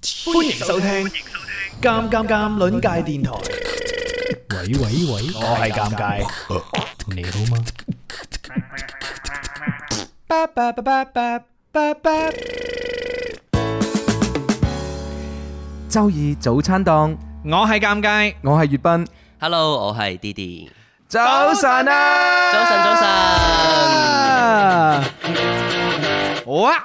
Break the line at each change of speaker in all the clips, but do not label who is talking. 歡迎收聽《尷尷尷》鄰界電台。
喂喂喂，
我係尷尬，
你好嗎？
巴巴巴巴巴巴巴。
周二早餐檔，
我係尷尬，
我係月斌。
Hello，我係 Didi。
早晨啊！
早晨，早晨。
哇啊！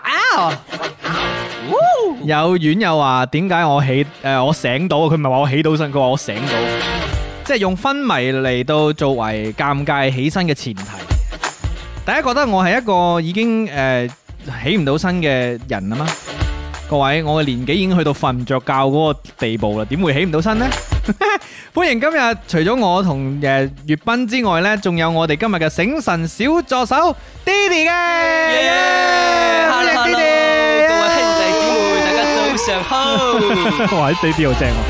有院友話點解我起誒我醒到？佢唔係話我起到身，佢話我醒到，即係用昏迷嚟到作為尷尬起身嘅前提。大家覺得我係一個已經誒起唔到身嘅人啊嘛？各位，我嘅年紀已經去到瞓唔着覺嗰個地步啦，點會起唔到身呢？ 歡迎今日除咗我同誒粵斌之外呢，仲有我哋今日嘅醒神小助手 Didi 嘅，歡迎
Hello，Hello，各
Didi，
位兄弟姊妹，大家早上 好。
哇！Didi 好正喎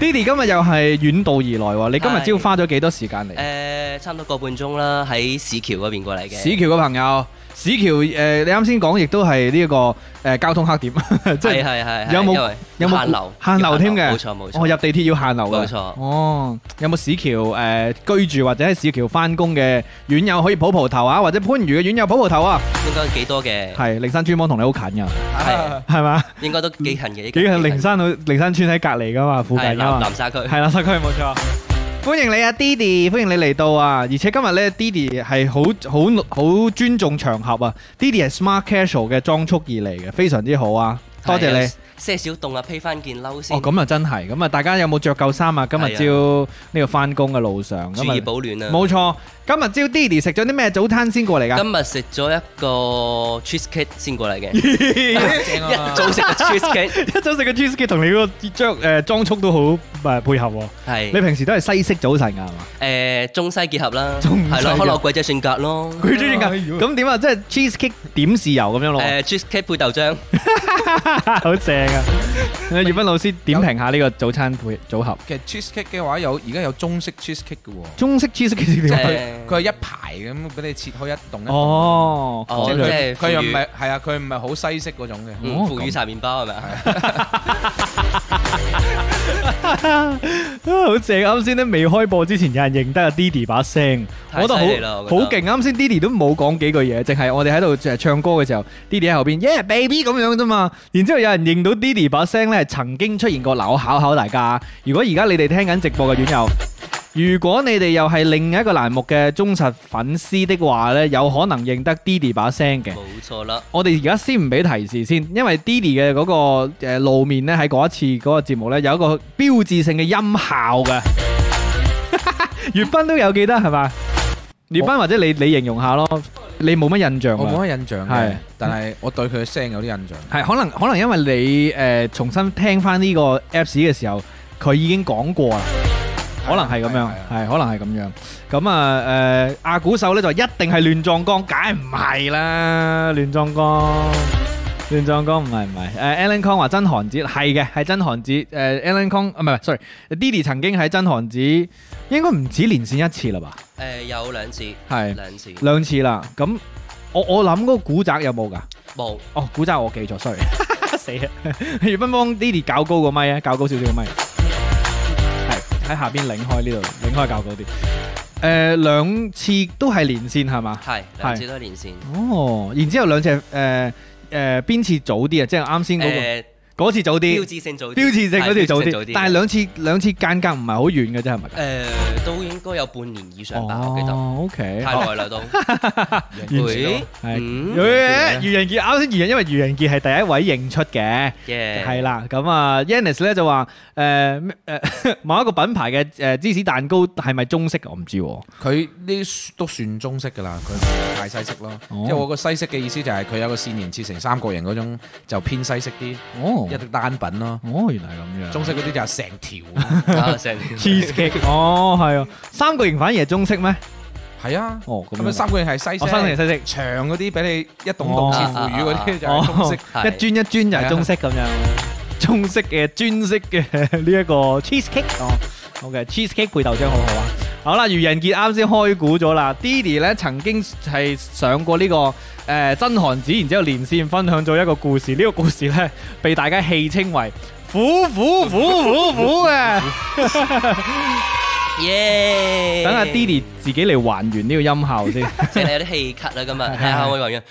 ，Didi 今日又係遠道而來喎，你今日朝
係
花咗幾多時間嚟？
誒，差唔多個半鐘啦，喺市橋嗰邊過嚟
市
嘅。
橋嘅朋友，市橋誒、你啱先講亦都係呢一個誒交通黑點， 即
係
係
係係。係
有冇
因為
有冇
限流？
限流添嘅？
冇錯冇
我
錯。
入地鐵要限流嘅。
冇錯
哦，有冇市橋誒、居住或者喺市橋翻工嘅院友可以抱蒲頭啊，或者番禺嘅院友抱蒲頭啊？
應該幾多嘅？
係靈山村幫同你好近㗎，
係
係嘛？
應該都幾近嘅。
幾近靈山靈山村喺隔離㗎嘛，附近
係
㗎
南
嘛
南。沙區。
係啦，西區冇錯。歡迎你啊，Didi，歡迎你嚟到啊！而且今日咧，Didi 係好好好尊重場合啊，Didi 係 smart casual 嘅裝束而嚟嘅，非常之好啊！多謝你
係。。些少凍啊，披翻件褸先
哦，。咁啊真係，咁啊大家有冇着夠衫啊？今日朝呢個翻工嘅路上，
注
咁
意
啊
保暖啊。
冇錯。今日朝 Didi 食咗啲咩早餐先過嚟㗎？
今日食咗一個 cheesecake 先過嚟嘅，
啊 Dạ.
一早食個 cheesecake
一早食嘅 cheesecake 同你嗰個着誒裝束都好誒配合喎。你
係
平時都係西式早晨㗎係嘛？
誒中西結合啦，
中西
係
結
咯，
合
可樂鬼仔性格咯，
佢中意㗎。咁點啊？即係 cheesecake 點豉油咁樣咯喎。
誒 cheesecake 配豆漿，
好正啊！葉斌老師點評下呢個早餐配組合，
其實 cheesecake 嘅話有而家有中式 cheesecake 嘅喎，
中式 cheesecake 點配？
誒
佢係一排咁俾你切開一棟一棟，
哦，
哦
即
即
係
即
兩
係
係佢又唔
腐乳
係係啊，佢唔係好西式嗰種嘅，
嗯腐乳茶麵包係咪啊？
啊好正！啱先咧未開播之前，有人認得阿 Didi 把聲，我
太
覺得
犀利啦
好
我覺得
好勁。啱先 Didi 都冇講幾句嘢，淨係我哋喺度誒唱歌嘅時候，Didi 喺後邊 Yeah baby 咁樣啫嘛。然之後有人認到 Didi 把聲咧，曾經出現過。嗱，我考考大家，如果而家你哋聽緊直播嘅院友。如果你哋又係另一個欄目嘅忠實粉絲的話呢有可能認得 Didi 把聲嘅。
冇錯啦，
我哋而家先唔俾提示先，因為 Didi 嘅嗰個誒路面咧喺嗰一次嗰個節目咧有一個標誌性嘅音效嘅。粵斌都有記得係嘛？粵斌或者你你形容下咯，你冇乜印象
我
啊？
冇乜印象
係
嘅，但係我對佢嘅聲有啲印象。
係可能可能因為你誒、呃重新聽翻呢個 Apps 嘅時候，佢已經講過啦。可能係咁樣
係啊，
係可能係咁樣。咁啊誒，阿古手咧就一定係亂撞光，梗係唔係啦？亂撞光，亂撞光唔係唔係。誒，Alan Kong 話真寒子係嘅，係真寒子。誒，Alan Kong 啊唔係唔係，sorry，Didi 曾經喺真寒子應該唔止連線一次啦吧？
誒有兩次，
係
兩次
兩次啦。咁我我諗嗰個古宅有冇㗎？
冇
哦，古仔我記錯，sorry，死 啊！葉斌幫 Didi 較高個咪啊，較高少少個咪，係喺下邊擰開呢度，擰開較高啲。誒、兩次都係連線係嘛？
係兩次都係連線，
哦，然之後兩隻誒誒邊次早啲啊？即係啱先嗰
誒
個嗰、次早
標
啲，
誌性早啲，
標誌性嗰
係
條早
標誌性
啲，但係兩次兩次間隔唔係好遠嘅啫，係咪？
誒都應該有半年以上吧，我記得
哦，OK，
太耐啦都。咦
係
嗯
誒愚人傑啱先愚人，因為愚人傑係第一位認出嘅。
耶
係啦，咁啊，Yannis 咧就話誒咩誒 某一個品牌嘅誒芝士蛋糕係咪中式？啊我唔知喎。
佢呢都算中式㗎啦，佢唔係太西式咯。
哦
即係我個西式嘅意思就係佢有個線形切成三角形嗰種，就偏西式啲，
哦
一啲單品咯。
哦，原來係咁樣。
中式嗰啲就係成條。
啊成
cheesecake 哦，係啊，三角形反而係中式咩？
係啊，
哦，咁
咁樣
樣。
三角形係西式，
我三角形西式，
長嗰啲俾你一棟棟切腐乳嗰啲就
哦
係啊中式。
一磚一磚就係中式咁樣，中式嘅專式嘅呢一個 cheesecake 哦，好嘅 cheesecake 配豆漿好好啊。好啦，愚人傑啱先開估咗啦，Didi 咧曾經係上過呢、個誒、呃真寒子，然之後連線分享咗一個故事，呢、個故事咧被大家戲稱為苦苦苦苦苦嘅。
耶！
等阿 Didi 自己嚟還原呢個音效 先，
即係有啲氣咳啦，今日睇下可唔可以還原？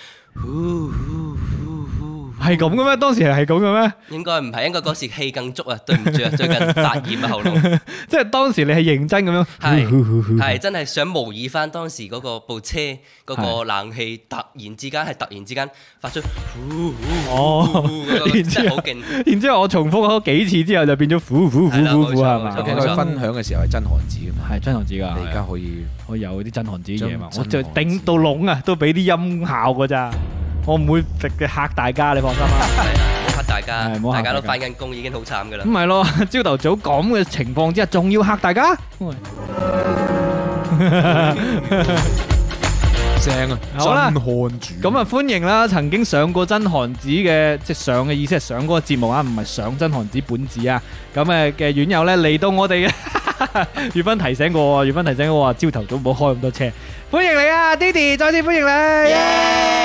係咁嘅咩？當時係咁嘅咩？
應該唔係，應該嗰時氣更足啊！對唔住啊，最近發炎啊 喉嚨，
即係當時你係認真咁樣，
係係真係想模擬翻當時嗰個部車嗰個冷氣突然之間係突然之間發出呼呼
哦
呼 嗰個，
然
真
之
係
後
好勁。
然之後我重複咗幾次之後就變咗苦苦苦
係啦
苦
冇
苦
錯
係
冇錯
佢
冇錯
嘛？
分享嘅時候係真寒子啊嘛，
係真寒子㗎
你，而家可以
我有啲真寒子嘢嘛，
真
我就
真寒
頂
子
到籠啊，都俾啲音效㗎咋，我唔會直嘅嚇大家，你放心啦。
係啊唔好嚇大家
係唔，好嚇
大家都
大家
翻緊工已經好慘噶啦
咁。咪咯，朝頭早咁嘅情況之下，仲要嚇大家？
正啊，
好啦
真汗主
咁啊，歡迎啦！曾經上過真寒子嘅，即係上嘅意思係上嗰個節目啊，唔係上真寒子本子啊。咁誒嘅院友咧嚟到我哋嘅， 月芬提醒我啊，月芬提醒我話朝頭早唔好開咁多車。歡迎你啊，Didi，再次歡迎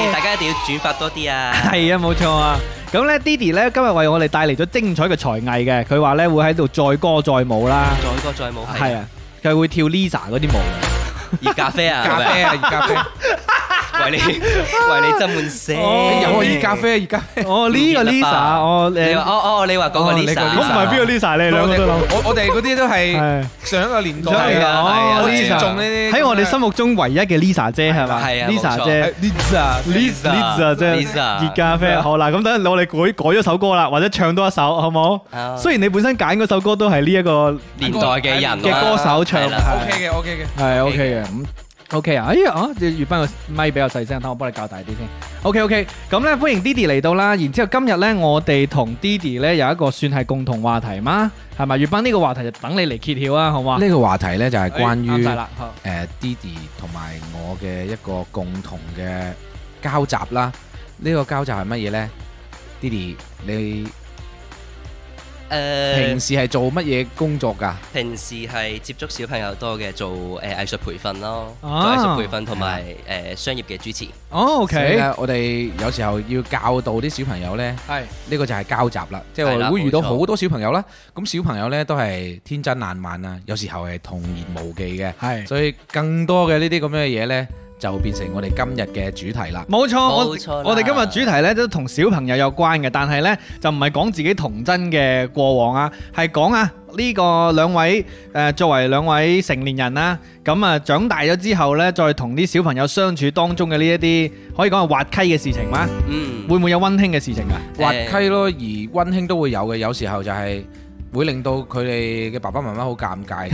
你。
大家一定要轉發多啲啊！
係啊，冇錯啊。咁咧，Didi 咧今日為我哋帶嚟咗精彩嘅才藝嘅，佢話咧會喺度載歌載舞啦，
再歌再舞
係啊，佢會跳 Lisa 嗰啲舞嘅。
熱咖啡 啊，
咖啡啊，熱 咖啡，
為你為你斟滿聲。
哦
有啊，熱咖啡，熱咖啡。
哦，呢個
唔記得
Lisa，
吧
我
你話
誒，
哦哦，你話嗰個
哦你個
Lisa，
我唔係邊個 Lisa，你哋兩個都諗。
我我哋嗰啲都係
係
上一個年代
上一
啊
個係啊
哦
我
係
哋
啊
仲呢
，Lisa
啲
喺我哋心目中唯一嘅 Lisa 姐係嘛
係啊冇
？Lisa
錯
姐
係 Lisa
，Lisa 姐
Lisa
熱咖啡。好啦，咁等陣我哋改改咗首歌啦，或者唱多一首好冇？
啊
雖然你本身揀嗰首歌都係呢一個
年代嘅人
嘅歌手唱
係啦
OK 嘅，OK 嘅。
係
OK
OK 嘅，咁 OK 啊！哎呀，啊，粵斌個咪比較細聲，等我幫你較大啲先。OK OK，咁咧歡迎 Didi 嚟到啦。然之後今日咧，我哋同 Didi 咧有一個算係共同話題嘛，係咪？粵斌呢個話題就等你嚟揭曉啊，好嘛？
呢個話題咧就係關
哎啱
於
晒啦，好
誒 Didi 同埋我嘅一個共同嘅交集啦。呢個交集係乜嘢咧？Didi，你平
誒，
時係做乜嘢工作㗎？
平時係接觸小朋友多嘅，做誒藝術培訓咯，做
啊
藝術培訓同埋誒商業嘅主持。
哦
所以
OK，
咧，我哋有時候要教導啲小朋友咧，
係
呢個就係交集啦，即係
係啦
我會遇到
冇錯
好多小朋友啦。咁小朋友咧都係天真爛漫啊，有時候係童言無忌嘅，
係，
所以更多嘅呢啲咁樣嘅嘢咧，就變成我哋今日嘅主題啦。
冇錯。哦我
冇錯啦
我哋今日主題咧都同小朋友有關嘅，但係咧就唔係講自己童真嘅過往啊，係講啊呢個兩位誒、呃作為兩位成年人啦，咁啊長大咗之後咧，再同啲小朋友相處當中嘅呢一啲可以講係滑稽嘅事情嗎？
嗯，呃
會唔會有温馨嘅事情啊？
滑
誒
稽咯，而温馨都會有嘅。有時候就係會令到佢哋嘅爸爸媽媽好尷 尬，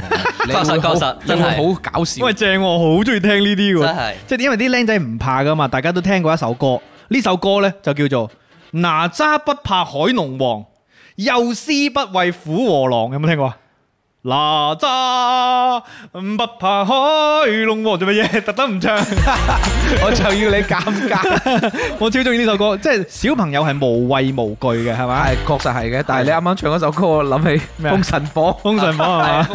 你
確實
會好
確實
你
真係
會好搞笑。
正喎，我好中意聽呢啲
真係
即係因為啲僆仔唔怕噶嘛，大家都聽過一首歌，呢首歌呢就叫做《哪吒不怕海龍王》，幼獅不畏虎和狼，有冇聽過啊？哪吒不怕海龍王做乜嘢？特登唔 唱，
我就要你尷 尬，
我超中意呢首歌，即係小朋友係無畏無懼嘅，係嘛？
係確實係嘅。但係你啱啱唱嗰首歌，我諗起
咩啊
《封神榜》，
封神榜係嘛？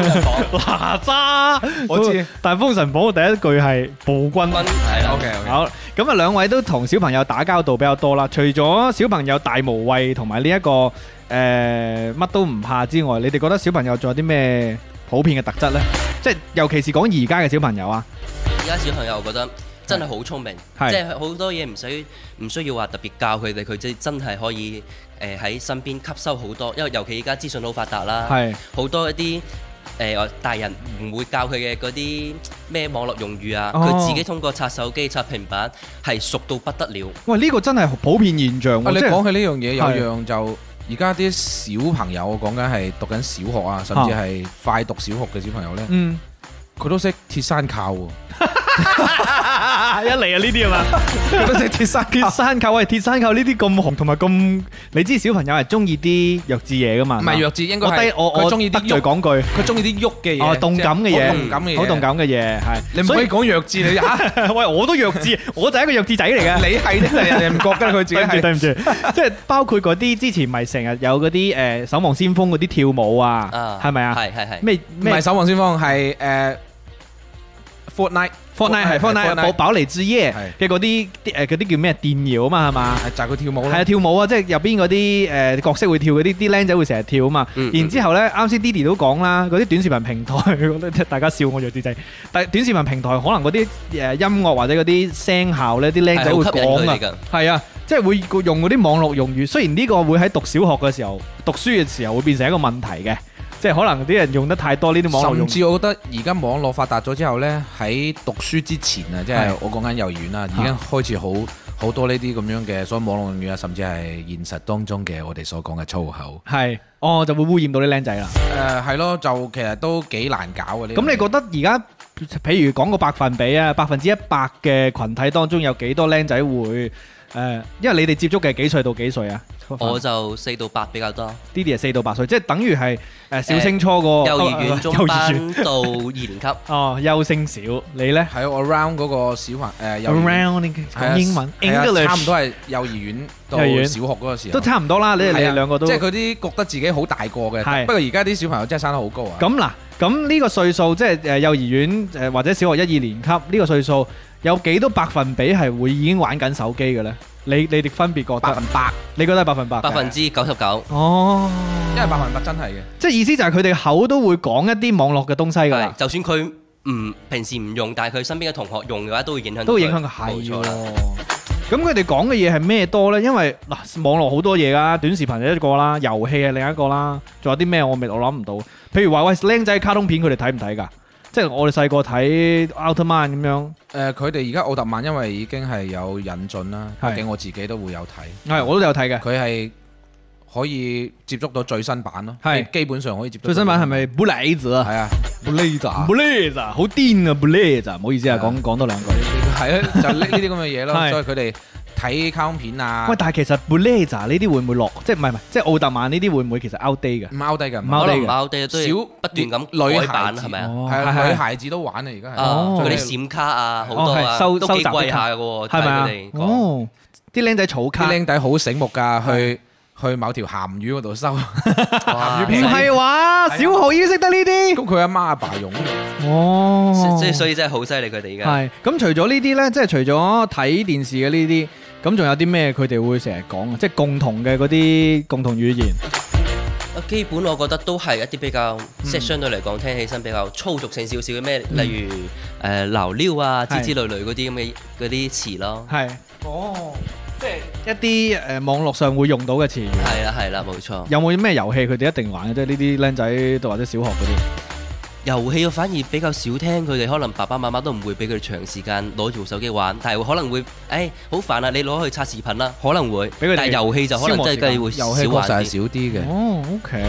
哪吒，
我知，
但係封神榜我第一句係啊暴君。
分嗯係啦
OK，OK
好，咁啊，兩位都同小朋友打交道比較多啦。除咗小朋友大無畏同埋呢一個誒乜、都唔怕之外，你哋覺得小朋友仲有啲咩普遍嘅特質呢？即係尤其是講而家嘅小朋友啊，
而家小朋友，我覺得真係好聰明，
係
即係好多嘢唔使唔需要話特別教佢哋，佢即係真係可以誒喺身邊吸收好多，因為尤其而家資訊好發達啦，
係
好多一啲。誒、我大人唔會教佢嘅嗰啲咩網絡用語啊，
哦
佢、自己通過刷手機、刷平板係熟到不得了。
喂呢、個真係普遍現象喎，
啊！你
即係
講起呢樣嘢，
係
有樣就而家啲小朋友，我講緊係讀緊小學啊，甚至係快讀小學嘅小朋友咧，
嗯，
佢都識鐵山靠喎，
一嚟啊呢 啲啊嘛。
佢都識鐵山
鐵山扣喂，鐵山扣呢啲咁紅同埋咁，你知小朋友係中意啲弱智嘢噶嘛？
唔係弱智，應該
我低
係
我
佢
我
中意
得
啲
罪
喐，
講句，
佢中意啲喐嘅嘢，
哦動感嘅
即係
嘢
好動感嘅嘢，
好動。感嘅嘢係。
你唔
所以
可以講弱 智你嚇。
喂，我都弱智，我就係一個弱智仔嚟嘅。
你係真係人哋唔覺得佢自己
對唔住，對
係
唔住，即係包括嗰啲之前咪成日有嗰啲誒守望先鋒嗰啲跳舞啊
啊，，
係咪啊？
係係係。
咩
唔係
咩
守望先鋒係誒 Fortnite，
Fortnite 係 Fortnite
係
寶寶嚟之夜
係
嘅嗰啲啲誒嗰啲叫咩電搖啊嘛係嘛？
係就係佢跳舞咯
係啊，跳舞啊，即係入邊嗰啲誒角色會跳嗰啲，啲僆仔會成日跳啊嘛。
嗯
然之後咧，啱先 Didi 都講啦，嗰啲短視頻平台， 我覺得大家笑我弱智仔。但係短視頻平台可能嗰啲誒音樂或者嗰啲聲效咧，啲僆仔會
係好吸
講
引佢
啊
哋㗎，
係啊，即係會用嗰啲網絡用語。雖然呢個會喺讀小學嘅時候、讀書嘅時候會變成一個問題嘅，即係可能啲人用得太多呢啲 網絡用
甚
語。
至我覺得而家網絡發達咗之後呢，喺讀書之前啊，即係
係
我講緊幼兒園啦，啊已經開始好好多呢啲咁樣嘅，所以網絡用語啊，甚至係現實當中嘅我哋所講嘅粗口。
係，哦就會污染到啲僆仔啦。
誒係咯，就其實都幾難搞啊嘅呢樣嘢。
咁你覺得而家譬如講個百分比啊，百分之一百嘅群體當中有幾多僆仔會誒、呃因為你哋接觸嘅係幾歲到幾歲啊？
我就四到八比較多，
呢啲係四到八歲，即係等於係誒小升初個、
幼兒園中
哦 幼兒園
班到二年級，
哦，優升小，你咧
喺啊我 around 嗰個小朋誒幼兒園
around 你
係啊
講英文
係啊
English
差唔多係幼兒園到
幼兒園
小學嗰個時候
都差唔多啦，你哋你
係啊
哋兩個都
即係佢啲覺得自己好大個嘅，
係
不過而家啲小朋友真係生得好高啊！
咁嗱，咁呢個歲數即係誒幼兒園誒或者小學一二年級呢個歲數，有幾多百分比係會已經玩緊手機嘅咧？你你哋分別覺得
百分百，
你覺得係百分百嘅？
百分之九十九。
哦，
因為百分百真係嘅。
即係意思就係佢哋口都會講一啲網絡嘅東西㗎
係
啦，
就算佢唔平時唔用，但係佢身邊嘅同學用嘅話，都會影響到佢，
都會影響佢
冇
係啊
錯
喎
啦。。
咁佢哋講嘅嘢係咩多呢？因為嗱，網絡好多嘢啦，短視頻係一個啦，遊戲係另一個啦，仲有啲咩我未我諗唔到。譬如話喂，僆仔卡通片佢哋睇唔睇㗎？即係我哋細個睇《奧特曼》咁樣，
誒，呃佢哋而家奧特曼因為已經係有引進啦，
係
畢竟我自己都會有睇。
係我都有睇嘅。
佢係可以接觸到最新版咯，
係
基基本上可以接觸
最
到
新版係咪《布雷子》啊？
係啊，
布雷子，布雷子，好癲啊！布雷子，唔好意思啊，
係啊
講講多兩句。
係啊， 就呢呢啲咁嘅嘢咯。
係
所以佢哋睇卡通片啊
喂，，但係其實布雷子呢啲會唔會落？即係唔係唔係？即係奧特曼呢啲會唔會其實 out day 㗎？
唔拗低嘅，
貓
可
地嘅
能貓地都
小
要不斷
女
咁改版
孩子
係咪啊？
哦
係
係
啊，
係
女孩子都玩啊，而家係
啊，
哦
嗰
最
啲
緊
閃卡啊，好
哦
多
係
啊，
收
都
收集
幾
啲
貴
卡
下嘅喎，
係咪啊
睇佢哋？講
哦，啲僆仔儲
要
卡
啲。僆仔好醒目㗎，去去某條鹹魚嗰度 收，咁
唔
哇
係話小學已經識得呢啲。
佢阿媽阿爸用。
哦
即係所以真係好犀利佢哋而家。
係咁，除咗呢啲咧，即係除咗睇電視嘅呢啲，咁仲有啲咩佢哋會成日講啊？即係共同嘅嗰啲共同語言。
啊基本我覺得都係一啲比較
嗯
即係相對嚟講聽起身比較粗俗性少少嘅咩，例如誒流溜啊之
係
之類類嗰啲咁嘅嗰啲詞咯。
係哦，即係一啲誒網絡上會用到嘅詞語。
係啦係啦，冇錯。
有冇咩遊戲佢哋一定玩嘅？即係呢啲僆仔或者小學嗰啲。
遊戲我反而比較少聽，佢哋可能爸爸媽媽都唔會俾佢哋長時間攞住部手機玩，但係可能會，誒好煩啊！你攞去刷視頻啦，可能會，
俾佢哋
但係遊戲就可
消
能
磨
真
時間
係會
遊戲
少
確
玩
實係
啲。
少啲嘅，
哦，OK，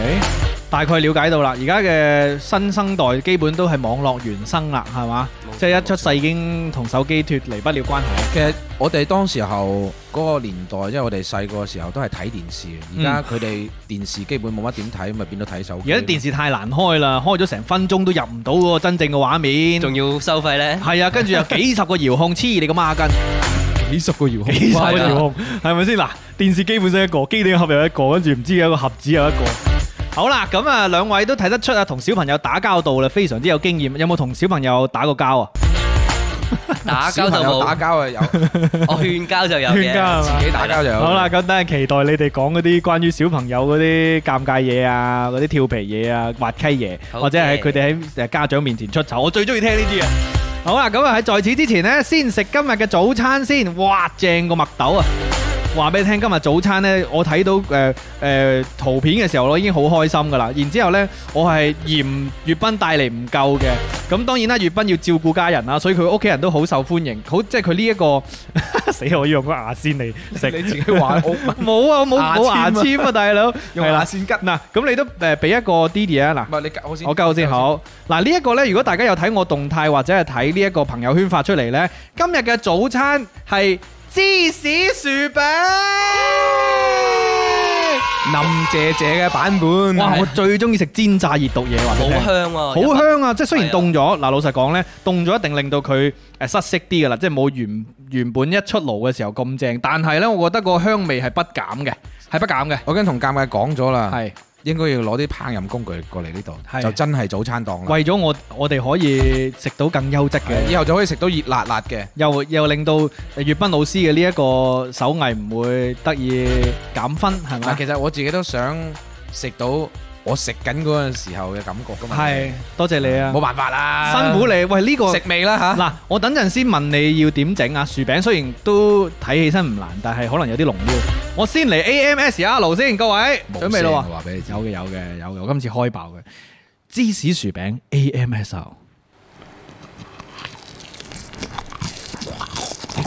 大概了解到啦。而家嘅新生代基本都係網絡原生啦，係嘛？
冇錯
即係一出世已經同手機脱離不了關係。
其實我哋當時候嗰個年代，因為我哋細個時候都係睇電視，而家佢哋電視基本冇乜點睇，咪變咗睇手
而
機。
家啲電視太難開啦，開咗成分鐘都入唔到嗰個真正嘅畫面。
仲要收 費呢？
係啊，跟住有幾十個遙控，黐你個孖筋，
幾十個遙控，
幾十個
係啊
遙控，係咪先？嗱，電視基本上一個，機頂盒有一個，跟住唔知有一個盒子有一個。好啦，咁啊，兩位都睇得出啊，同小朋友打交道啦，非常之有經驗。有冇同小朋友打過交啊？
打交就
小朋友
冇，
打交啊，有
我勸交就有
勸交係
嘅。
嘛
自己打交就有。
好啦，，咁等係期待你哋講嗰啲關於小朋友嗰啲尷尬嘢啊，嗰啲調皮嘢啊、滑稽嘢，
好嘅
或者係佢哋喺誒家長面前出醜，我最中意聽呢啲啊！好啦，咁啊喺在此之前呢，先食今日嘅早餐先，哇，正個麥豆啊！話俾你聽，今日早餐呢，我睇到誒誒、呃圖片嘅時候，我已經好開心噶啦。然之後呢，我係嫌粵斌帶嚟唔夠嘅。咁當然啦，粵斌要照顧家人啦，所以佢屋企人都好受歡迎。好，即係佢呢一個啊死我啊要用個牙線嚟食。
你自己玩 我唔
冇啊，我冇
牙
冇
籤啊
牙籤啊，大佬。
用
係啦
牙線吉，唔
嗱，咁你都誒俾一個 Didi 啊，嗱，
係你教我先，
我夠先。好。嗱呢一個呢，如果大家有睇我動態或者係睇呢一個朋友圈發出嚟呢，今日嘅早餐係芝士薯餅。
林姐姐嘅版本，
哇！我最中意食煎炸熱毒嘢，話俾你聽
好香喎，
好香啊！即係雖然
係啊
凍咗，嗱老實講呢，凍咗一定令到佢誒失色啲噶啦，即係冇原原本一出爐嘅時候咁正。但係呢，我覺得個香味係不減嘅，係不減嘅，
我已經同尷尬講咗啦，
係
應該要攞啲烹飪工具過嚟呢度，
係
就真係早餐檔啦。
為咗我我哋可以食到更優質
以
嘅，
後就可以食到熱辣辣嘅，
又又令到粵斌老師嘅呢一個手藝唔會得以減分，係
但
咪？
其實我自己都想食到我食緊嗰陣時候嘅感覺噶嘛。
係，多謝你啊
冇！辦法啦，
辛苦你，喂呢個
食味啦吓。
嗱，我等陣先問你要點整啊！薯餅雖然都睇起身唔難，但係可能有啲龍腰。我先嚟 AMSR 先，各位準備啦
我話俾你
喎！
知
有，嘅有嘅有嘅，我今次開爆嘅芝士薯餅 AMSR。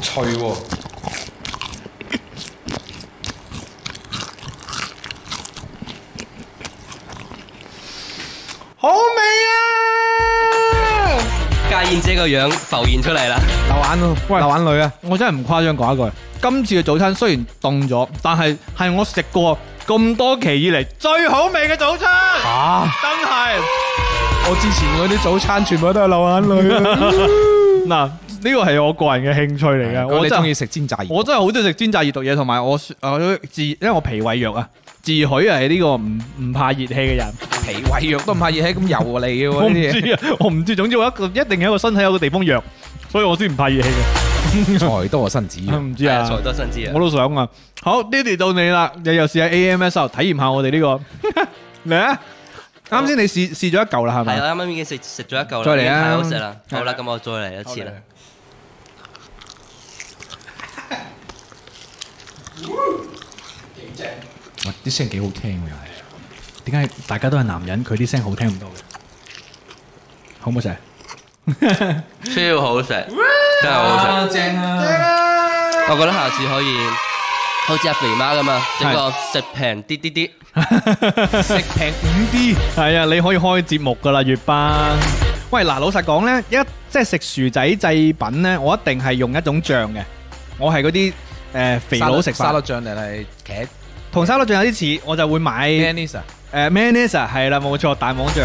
脆喎。好味啊！
家燕姐個樣浮現出嚟啦，
流眼咯，
喂
流眼淚啊！
我真係唔誇張講一句，今次嘅早餐雖然凍咗，但係係我食過咁多期以嚟最好味嘅早餐，
啊！
真係。
我之前嗰啲早餐全部都係 流眼淚啊！
嗱，呢個係我個人嘅興趣嚟嘅，我
我哋
真
中
係
意食煎炸熱，
我真係好中意食煎炸熱毒嘢，同埋我啊我自因為我脾胃弱啊，自詡係呢個唔唔怕熱氣嘅 人。
脾胃弱都唔怕熱氣咁油嚟嘅
我
喎
唔
呢啲
知啊， 我唔知，總之我一個一定係一個身體有個地方弱，所以我先唔怕熱氣嘅。
嘢，財多身子弱。
唔知
係啊，
啊，
財多身姿啊
我！都想啊。好，Didi 到你啦，你又試下 AMSR 啊體驗下我哋呢個 嚟啊！啱先你試試咗一嚿啦，係
係
咪？
我啱啱已經食食咗一嚿啦，
再嚟啊
已經太好食啦！好啦，咁我再嚟一次啦。
喂啲聲幾好聽喎，又係點解大家都係男人，佢啲聲好聽唔到嘅？好唔好食？
超好食，真係好食。
正啊！
我覺得下次可以好似阿肥媽咁啊，整個食平啲啲啲。
食平五 D，
係啊，你可以開節目噶啦，月班。喂，嗱，老實講呢，一即係食薯仔製品呢，我一定係用一種醬嘅，我係嗰啲誒肥佬食
沙律
法，
醬定係茄
同沙律醬有啲似，我就會買
m a y
誒
o n n s e
mayonnaise 啊係啦，冇錯，蛋黃醬。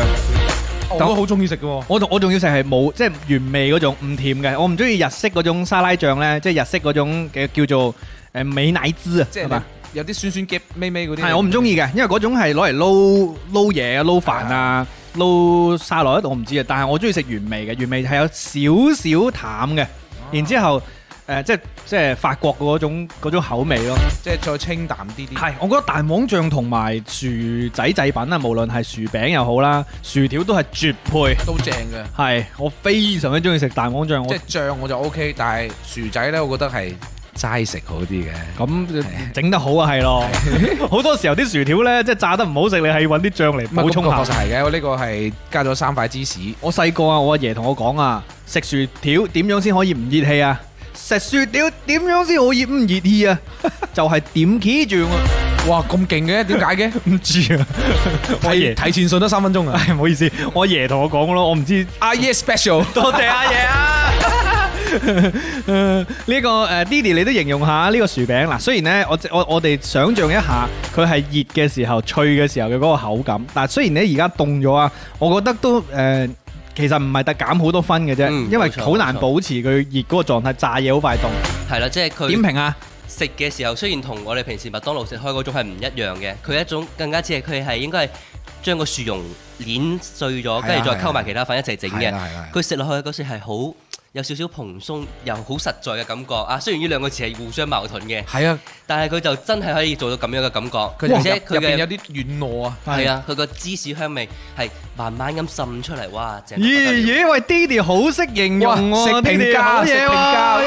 我都好中意食嘅喎。
我仲我仲要食係冇即係原味嗰種唔甜嘅，我唔中意日式嗰種沙拉醬咧，即係日式嗰種嘅叫做誒美奶滋啊，
即
係嘛
係？有啲酸酸夾咪咪嗰啲。
係我唔中意嘅，因為嗰種係攞嚟撈撈嘢啊、撈飯啊、撈沙律，我唔知啊。但係我中意食原味嘅，原味係有少少淡嘅，然之後誒即係即係法國嗰種嗰種口味咯。
即係再清淡啲啲。
係，我覺得蛋黃醬同埋薯仔製品啊，無論係薯餅又好啦，薯條都係絕配。
都正嘅。
係，我非常之中意食蛋黃醬，我
即係醬我就 O K，但係薯仔咧，我覺得係齋食好啲嘅。
咁整得好啊，係 咯。好多時候啲薯條咧，即係炸得唔好食，你係揾啲醬嚟
唔係
補充
咁確實
下。
係嘅，我呢個係加咗三塊芝士，
我細個啊，我阿爺同我講啊，食薯條點樣先可以唔熱氣啊？食薯條點樣先可以唔熱氣 啊？就係點起醬啊！
哇咁勁嘅，點解嘅？
唔知啊，我阿
睇
爺，
睇前信得三分鐘 啊！
唉 ，唔好意思，我阿爺同我講咯，我唔知。
阿爺 special，
多謝阿爺 啊！誒呢個誒 à, Didi 你都形容下呢個薯餅嗱，雖然咧我我我哋想象一下佢係熱嘅時候、脆嘅時候嘅嗰個口感，但係雖然咧而家凍咗啊，我覺得都誒、呃其實唔係特減好多分嘅啫，
嗯
因為
冇錯
好難
冇錯
保持佢熱嗰個狀態，炸嘢好快凍。
係啦，即係
點
佢
評啊？
食嘅時候，雖然同我哋平時麥當勞食開嗰種係唔一樣嘅，佢一種更加似係佢係應該係將個薯蓉碾碎咗，跟住再溝埋其他粉一齊整
啊係
嘅
啦。係啊啦。
佢食落去嗰時係好有少少蓬鬆又好實在嘅感覺啊！雖然呢兩個詞係互相矛盾嘅，
係啊，
但係佢就真係可以做到咁樣嘅感覺，
佢
而
入
且
入
佢
邊有
嘅
啲軟糯啊，
係啊，佢個芝士香味係慢慢咁滲出嚟，哇！正到不
咦
得了
咦，喂 Didi 好識形容
哇
喎
食
Didi
評價
好
食
嘢
評價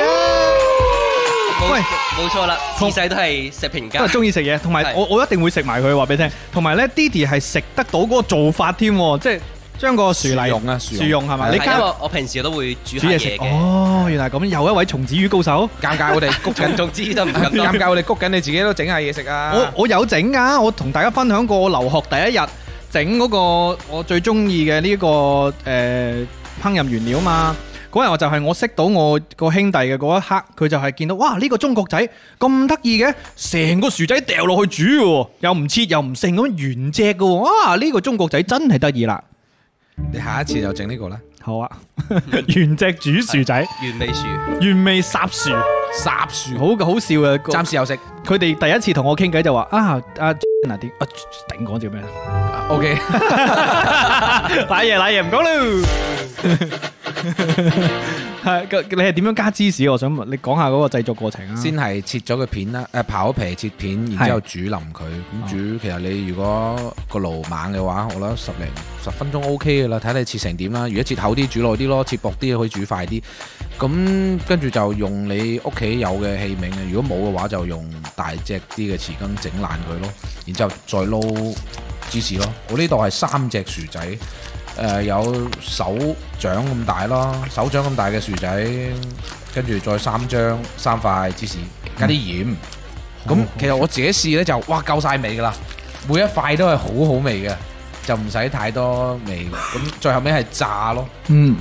喂
冇冇錯啦，自細都係食評
都係
家，
中意食嘢，同埋
係
我我一定會食埋佢，話俾你聽。同埋咧，Didi 係食得到嗰個做法添喎，即係將個薯
薯
泥
蓉啊薯蓉
係嘛？
係
你
係因
加
為我平時都會
煮
煮下
嘢
嘢
食
嘅，
哦，原來咁，又一位松子魚高手。
尷尬我 哋谷緊
咁，總之都唔敢
尷
當。
尬我哋谷緊，你自己都整下嘢食啊！
我我有整噶，我同大家分享過我留學第一日整嗰個我最中意嘅呢個誒、呃烹飪原料嘛。嗰日我就係我識到我個兄弟嘅嗰一刻，佢就係見到哇呢、個中國仔咁得意嘅，成個薯仔掉落去煮嘅喎，又唔切又唔剩咁樣原隻嘅喎，啊呢、個中國仔真係得意啦！
你下一次就整呢個啦。
好啊，原隻煮薯仔，
原味薯，
原味霎薯，
霎樹，
好好笑啊！個
暫時有食。
佢哋第一次同我傾偈就話啊啊嗱啲啊頂講叫咩？
O K，
濑嘢濑嘢唔講 咯。係，咁你係點樣加芝士？我想問你講下嗰個製作過程啊。
先係切咗個片啦，誒刨咗皮切片，然之後煮腍佢。咁煮其實你如果個爐猛嘅話，我覺得十零十分鐘 O K 嘅啦，睇你切成點啦。如果切厚啲，煮耐啲咯；切薄啲可以煮快啲。咁跟住就用你屋企有嘅器皿嘅，如果冇嘅話就用大隻啲嘅匙羹整爛佢咯，然之後再撈芝士咯。我呢度係三隻薯仔，誒、有手掌咁大咯，手掌咁大嘅薯仔，跟住再三張三塊芝士，加啲鹽。咁、其實我自己試呢就哇夠晒味㗎啦，每一塊都係好好味嘅，就唔使太多味。咁最後尾係炸咯，
嗯，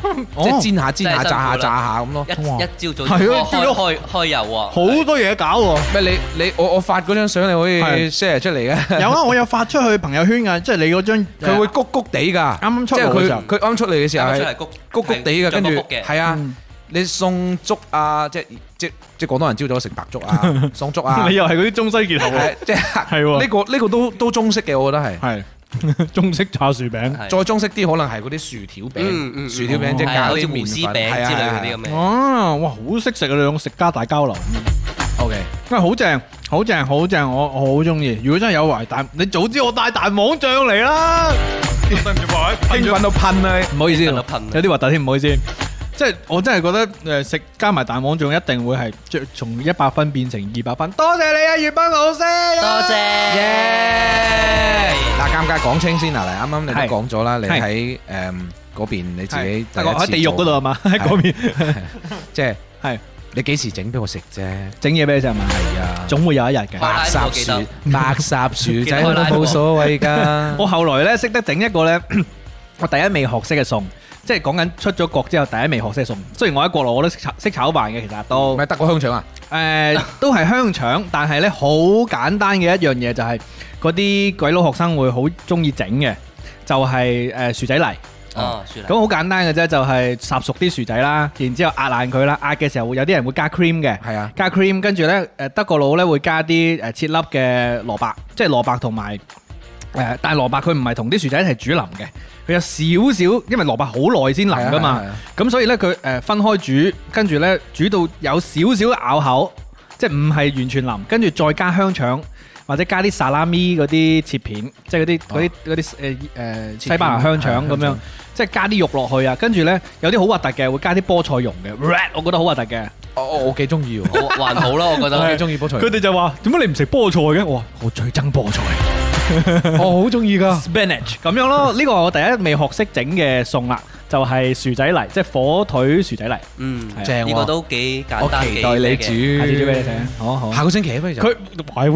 即係
哦
煎下煎下
真係辛苦
炸下
啦
炸下咁咯。
一
哇
一朝早
係啊
開
朝早
開開油喎，
好多嘢搞 喎。
咩？你你我我發嗰張相你可以
係
share 出嚟嘅，
有啊，我有發出去朋友圈噶，即係你嗰 張，
佢會谷谷地
啱
㗎。
啱出
即係
爐嘅時候
佢佢啱出嚟嘅時候
出
係
嚟谷
谷谷地嘅，跟住
係
係啊
嗯，
你送粥啊，即係即即廣東人朝早食白粥 啊，送粥 啊
你，又係嗰啲中西結合喎
係即
係喎
係呢個呢個都都中式嘅，我覺得係。
係 中式炸 薯餅。
係
再中式啲可能係嗰啲薯條
嗯
餅，
嗯
薯條
嗯
餅即係
係
加
好
啲
似胡
麵
絲
粉
餅之類嗰啲咁嘅。
哦，哇，好識食啊！兩個食家大交流，
O K，
喂，好正，好正，好正，我我好中意。如果真係有圍蛋，你早知我帶蛋網醬嚟 啦。
興奮到噴啊！
唔好意思，
噴
有
啊噴啊
啲核突添，唔好意思。即係我真係覺得誒食加埋蛋黃醬一定會係將從一百分變成二百分。多謝你啊，粵斌老師。
多謝，
嗱，尷尬講清先嗱，嚟啱啱
係
你都講咗啦，你
係
喺誒嗰邊你自己
係
第
但係我
一
喺
次
地獄嗰度
做
係嘛？喺嗰邊
即係
係
你幾時整俾我食 啫？
整嘢俾你食係嘛？
係啊。
總會有一日嘅。
白
拉布
霎
記
薯
得，
白霎 薯仔
記
都
得拉布
冇所 謂㗎。
我後來咧識得整一個咧，我第一味學識嘅餸，即係講緊出咗國之後第一味學識嘅餸。雖然我喺國內我都識炒識炒飯嘅，其實都
唔係德國香腸啊？
誒呃都係香腸，但係咧好簡單嘅一樣嘢就係嗰啲鬼佬學生會好中意整嘅，就係誒薯仔泥。
哦，算啦
咁。好簡單嘅啫，就係烚熟啲薯仔啦，然之後壓爛佢啦。壓嘅時候會有啲人會加 cream 嘅，
係啊，
加 cream，跟住呢，誒德國佬呢會加啲呃誒切粒嘅蘿蔔，即係蘿蔔同埋誒，但係蘿蔔佢唔係同啲薯仔一齊煮腍嘅，佢有少少，因為蘿蔔好耐先腍噶嘛
係啊係啊係啊，
咁所以呢，佢誒分開煮，跟住呢煮到有少少咬口，即係唔係完全腍，跟住再加香腸。或者加啲沙拉咪嗰啲切片，即係嗰啲嗰啲呃嗰啲誒誒西班牙哦啊香腸咁樣，即係加啲肉落去啊。跟住呢，有啲好核突嘅，會加啲菠菜蓉嘅 red，我覺得好核突嘅。
我我我幾中意喎，
我還好 啦，我 覺
我幾
得。
中意菠菜，
佢哋就話：點解你唔食菠菜嘅？我話我最憎菠菜啊
我好中意㗎。
spinach 咁樣咯。呢個我第一未學識整嘅餸啦，就係薯仔泥，即係火腿薯仔泥。
嗯，
係啊
正喎
呢個都幾簡
我
單，
期待你
幾咩嘅。
下次煮俾你
煮。
睇，好好。
下個星期不如就
佢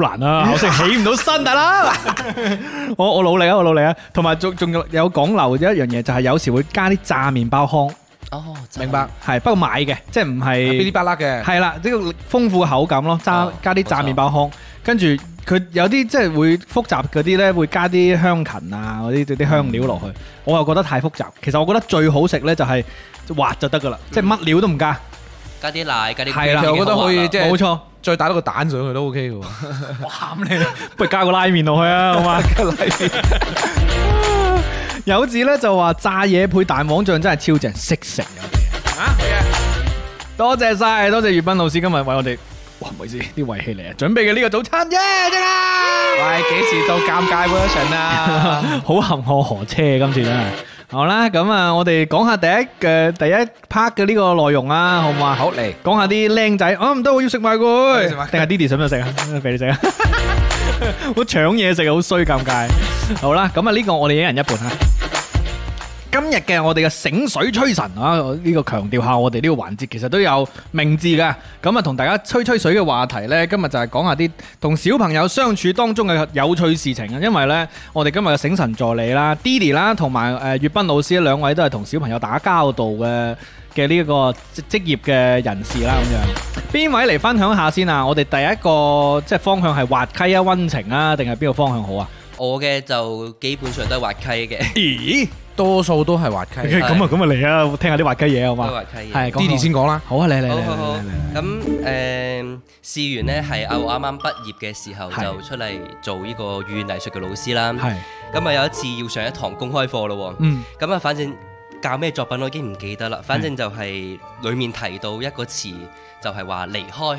哇好難 啊，我食起唔到身大啦。我我努力啊，我努力啊。同埋仲仲有有講漏咗一樣嘢，就係有時會加啲炸麵包糠，
哦，
明白，
係不過買嘅，即係唔
噼里
係
啪啦嘅。
係啦，呢個豐富口感咯，炸
啊哦
加啲炸
冇錯
麵包糠，跟住佢有啲即係會複雜嗰啲呢，會加啲香芹啊嗰啲嗰啲香料落
嗯
去，我又覺得太複雜。其實我覺得最好食呢就係滑就得噶啦，即係乜料都唔加，
加啲奶，加啲
係啦
其實
我覺得可以即係
冇錯。
再打多個蛋上去都 OK 嘅喎，
不如加個拉麵落去啊，好嘛？有字咧就話炸嘢配蛋黃醬真係超正，識食有啲嘢。多謝晒，多謝粵斌老師今日為我哋，哇唔好意思，啲胃氣嚟啊，準備嘅呢個早餐耶，真係。
喂，幾時到尷尬 version 啊？
好含我何車今次真係。好啦，咁啊，我哋講下第一嘅第一 part 嘅呢個內容啊，好唔好啊？
好嚟，
講下啲僆仔，啊唔得，我要食埋
要
佢
食埋，佢
定係 Didi 想唔想食啊？俾你食啊！ 我搶嘢食，好衰尷尬。好啦，咁啊呢個我哋一人一半啊。今日嘅我哋嘅醒水吹神啊，呢、個強調下，我哋呢個環節其實都有名字㗎。咁啊，同大家吹吹水嘅話題呢，今日就係講下啲同小朋友相處當中嘅有趣事情啊。因為呢，我哋今日嘅醒神助理啦、Didi 啦，同埋誒粵斌老師兩位都係同小朋友打交道嘅。嘅呢一個職職業嘅人士啦，咁樣邊位嚟分享下先啊？我哋第一個即係方向係滑稽啊、温情啊，定係邊個方向好啊？
我嘅就基本上都係滑稽嘅，
咦？
多數都係滑稽。
咁啊咁啊嚟啊！我聽下啲滑稽嘢好
都係
嘛？
滑稽嘅。
係
Didi 先講啦，
好啊！嚟嚟
好
嚟
好好
嚟嚟，
咁誒試完咧係啊，我啱啱畢業嘅時候
係
就出嚟做呢個語言藝術嘅老師啦。
嚟，係
咁啊有一次要上一堂公開課咯喎，
嗯
咁啊反正教咩作品我已經唔記得啦，反正就係裡面提到一個詞就係話離開。
啊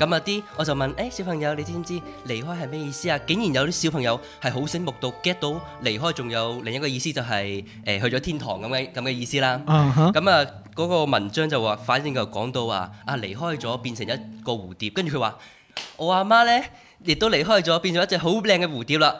咁啊啲我就問誒、小朋友，你知唔知離開係咩意思啊？竟然有啲小朋友係好醒目到 get 到離開，仲有另一個意思就係、誒、去咗天堂咁嘅咁嘅意思啦。
啊哈
咁啊，嗰個文章就話，反正就講到話啊離開咗變成一個蝴蝶，跟住佢話我阿媽呢，亦都離開咗，變咗一隻好靚嘅蝴蝶啦。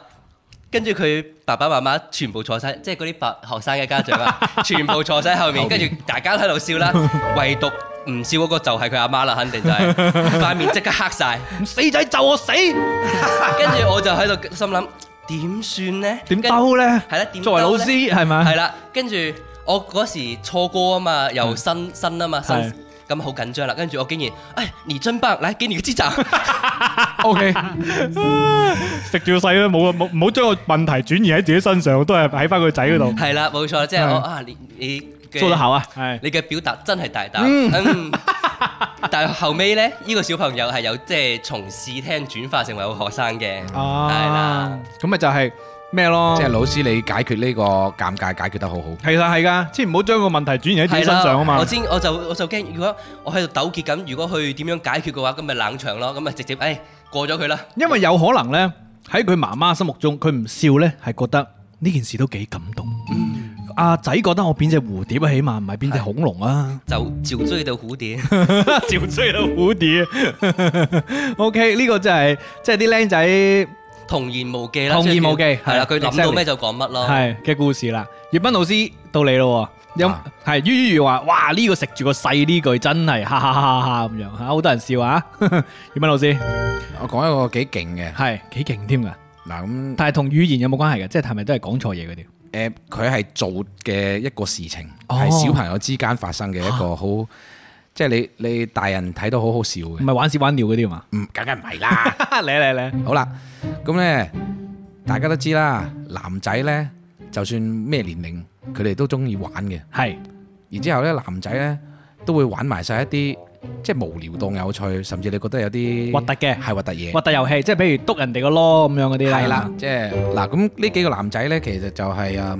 跟住佢爸爸媽媽全部坐晒，即係嗰啲白學生嘅家 長啊，全部坐晒後面，跟住大家都喺度笑啦，唯獨唔笑嗰個就係佢阿媽啦，肯定 就係塊面即刻黑晒。
死仔就我死，
跟住我就喺度心諗點算呢？
點兜咧？
係啦，點
作為老
兜呢
師係咪？
係啦，跟住我嗰時錯歌啊嘛，又新新啊嘛，新
嗯係
咁好緊張啦。跟住我竟然，哎，你真棒，來給你個 擊掌。
OK，食住細啦，冇啊，冇唔好將個問題轉移喺自己身上，都係喺翻佢仔嗰度。
係啦，冇錯，即係
係
我啊，你你嘅
做得好啊，係
你嘅表達真係大膽。嗯， 但係後尾咧，呢個小朋友係有即係從試聽轉化成為好學生嘅，係啦
啊，，咁咪就係咩咯？
即係老師你解決呢個尷尬解決得好好。
其實係㗎，千唔好將個問題轉移喺自己身
係
上啊
啦。
嘛
我。知我就我就驚，如果我喺度糾結緊，如果佢點樣解決嘅話，咁咪冷場咯，咁咪直接哎過咗佢啦。，
因為有可能呢，喺佢媽媽心目中，佢唔笑呢係覺得呢件事都幾感動。阿仔覺得我變只蝴蝶啊，起碼唔係變只恐龍啊
就照追到蝴蝶。
照追到蝴蝶。OK，呢個真係即係啲僆仔
童言無忌啦，
童言無忌
係
係
啦，佢諗到咩就講乜咯，
係嘅故事啦。葉斌老師到你咯喎，有
啊
係於於話：哇，呢個食住個細呢句真係哈哈哈哈咁樣嚇，好多人笑啊！ 葉斌老師
我講一個幾勁嘅
係幾勁添㗎，
嗱咁
但係同語言有冇關係嘅？即係係咪都係講錯嘢嗰啲？
誒，佢係做嘅一個事情，
哦
係小朋友之間發生嘅一個好，即係你你大人睇到好好笑
唔
嘅，
係玩屎玩尿嗰啲嘛？
唔梗係唔係啦。
嚟嚟嚟！
好啦，咁呢，大家都知啦，男仔呢，就算咩年齡，佢哋都中意玩嘅。
係
然之後呢，男仔呢，都會玩埋晒一啲即係無聊當有趣，甚至你覺得有啲
核突嘅
係核突嘢。
核突遊戲，即係譬如篤人哋個囉咁樣嗰啲啦。
係啦，，即係嗱，咁呢幾個男仔呢，其實就係啊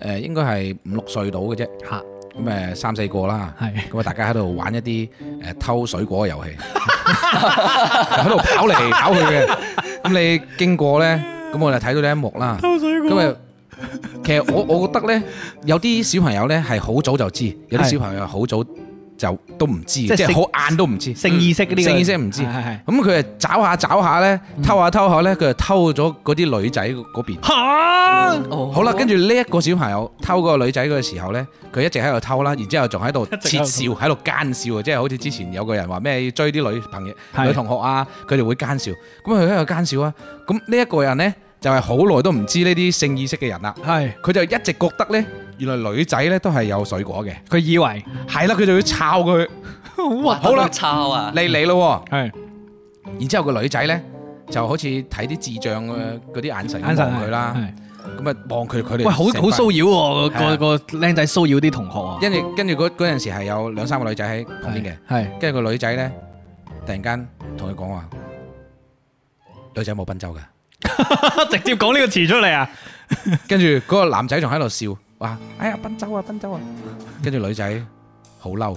誒，應該係五六歲到嘅啫，
嚇
咁誒三四個啦。
係
咁啊，大家喺度玩一啲誒偷水果嘅遊戲， 喺度跑嚟跑去嘅。咁你經過咧，咁我就睇到呢一幕啦。偷水果。咁啊，其實我我覺得咧，有啲小朋友咧係好早就知，有
係
啲小朋友好早就都唔知，
係
即係
性
好晏都唔知。
性意識呢個
性意識唔知
係係係
咁佢就找下找下咧，偷下偷下咧，佢就偷咗嗰啲女仔嗰邊。
嚇
哦
好啦，跟住呢一個小朋友偷嗰個女仔嘅時候呢，佢一直喺度偷啦，然之後仲 喺度竊笑，喺度奸笑啊！即係好似之前有個人話咩要追啲女朋友、
係
女同學啊，佢哋會奸笑，咁佢喺度奸笑啊！咁呢一個人呢，就係好耐都唔知呢啲性意識嘅人啦，
係
佢就一直覺得呢，原來女仔呢都係有水果嘅，
佢以為
係啦，佢就要抄佢
好
好
好
啦，
啦
抄啊，
嚟嚟咯
係
喎，然之後個女仔呢，就好似睇啲智障嘅嗰啲眼神
眼
望
神
佢啦，
係
咁啊望佢佢
喂，
哋
好好
成班
騷擾喎
係
個
啊
個僆仔騷擾啲同學啊！
跟住跟住嗰嗰陣時係有兩三個女仔喺旁邊嘅，
係
跟住個女仔咧突然間同佢講話，女仔冇賓州㗎。
直接講呢個詞出嚟啊！
跟住嗰個男仔仲喺度笑，話：哎呀賓州啊賓州啊！跟住女仔好嬲。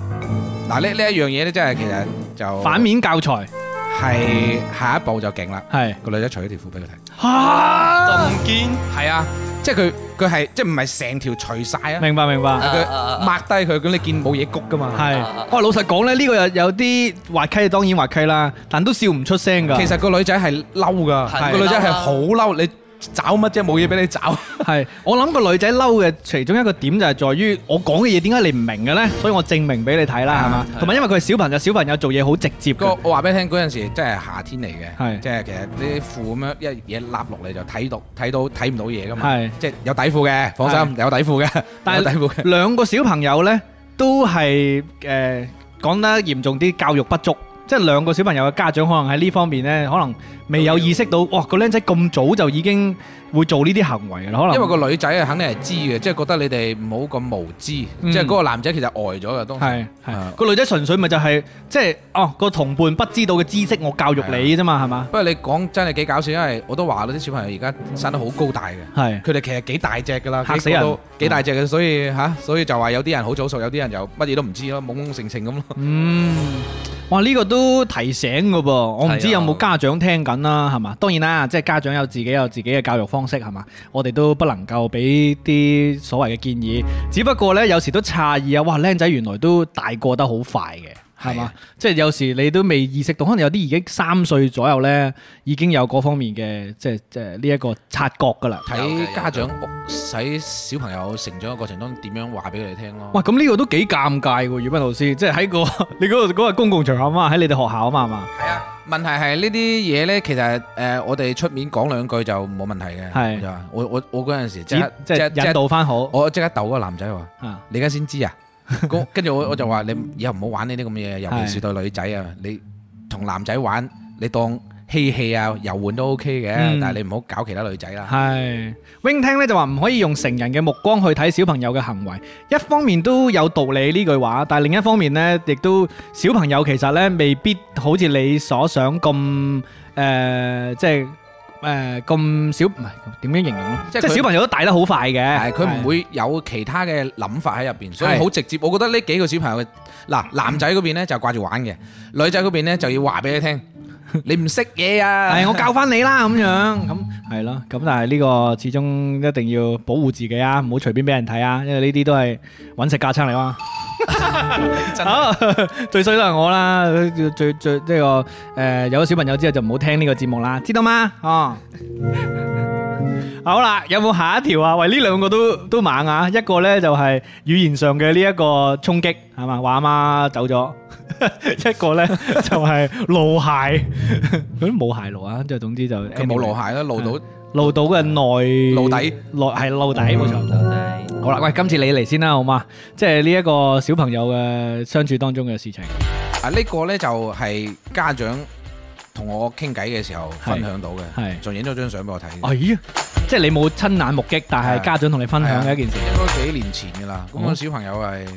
嗱呢呢一樣嘢咧，真係其實就
反面教材
係下一步就勁啦。
係
個女仔除咗條褲俾佢睇，
嚇，
咁堅
係啊，即係佢佢係即係唔係成條除晒啊？
明白明白。
佢
啊啊啊
抹低佢，咁你見冇嘢谷㗎嘛？
係
啊，
我老實講咧，呢個有有啲滑稽，當然滑稽啦，但都笑唔出聲㗎。
其實個女仔係嬲
係
㗎，個女仔係好嬲，你找乜啫？冇嘢俾你找。
係，我諗個女仔嬲嘅其中一個點就係在於我講嘅嘢點解你唔明嘅呢？所以我證明俾你睇啦，係嘛？同埋因為佢係小朋友，小朋友做嘢好直接
個
嘅，
我話俾你聽，嗰陣時真係夏天嚟
係
嘅，即係其實啲褲咁樣一嘢笠落嚟就睇到睇到睇唔到嘢噶嘛，
係。
即係有底褲嘅，放心有底褲嘅，
但
有底褲
係
嘅，
兩個小朋友呢，都係誒講得嚴重啲，教育不足，即係兩個小朋友嘅家長可能喺呢方面咧，可能未有意識到，哇個僆仔咁早就已經會做呢啲行為嘅啦，可能
因為個女仔啊，肯定係知嘅，即係覺得你哋唔好咁無知，
嗯
即係嗰個男仔其實呆咗嘅，當時
係係
啊
個女仔純粹咪就係即係哦個同伴不知道嘅知識，我教育你啫嘛，係嘛？
不過你講真係幾搞笑，因為我都話啦，啲小朋友而家生得好高大嘅，
係
佢哋其實幾大隻㗎啦，
嚇死人
幾個都幾大隻嘅，所以吓，所以就話有啲人好早熟，有啲人就乜嘢都唔知咯，懵懵盛盛咁咯。
嗯，哇！呢、個都提醒嘅噃，我唔知有冇家長聽緊啦，係嘛？當然啦，即係家長有自己有自己嘅教育方式，係嘛？我哋都不能夠俾啲所謂嘅建議，只不過呢，有時都詫異啊！哇，僆仔原來都大個得好快嘅。係啊嘛？即係有時你都未意識到，可能有啲已經三歲左右呢，已經有嗰方面嘅即係即係呢一個察覺㗎啦。
有嘅 有
睇
嘅
家長屋使小朋友成長嘅過程中點樣話俾佢哋聽咯。
哇！咁呢個都幾尷尬喎，宇斌老師，即係喺個你嗰個嗰個公共場合啊嘛，喺你哋學校啊嘛，係嘛？
係啊，問題係呢啲嘢咧，其實誒、呃我哋出面講兩句就冇問題嘅。
係
就話我我我嗰陣時即
即
刻
即係引
刻
導翻好
我即刻逗嗰個男仔話：
啊！
你而家 先知啊！咁跟住我我就話你以後唔好玩呢啲咁嘅嘢，尤其是對女仔啊，你同男仔玩，你當嬉戲啊、遊玩都 OK 嘅，
嗯
但係你唔好搞其他女仔啦。
係 wing 聽咧就話唔可以用成人嘅目光去睇小朋友嘅行為，一方面都有道理呢句話，但係另一方面呢，亦都小朋友其實呢未必好似你所想咁誒、呃即係誒咁小唔係點樣形容呢？
即
即
係
係
佢
小朋友都大得好快嘅，
係佢唔會有其他嘅諗法喺入邊，所以
係
好直接。我覺得呢幾個小朋友嘅嗱，男仔嗰邊咧就掛住玩嘅，女仔嗰邊咧就要話俾你聽，你唔識嘢 啊！
係我教翻你啦咁樣，咁係咯，咁但係呢個始終一定要保護自己啊，唔好隨便俾人睇啊，因為呢啲都係揾食架撐 嚟嘛。好， 最衰都係我啦，最最呢個誒有咗小朋友之後就唔好聽呢個節目啦，知道嗎？哦。好啦，有冇下一條啊？喂，呢兩個都都猛啊！一個呢就係語言上嘅呢一個衝擊，係嘛？話阿媽走咗， 一個呢就係露鞋， 佢都冇鞋露啊！即係總之就
佢冇露鞋啦，露到
露到嘅內
露底，
內係露底冇錯。嗯好啦，喂，今次你嚟先啦，好嘛？即係呢一個小朋友嘅相處當中嘅事情，
啊呢個呢，就係家長同我傾偈嘅時候分享到嘅，
係
仲影咗張相俾我睇。
哎呀，即係你冇親眼目擊，但
係啊
係家長同你分享嘅一件事。
應該幾年前㗎啦，咁個
哦
小朋友係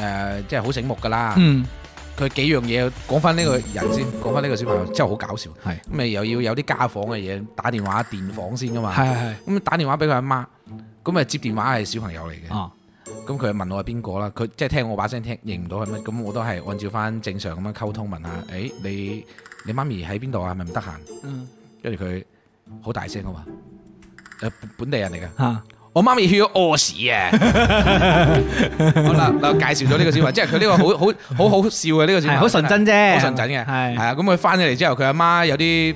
誒即係好醒目㗎啦。
嗯，
佢幾樣嘢講翻呢個人先，講翻呢個小朋友真係好搞笑。
係
咁咪又要有啲家訪嘅嘢，打電話電訪先㗎嘛。
係係
咁打電話俾佢阿媽，咁咪接電話係小朋友嚟嘅
係，。啊，
咁佢問我係邊個啦，佢即係聽我把聲聽認唔到係乜，咁我都係按照翻正常咁樣溝通問下，誒、你你媽咪喺邊度啊？係咪唔得閒？
嗯，
跟住佢好大聲咁話，誒、本本地人嚟㗎，
嚇，
我媽咪去咗屙屎 啊！好啦，嗱介紹咗呢個小朋友，即係佢呢個好好好好笑嘅呢個小朋
係
友，
好純真啫，
好純真嘅，係
係
啊，咁佢翻咗嚟之後，佢阿媽有啲。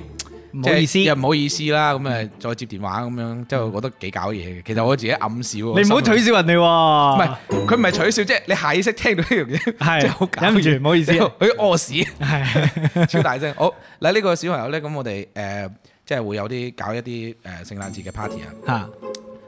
唔好意思
即係。又唔好意思啦，咁誒再接電話咁樣，即係我覺得幾搞嘢嘅。其實我自己暗笑
你
喎。
唔好
心裏
取笑人哋喎，
唔係佢唔係取笑，即係你下意識聽到呢樣嘢，真係好
係
搞
忍唔住，唔好意 思，
佢屙屎
係
超大聲。好嗱，呢個小朋友咧，咁我哋誒即係會有啲搞一啲誒聖誕節嘅 party 啊。
嚇，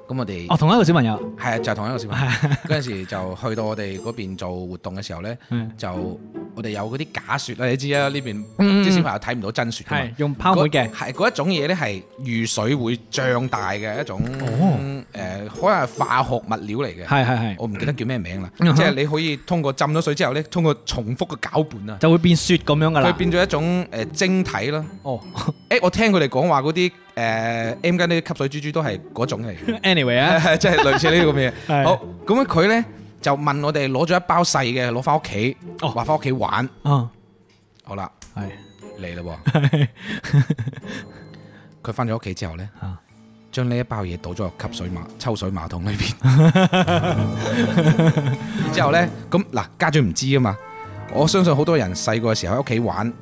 咁我哋
哦，同一個小朋友，
係啊，就係同一個小朋友嗰陣時就去到我哋嗰邊做活動嘅時候咧，
嗯
就我哋有嗰啲假雪啦，你知啊呢邊
嗯嗯
啲小朋友睇唔到真雪㗎嘛
係用泡沫嘅
嗰，係嗰一種嘢咧，係遇水會脹大嘅一種誒、可能係化學物料嚟嘅，
哦係係係，
我唔記得叫咩名啦。即
嗯哼
係你可以通過浸咗水之後咧，通過重複嘅攪拌啊，
就會變雪咁樣噶啦。
佢變咗一種誒晶體啦。
哦
誒，我聽佢哋講話嗰啲誒呃 M 巾呢啲吸水珠珠都係嗰種嚟嘅，
，anyway 啊，
即係類似呢啲咁嘅嘢。
係
好，咁樣佢咧就問我哋攞咗一包細嘅攞翻屋企，
哦
話翻屋企玩。
哦，
好啦，
係。
嚟啦喎！佢翻咗屋企之後呢
啊，
將呢一包嘢倒咗入吸水馬抽水 馬桶裏邊。然之後呢，咁嗱家長唔知啊嘛，我相信好多人細個嘅時候喺屋企玩，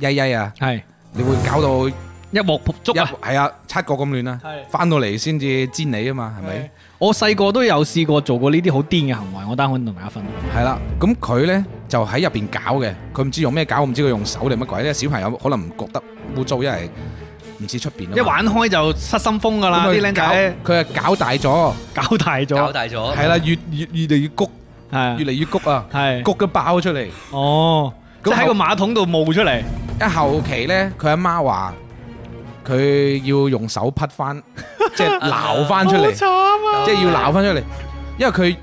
曳曳啊，
係
你會搞到
一鑊撲粥啊！
係啊七個咁亂啊
係，
翻到嚟先至煎你啊嘛，係咪？
我細個都有試過做過呢啲好癲嘅行為，我單可以同大家分享。
係啦，咁佢呢就喺入邊搞嘅，佢唔知用咩搞，我唔知佢用手定乜鬼咧。小朋友可能唔覺得污糟，因為唔似出邊啊嘛
一玩開就失心瘋噶啦，
咁佢
啲僆仔哦
搞佢係搞大
搞
咗，
大
搞
咗，
大咗，
係啦，越越越嚟越谷，
係
越嚟越谷啊，
係
谷嘅爆出嚟，
哦，即係喺個馬桶度冒出嚟。
一後期咧，佢阿媽話佢要用手匹 翻，即係鬧翻出嚟，
啊
即係要鬧翻出嚟，因為佢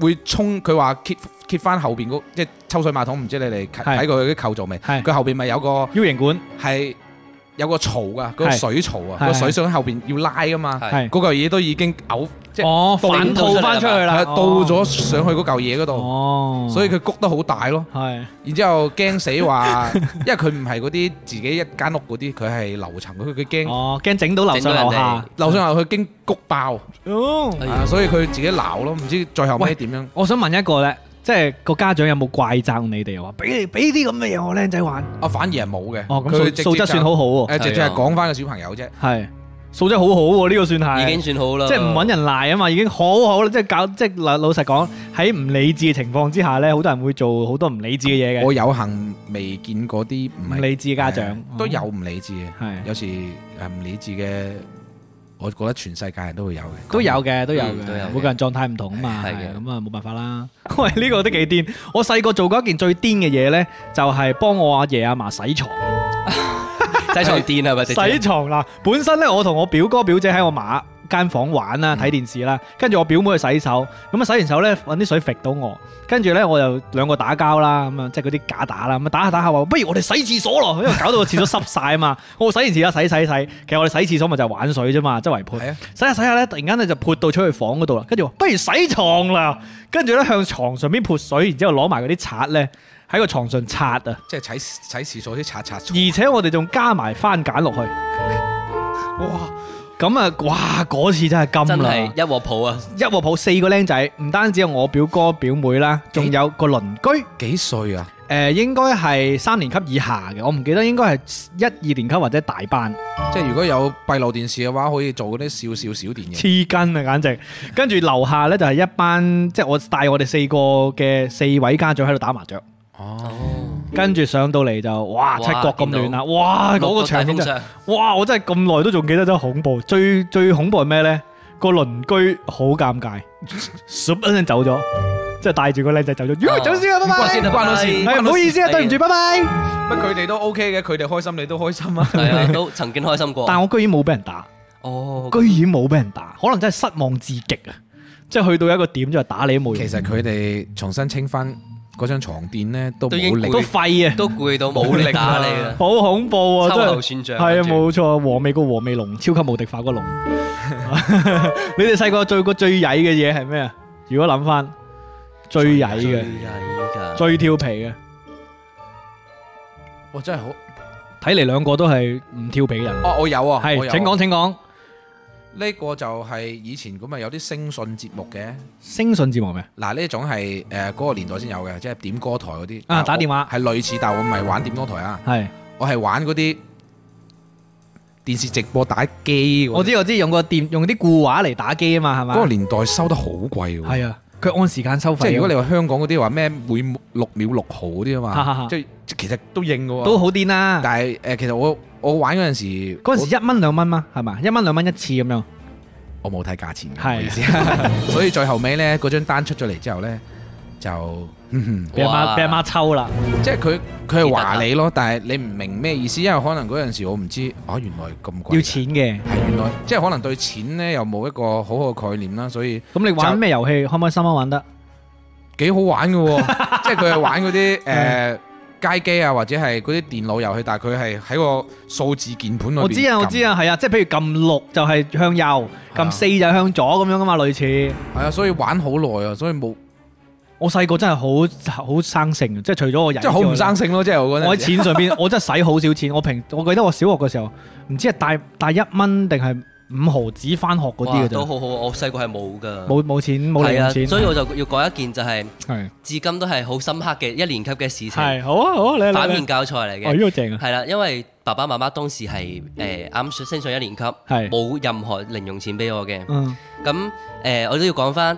會衝，佢話揭揭翻後邊嗰即係抽水馬桶，唔知你哋睇
係
睇過佢啲構造未？
係
佢後邊咪有個
U 型管
係有個槽噶，嗰個
係
水槽啊，
係
個水箱喺後邊要拉噶嘛，
係
係
嗰嚿嘢都已經嘔，即係
哦，
倒
反套翻出去啦，啊
係倒咗上去嗰嚿嘢嗰度，
哦，
所以佢谷得好大咯。
係
然之後驚死話， 因為佢唔係嗰啲自己一間屋嗰啲，佢係樓層，佢佢驚
哦，驚整到樓上樓下。
樓上樓佢驚谷爆，
哦
哎
啊
呀
所以佢自己鬧咯，唔知最後尾點樣。
我想問一個咧，即係個家長有冇怪責你哋話俾你俾啲咁嘅嘢我僆仔玩？
啊，反而係冇嘅，
哦，
佢
咁素素質算好好喎，
誒，直接係
係啊
講翻個小朋友啫。
係素質好好喎，呢個算係
已經算好啦。
即係唔揾人賴啊嘛，已經好好啦。即係搞，即係老老實講，喺唔理智嘅情況之下咧，好多人會做好多唔理智嘅嘢嘅。
我有幸未見過啲唔
唔
係
理智嘅家長
啊
哦嗯
誒都有唔理智嘅，
係
有時誒唔理智嘅，我覺得全世界人都會有嘅，
都有嘅，都有
嗯都有
嘅。
嘅
每個人狀態唔同啊嘛，
係
係
嘅
啊咁啊冇辦法啦。 喂，呢個都幾癲。我細個做過一件最癲嘅嘢咧，就係幫我阿爺阿嫲洗床。
洗床墊係咪？直接
洗床啦，本身咧我同我表哥表姐喺我媽間房玩
嗯
啦，睇電視啦，跟住我表妹去洗手，咁啊洗完手咧揾啲水揈到我，跟住咧我就兩個打交啦，咁啊即係嗰啲假打啦，咁啊打下打下話不如我哋洗廁所咯，因為搞到個廁所濕晒啊嘛， 我洗完廁所洗洗洗，其實我哋洗廁所咪就係玩水啫嘛，周圍潑。
係啊，
洗下洗下咧，突然間咧就潑到出去房嗰度啦，跟住話不如洗床啦，跟住咧向床上邊潑水，然之後攞埋嗰啲刷咧喺個床上刷啊，
即係喺喺廁所啲擦擦
而且我哋仲加埋番梘落去，哇！咁啊，哇！嗰次真係
真
金
係
啦，
一鑊泡啊！
一鑊泡四個僆仔，唔單止有我表哥表妹啦，仲有個鄰居，誒、
幾歲啊？
呃、應該係三年級以下嘅，我唔記得應該係一二年級或者大班。
即係如果有閉路電視嘅話，可以做嗰啲少少小電影。
黐筋啊，簡直！跟住樓下呢，就係一班，即係我帶我哋四個嘅四位家長喺度打麻雀，
哦，
跟住上到嚟就哇
哇
七國咁亂啦，哇嗰、個場
大
面
風
真係，
箱，
哇我真係咁耐都仲記得真係恐怖，最最恐怖係咩呢？個鄰居好尷尬，唰一聲走咗，即係帶住個靚仔走咗，
啊
喲走先啦，拜
關先
拜，
啦，關老師，
係唔好意思啊，對唔住，拜拜。
乜佢哋都 OK 嘅，佢哋開心你都開心 啊。
係啊，都曾經開心過。
但我居然冇俾人打。
哦，
居然冇俾人打，可能真係失望至極啊！即係去到一個點就係打你都冇用，
其實佢哋重新清翻嗰張床墊咧，都
都已經
冇力
都。廢啊，
都攰到冇力打你啦，
好恐怖啊！
秋
真
後
係
算賬。
係啊，
跟住
冇錯，和味個和味龍，超級無敵化個龍。 你哋細個做過最曳嘅嘢係咩啊？如果諗翻最曳
最
嘅、
曳㗎。
最調皮嘅，
哇，真係好。
睇嚟兩個都係唔調皮嘅人。
哦，我有啊，我有
係，
啊
請講，。請講。
呢個就係以前咁啊，有啲聲訊節目嘅。
星訊節目咩？
嗱，呢種係誒嗰個年代先有嘅，即係點歌台嗰啲。
啊打電話
我係類似，但我唔係玩點歌台啊，
係，
我係玩嗰啲電視直播打機嗰啲。
我知我知，用個電用啲固話嚟打機啊嘛，係
嗰個
嘛？
年代收得好貴喎。
係啊，佢按時間收費。
即係如果你話香港嗰啲話咩每六秒六毫嗰啲啊
哈哈哈
嘛，即係其實都應嘅喎。
都好癲啦。
但係誒、其實我我玩嗰陣時，
嗰陣時一蚊兩蚊嘛，係嘛？一蚊兩蚊一次咁樣，
我我冇睇價錢嘅，
係
唔好意思。啊所以最後尾咧，嗰張單出咗嚟之後咧，就嗯
俾阿媽
哇
俾阿媽抽啦。
即係佢佢係話你咯，
啊
但係你唔明咩意思，因為可能嗰陣時我唔知啊，原來咁貴。
要錢嘅。
係原來，即係可能對錢咧又冇一個好好嘅概念啦，所以
咁你玩咩遊戲？開唔開心啊？玩得
幾好玩 嘅喎。即係佢係玩嗰啲誒街機啊，或者係嗰啲電腦遊戲，但係佢係喺個數字鍵盤裏邊
我知啊，我知
撳
啊，係啊，即係譬如撳六就係向右，
係啊
撳四就係向左咁樣噶嘛，類似。
係啊，所以玩好耐啊，所以冇
我細個真係好好生性嘅，即係除咗我人，
即係好唔生。性啊咯，即係我嗰陣時
我喺錢 上邊，我真係使好少錢。我平，我記得我小學嘅時候，唔知係帶帶一蚊定係五毫子翻學嗰啲
哇
嘅
都
啫，
好好，我細個係冇㗎。
冇冇錢冇零
係
用
啊，
錢。
所以我就要講一件就係
係
至今都係好深刻嘅一年級嘅事情，
係好啊好啊，你
反
嚟
面教材嚟
哦呢
嘅。
個正啊，
係啦，因為爸爸媽媽當時係誒啱上升上一年級，
係
冇任何零用錢俾我嘅。
嗯
咁誒、呃我都要講翻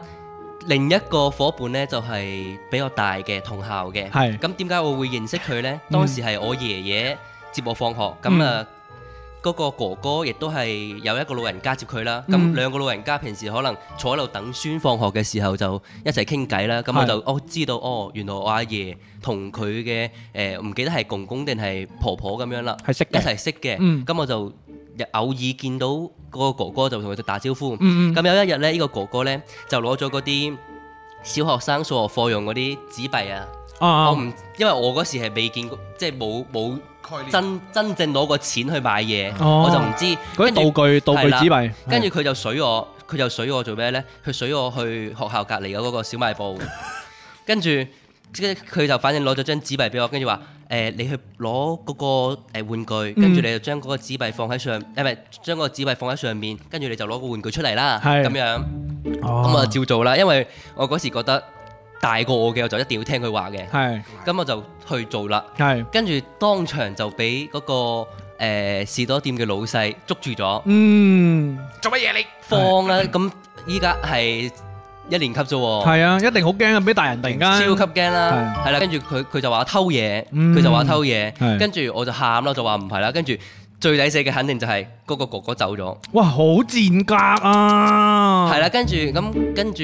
另一個伙伴呢，就係、比我大嘅同校嘅。
係嗯
咁點解我會認識佢呢？當時係我爺爺接我放學，咁啊、嗰個哥哥亦都係有一個老人家接佢啦。
嗯
咁兩個老人家平時可能坐喺度等孫放學嘅時候就一齊傾偈啦。咁我
係
就哦知道哦，原來我阿爺同佢嘅誒唔記得係公公定係婆婆咁樣啦，
係識
一
嘅
齊識嘅。
嗯
咁我就偶爾見到嗰個哥哥就同佢打招呼。
嗯嗯，
咁有一日咧，呢、個哥哥咧就攞咗嗰啲小學生數學課用嗰啲紙幣啊。我
啊
唔，因為我嗰時係未見過，即係冇冇
概念
真真正攞過錢去買嘢，
哦
我就唔知。
嗰啲
跟住
道具道具
係啦
紙幣，
跟住佢就水我，佢就水我做咩呢？佢水我去學校隔離嘅嗰個小賣 部，跟住跟住佢就反正攞咗張紙幣俾我，跟住話誒你去攞嗰個誒
嗯
玩具，跟住你就將嗰個紙幣放喺上，誒唔係將個紙幣放喺上面，跟住你就攞個玩具出嚟啦，
係哦
咁樣咁啊
咁
照做啦，因為我嗰時覺得大過我嘅我就一定要聽佢話嘅，
啊，
咁我就去做啦。
係係，
跟住當場就俾嗰、個誒、呃、士多店嘅老細捉住咗，
嗯，
放啦！咁依家係一年級啫喎，
係啊，一定好驚啊！俾大人突然間，
超級驚啦，
係
係啦。跟住佢佢就話偷嘢，佢、
嗯
就話偷嘢
係，
跟住我就喊啦，就話唔係啦。跟住最抵死嘅肯定就係嗰個哥哥走咗，
哇，好賤格啊！
係啦、跟住咁跟住。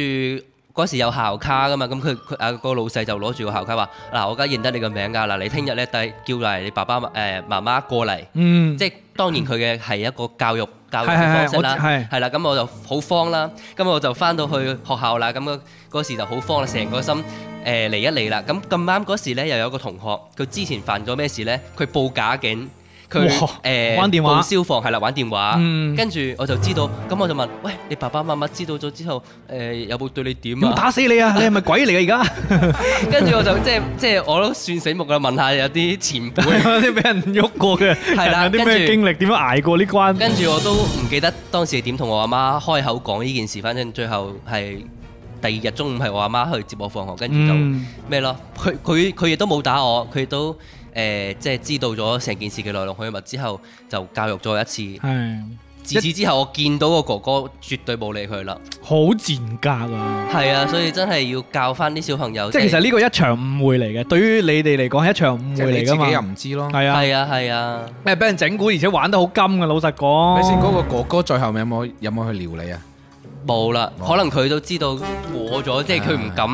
嗰時有校卡噶嘛，咁佢佢啊個老細就攞住個校卡話：嗱，我而家認得你個名㗎，嗱，你聽日咧帶叫嚟你爸爸誒、呃、媽媽過嚟，
嗯，
即係當然佢嘅係一個教育教育
係嗯係係
嘅方式啦
我知係，
係啦，咁我就好慌啦，咁我就翻到去學校啦，咁嗰嗰時就好慌啦，成個心呃誒嚟一嚟啦，咁咁啱嗰時咧又有個同學，佢之前犯咗咩事咧？佢報假警，佢
哇
誒
玩電話
報消防係啦，玩電話
嗯，
跟住我就知道，咁我就問：喂，你爸爸媽媽知道咗之後，誒有冇對你點
有冇
啊？
打死你啊！你係咪鬼嚟㗎？而家？
跟住我就即係即係我都算醒目啦，問下有啲前輩。
有啊啲俾人喐過嘅，
係
人
啦
有啲
跟
咩
住
經歷，點樣捱過呢關？
跟住我都唔記得當時係點同我阿媽開口講呢件事，反正最後係第二日中午係我阿媽去接我放學，跟住就
嗯
咩咯，佢佢佢亦都冇打我，佢亦都誒、呃即係知道咗成件事嘅來龍去脈之後，就教育咗我一次。
係
自此之後，我見到個哥哥絕對冇理佢啦。
好賤格啊！
係啊，所以真係要教翻啲小朋友。
即係其實呢個一場誤會嚟嘅，對於你哋嚟講係一場誤
即係你
會嚟
自
㗎
己又
嘛。
唔知咯。
係啊，
係啊係啊，
誒俾人整蠱，而且玩得好金嘅，老實講。
你先嗰個哥哥最後面有冇有冇去撩你啊？
冇啦，
冇
可能佢都知道我咗，即係佢唔敢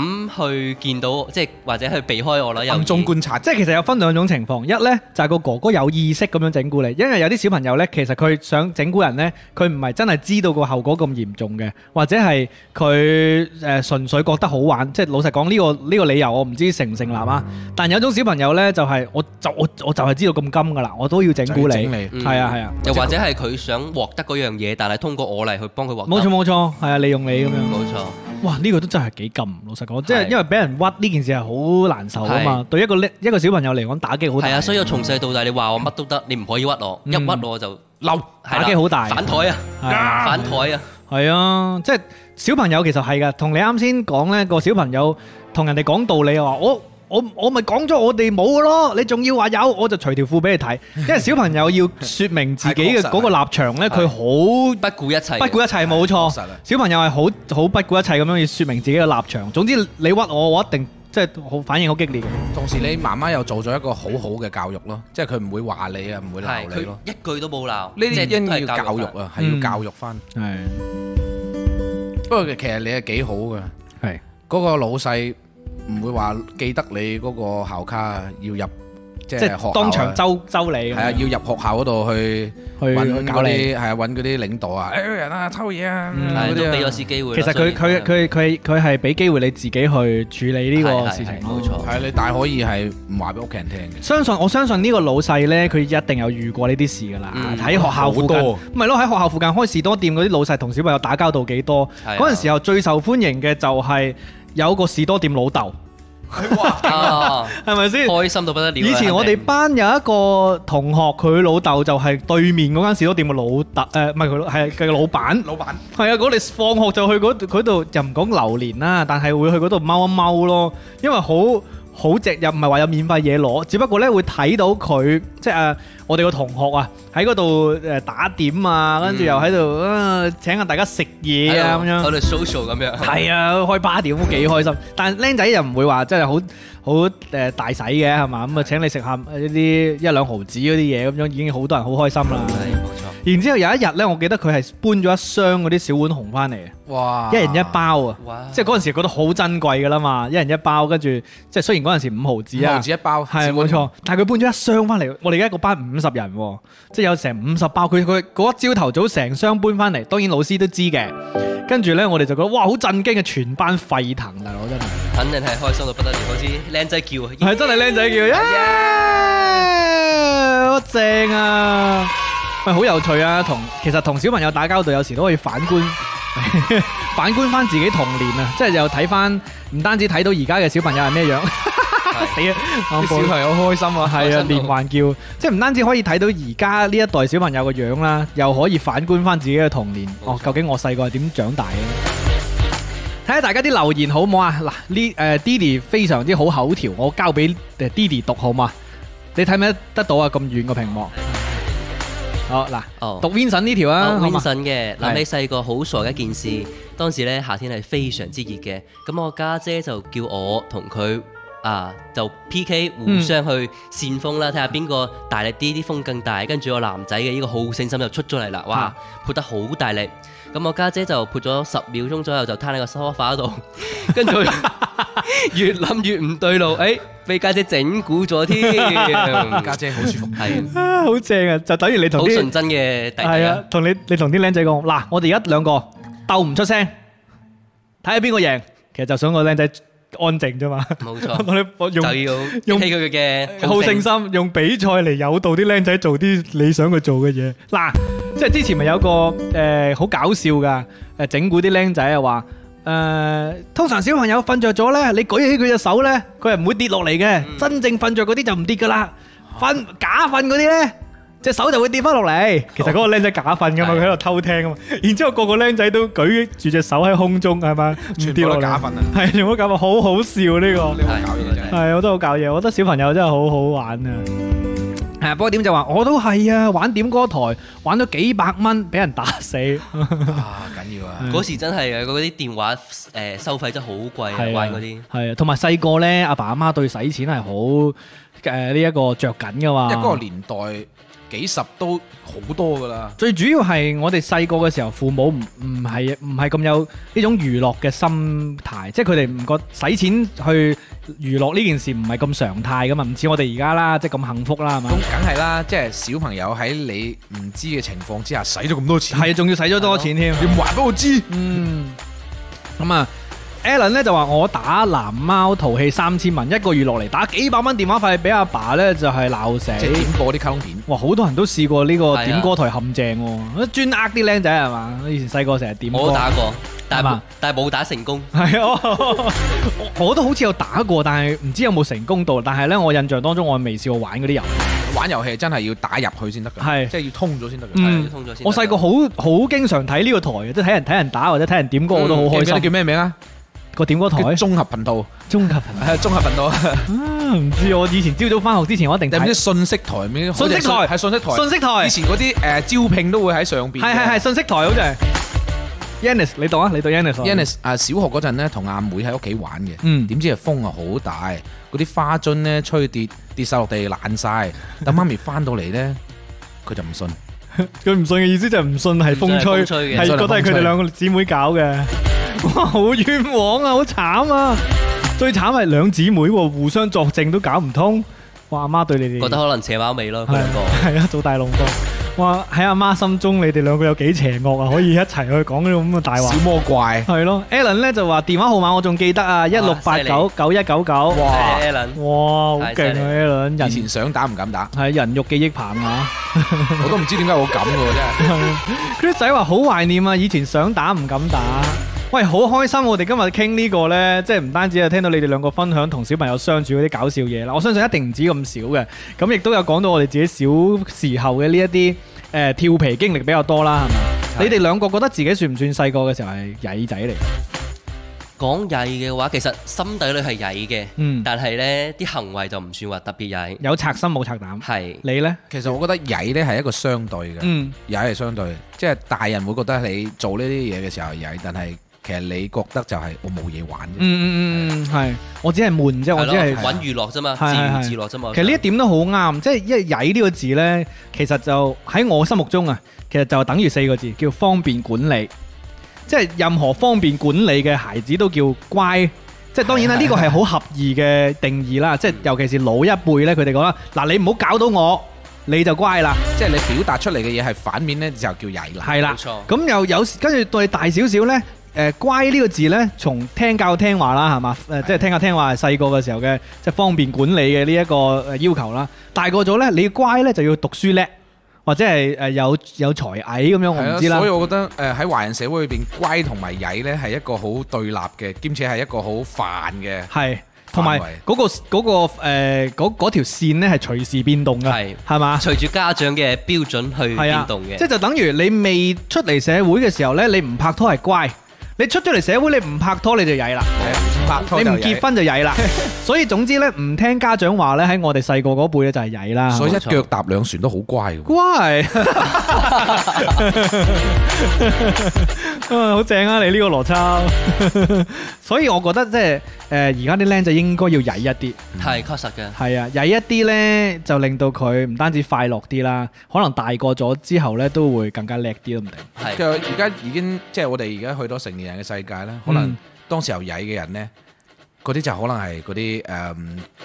去見到我，即係或者去避開我啦。又
暗中觀察，
即係其實有分兩種情況，一呢就係、個哥哥有意識咁樣整蠱你，因為有啲小朋友呢，其實佢想整蠱人呢，佢唔係真係知道個後果咁嚴重嘅，或者係佢誒純粹覺得好玩，即係老實講呢、個呢、個理由我唔知成唔成立啊。但有種小朋友呢，就係、我就我我就係知道咁金噶啦，我都要整蠱
就要整
你，
嗯
你
係啊係啊，
又或者係佢想獲得嗰樣嘢，但係通過我嚟去幫佢獲得。
冇錯，冇錯，係啊，利用你咁樣。
冇錯，
哇！呢、個都真係幾禁，老實講，即係
係
因為俾人屈呢件事係好難受啊嘛，對一個叻一個小朋友嚟講打擊好大。
係啊，所以我從細到大，你話我乜都得，你唔可以屈我，
嗯
一屈我就嬲，係啦
打擊好大。
反台
係啊
啊，反台啊，
係啊，即係小朋友其實係噶，同你啱先講呢個小朋友同人哋講道理啊話，我我我咪講咗我哋冇咯，你仲要話有，我就除條褲俾你睇。因為小朋友要説明自己嘅嗰個立場呢，佢好
不顧一切。
不顧一切，冇錯
確實啊。
小朋友係好好不顧一切咁樣要説明自己嘅立場。總之你屈我，我一定即係好反應好激烈嘅。
同時你媽媽又做咗一個好好嘅教育咯，即係佢唔會話你啊，唔會鬧
係
你
佢
咯。
一句都冇鬧，
呢啲
即係
應
都
該
係
要教育
法。
啊，
嗯
係要教育翻。
係
不過其實你係幾好嘅，
係
嗰個老細唔會話記得你嗰個校卡要入，即
即
係學校
係
啊
當場周周你咁樣。
係啊，要入學校嗰度去
去
揾
搞
嗰
你。
啲係啊，揾嗰啲領導啊，誒人啊偷嘢啊，
嗯
嗰
係
啲
都
啊
俾咗次機會
其
啦。
實
所
佢
以
佢佢佢佢係俾機會你自己去處理呢個事
係係
情
係
咯
冇。錯。
係你大可以係唔話俾屋企人聽嘅。
相信我相信呢個老細呢，佢一定有遇過呢啲事㗎啦。
嗯
喺學校附近，
好多
唔係咯？喺學校附近開士多店嗰啲老細同小朋友打交道幾多？
係啊
嗰陣時候最受歡迎嘅就係有個士多店老豆，
啊，
係咪先？
開心到不得了啊。
以前我哋班有一個同學，佢老豆就係對面嗰間士多店嘅老豆，誒唔係佢老係佢老闆。
老闆，
係啊，我哋放學就去嗰度，嗰度就唔講榴蓮啦，但係會去嗰度踎一踎咯，因為好好值，又唔係話有免費嘢攞，只不過呢會睇到佢即係誒我哋個同學啊喺嗰度誒打點啊，跟住又喺度啊請下大家食嘢啊咁
我
樣。
哋 social 咁樣。
係啊，開 party 都幾開心，但係僆仔又唔會話真係好好誒大使呃嘅係嘛，咁啊請你食下一啲一兩毫子嗰啲嘢咁樣，已經好多人好開心啦。
係冇錯
然之後有一日咧，我記得佢係搬咗一箱嗰啲小碗紅翻嚟，
哇！
一人一包啊！
哇！
即係嗰陣時覺得好珍貴噶啦嘛，一人一包，跟住即係雖然嗰陣時五毫子
五毫
啊，
子一包，
係冇錯，但係佢搬咗一箱翻嚟，我哋而家個班五十人喎，即係有成五十包，佢佢嗰一朝頭早成箱搬翻嚟，當然老師都知嘅。跟住呢，我哋就覺得哇好震驚嘅，啊全班沸騰大佬真 係，
肯定係開心到不得了，好似靚仔叫啊！
係真係靚仔叫，耶好正啊！喂，好有趣啊！同其實同小朋友打交道，有時都可以反觀 反觀翻自己童年啊，即係又睇翻唔單止睇到而家嘅小朋友係咩樣， 死啊！
啲小朋友開心
係
啊，
開
啊，
心到
連環叫，即係唔單止可以睇到而家呢一代小朋友個樣啦，又可以反觀翻自己嘅童年。
冇錯
哦，究竟我細個係點長大嘅？睇下大家啲留言好唔好啊？嗱，呢誒 Didi 非常之好口條，我交俾誒 Didi 讀好嘛？你睇唔睇得到啊？咁遠個屏幕。好嗱，
哦
讀 Vincent 呢條啊，好嘛
Vincent 嘅，諗
係
起細個好傻嘅一件事，當時咧夏天係非常之熱嘅，咁我家姐就叫我同佢啊就 P K 互相
嗯
去扇風啦，睇下邊個大力啲，啲風更大，跟住我男仔嘅呢個好勝心就出咗嚟啦，哇，
嗯
潑得好大力，咁我家姐就潑咗十秒鐘左右就攤喺個梳 化度，跟住佢 越諗越唔對路，誒俾家姐整蠱咗添，
家
係
姐好舒服。
啊，好正啊！就等於你同
好純
啲
真嘅弟弟
係
啊
啊，，同你你同啲僆仔講嗱，我哋而家兩個鬥唔出聲，睇下邊個贏。其實就想個僆仔安靜啫嘛。
冇
我
錯。
哋我
就
用
要
用
用起佢嘅
好勝心，用比賽嚟誘導啲僆仔做啲你想佢做嘅嘢。嗱，即係之前咪有個誒好、搞笑噶，誒整蠱啲僆仔啊話。誒、通常小朋友瞓着咗呢，你舉起佢隻手呢，佢係唔會跌落嚟嘅。真正瞓着嗰啲就唔跌噶啦，瞓假瞓嗰啲呢，隻手就會跌翻落嚟。其實嗰個僆仔假瞓噶嘛，佢
係
喺度偷聽噶嘛。然之後個個僆仔都舉住隻手喺空中係嘛，唔跌落嚟。
假瞓啊！
係全部都假瞓，好好笑呢、個。
係
搞嘢真
系，我都好搞嘢，我覺得小朋友真係好好玩啊！係啊，不過點就話我都係啊，玩點歌台玩咗幾百蚊，俾人打 死。
啊，緊要啊！
嗰時真係嘅，嗰啲電話誒收費真係好貴啊，
係啊
玩嗰啲。
係啊，同埋細個咧，阿爸阿媽對使錢係好诶呢一個着緊噶嘛。
一個年代幾十都好多噶啦，
最主要係我哋細個嘅時候，父母唔唔係唔係咁有呢種娛樂嘅心態，即係佢哋唔覺使錢去娛樂呢件事唔係咁常態噶嘛，唔似我哋而家啦，即係咁幸福啦，係嘛
咁？梗係啦，即係小朋友喺你唔知嘅情況之下，使咗咁多錢，
係啊，仲要使咗多錢添。
你唔話俾我知，
嗯，咁啊，Alan 咧就話我打藍貓淘氣三千蚊，一個月落嚟打幾百蚊電話費俾阿爸咧，就係鬧死。
即係點播啲卡通片。
哇，好多人都試過呢
係
個
啊
點歌台陷阱喎，專呃啲僆仔係嘛？以前細個成日點歌。
我都打過，但
係
係
嘛
但係冇打成功。
係啊， 我我我都好似有打過，但係唔知有冇成功到。但係咧，我印象當中我未試過玩嗰啲遊戲。
玩遊戲真係要打入去先得㗎，
係
即係要通咗先得㗎。
嗯
係嗯通咗先。
我細個好好經常睇呢個台嘅，即係睇人睇人打或者睇人點歌，我都好
記唔
開
記
嗯
得
心。
叫咩名啊？
個點歌
叫
台，
綜合頻道，
中級
係綜合頻 道。
啊， 唔知我以前朝早翻學之前，我一定
定唔
睇
知信息台咩？
信息台
係信息台。
信息台
以。前嗰啲誒招聘都會喺上邊嘅。
係係係信息台好似係。Yannis，你讀啊，你讀 Yannis 啊。
Yannis 啊，小學嗰陣咧，同阿妹喺屋企玩嘅，
嗯
點知係風啊好大，嗰啲花樽咧吹跌跌晒落地爛晒，等媽咪翻到嚟咧，佢就唔信，
佢唔信嘅意思就係唔信係風吹，
唔信係風吹嘅
係覺得係佢哋兩個姊妹搞嘅。哇，好冤枉啊，好慘啊！最慘係兩姊妹喎，互相作證都搞唔通。哇，阿媽對你哋
覺得可能邪貓尾咯，
係
佢兩個。
係啊，做大龍哥。哇，喺阿媽心中，你哋兩個有幾邪惡啊？可以一齊去講呢種咁嘅大話
小。魔怪，
係咯，Alan 咧就話電話號碼我仲記得啊，一六八九九一九九。
哇！
係 Alan，
哇，好
太犀
勁
利
啊！Alan
以
人
前想打唔敢打，
係人肉記憶棒啊！
我都唔知點解我咁嘅喎，真係。
佢啲仔話好懷念啊，以前想打唔敢打。喂，好開心！我哋今日傾呢個呢，即係唔單止係聽到你哋兩個分享同小朋友相處嗰啲搞笑嘢啦，我相信一定唔止咁少嘅。咁亦都有講到我哋自己小時候嘅呢一啲誒調皮經歷比較多啦，係嘛？你哋兩個覺得自己算唔算細個嘅時候係曳仔嚟？
講曳嘅話，其實心底裏係曳嘅，
嗯
但係咧啲行為就唔算話特別曳。
有賊心冇賊膽，
係
你呢？
其實我覺得曳咧係一個相對嘅，
嗯，
曳係相對，即係大人會覺得你做呢啲嘢嘅時候係曳，但係其實你覺得就係我冇嘢玩啫。
嗯嗯嗯，系，我只係悶啫，我
係
只
咯，
係。
揾娛樂啫嘛，自
係係
娛
係
自樂啫嘛。
其實呢一點都好啱，即係一曳呢個字呢，其實就喺我心目中啊，其實就等於四個字叫方便管理，即係任何方便管理嘅孩子都叫乖。即係當然啦，呢個係好合意嘅定義啦。即係尤其是老一輩呢，佢哋講啦，嗱你唔好搞到我，你就乖啦，
即係你表達出嚟嘅嘢係反面咧，就叫曳啦。
係啦
冇。錯，
咁又有跟住對大少少呢，誒、乖呢個字呢，從聽教聽話啦，係嘛？誒、即係聽教聽話係細個嘅時候嘅，即係方便管理嘅呢一個誒要求啦。大個咗呢，你要乖呢就要讀書叻，或者係誒有有才哎藝咁樣，我
係
唔
啊
知啦
所以。我覺得誒喺華人社會裏邊，乖同埋曳咧係一個好對立嘅，兼且係一個好煩嘅。
係，同埋
範圍
嗰個嗰、個誒嗰嗰條線咧係隨時變動嘅
係，
係嘛？
隨住家長嘅標準去
係
變
啊
動，嘅
即係。就等於你未出嚟社會嘅時候呢，你唔拍拖係乖；你出咗嚟社會，你唔拍拖你就曳啦。
啊拍拖
嗯你
就
唔
曳
結婚就曳 啦。所以總之咧，唔聽家長話咧，喺我哋細個嗰輩咧就係曳啦。
所以一
冇錯
腳踏兩船都好乖嘅喎。
乖， 啊好正啊！你呢個邏輯， 所以我覺得即係誒而家啲僆仔應該要曳一啲，
係確實嘅，
係啊，曳一啲咧就令到佢唔單止快樂啲啦，可能大個咗之後咧都會更加叻啲都唔定。
其
係
實而家已經即係我哋而家去到成年人嘅世界咧，可能
嗯
當時候曳嘅人咧，嗰啲就可能係嗰啲誒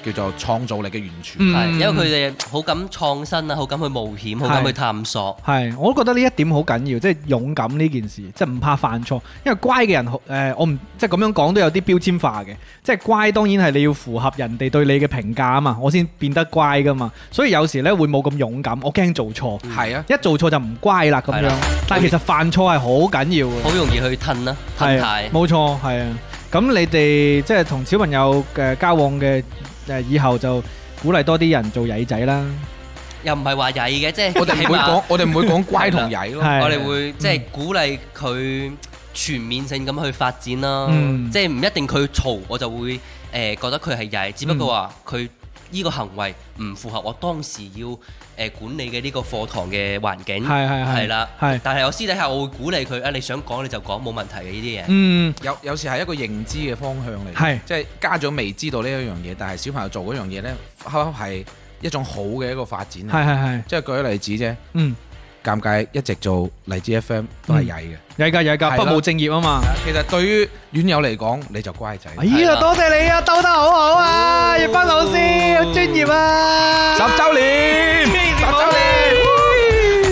叫做創造力嘅源泉。
嗯
係，因為佢哋好敢創新啊，好敢去冒險，好敢
係
去探索。
係，我都覺得呢一點好緊要，即係勇敢呢件事，即係唔怕犯錯。因為乖嘅人，誒、我唔即係咁樣講都有啲標籤化嘅。即係乖，當然係你要符合人哋對你嘅評價啊嘛，我先變得乖噶嘛。所以有時呢會冇咁勇敢，我驚做錯，
係啊，
一做錯就唔乖啦咁
係
樣
啦。
但係其實犯錯係好緊要嘅。
好容易去褪啦，褪
係啊
太
冇錯，係啊。咁你哋即係同小朋友嘅交往嘅誒，以後就鼓勵多啲人做曳仔啦。
又唔係話曳嘅，即係
我哋唔
起
會講
碼，
我哋唔會 講乖同曳咯。
係
我哋會即係鼓勵佢全面性咁去發展啦
嗯。
即係唔一定佢嘈，我就會誒覺得佢係曳，只不過話佢呢個行為唔符合我當時要誒管理嘅呢個課堂嘅環境。
係係係
係啦，
係
但係我私底下我會鼓勵佢，啊你想講你就講，冇問題嘅呢啲嘢。
嗯，
有有時係一個認知嘅方向嚟，
係
即係家長未知道呢一樣嘢，但係小朋友做嗰樣嘢呢，恰恰係一種好嘅一個發展嚟。
係係係，
即係舉個例子啫，
嗯。
尷尬一直做荔枝 FM 都係曳嘅。
有噶有噶，
係
不
咯
務正業啊嘛。
其實對於院友嚟講，你就乖仔。
哎
十
呀，
係啦
多謝你啊，兜得好好啊，葉斌老師好專業啊。
週年，十週年。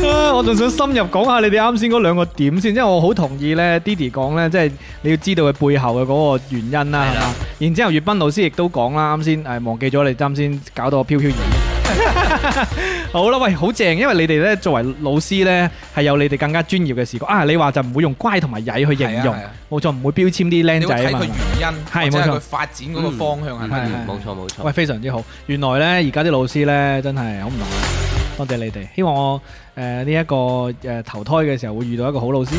啊我仲想深入講下你哋啱先嗰兩個點先，因為我好同意咧，Didi 講咧，即係你要知道佢背後嘅嗰個原因啦，係嘛？然之後，粵斌老師亦都講啦，啱先誒忘記咗你，啱先搞到我飄飄然。 好啦，喂，好正，因為你哋咧作為老師咧係有你哋更加專業嘅視角啊！你話就唔會用乖同埋曳去形容
係啊，
冇錯，唔會標籤啲僆
你會
仔
睇
啊嘛
佢。原因，
係
或者
冇
係
錯
佢發展嗰個方
Ừ.
向係
嗯
咪
係？
冇錯冇錯
喂，，非常之好。原來呢，而家啲老師呢，真係好唔同啊！多謝你哋，希望我誒呢一個誒、呃投胎嘅時候會遇到一個好老 師。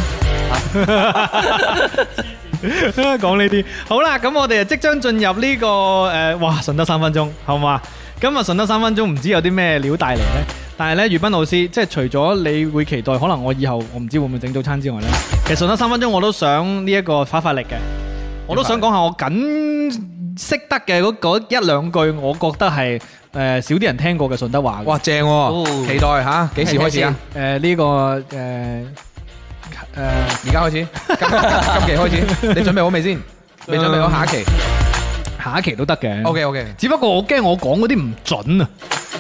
講呢啲好啦，咁我哋即將進入呢、個誒、呃哇，順德三分鐘，好唔好啊？今日順德三分鐘唔知有啲咩料帶嚟呢？但係呢，粵斌老師，即係除咗你會期待，可能我以後我唔知會唔會整早餐之外呢，其實順德三分鐘我都想呢一個發發力嘅，我都想講下我僅識得嘅嗰嗰一兩句，我覺得係誒、呃少啲人聽過嘅順德話嘅。
哇，正喎！
哦
期待嚇，幾時開始啊？
誒呢個誒誒
而家開始，今今期開始，你準備好未先？未準備好下一期
下一期都得嘅。
？OK OK，
只不過我驚我講嗰啲唔準啊。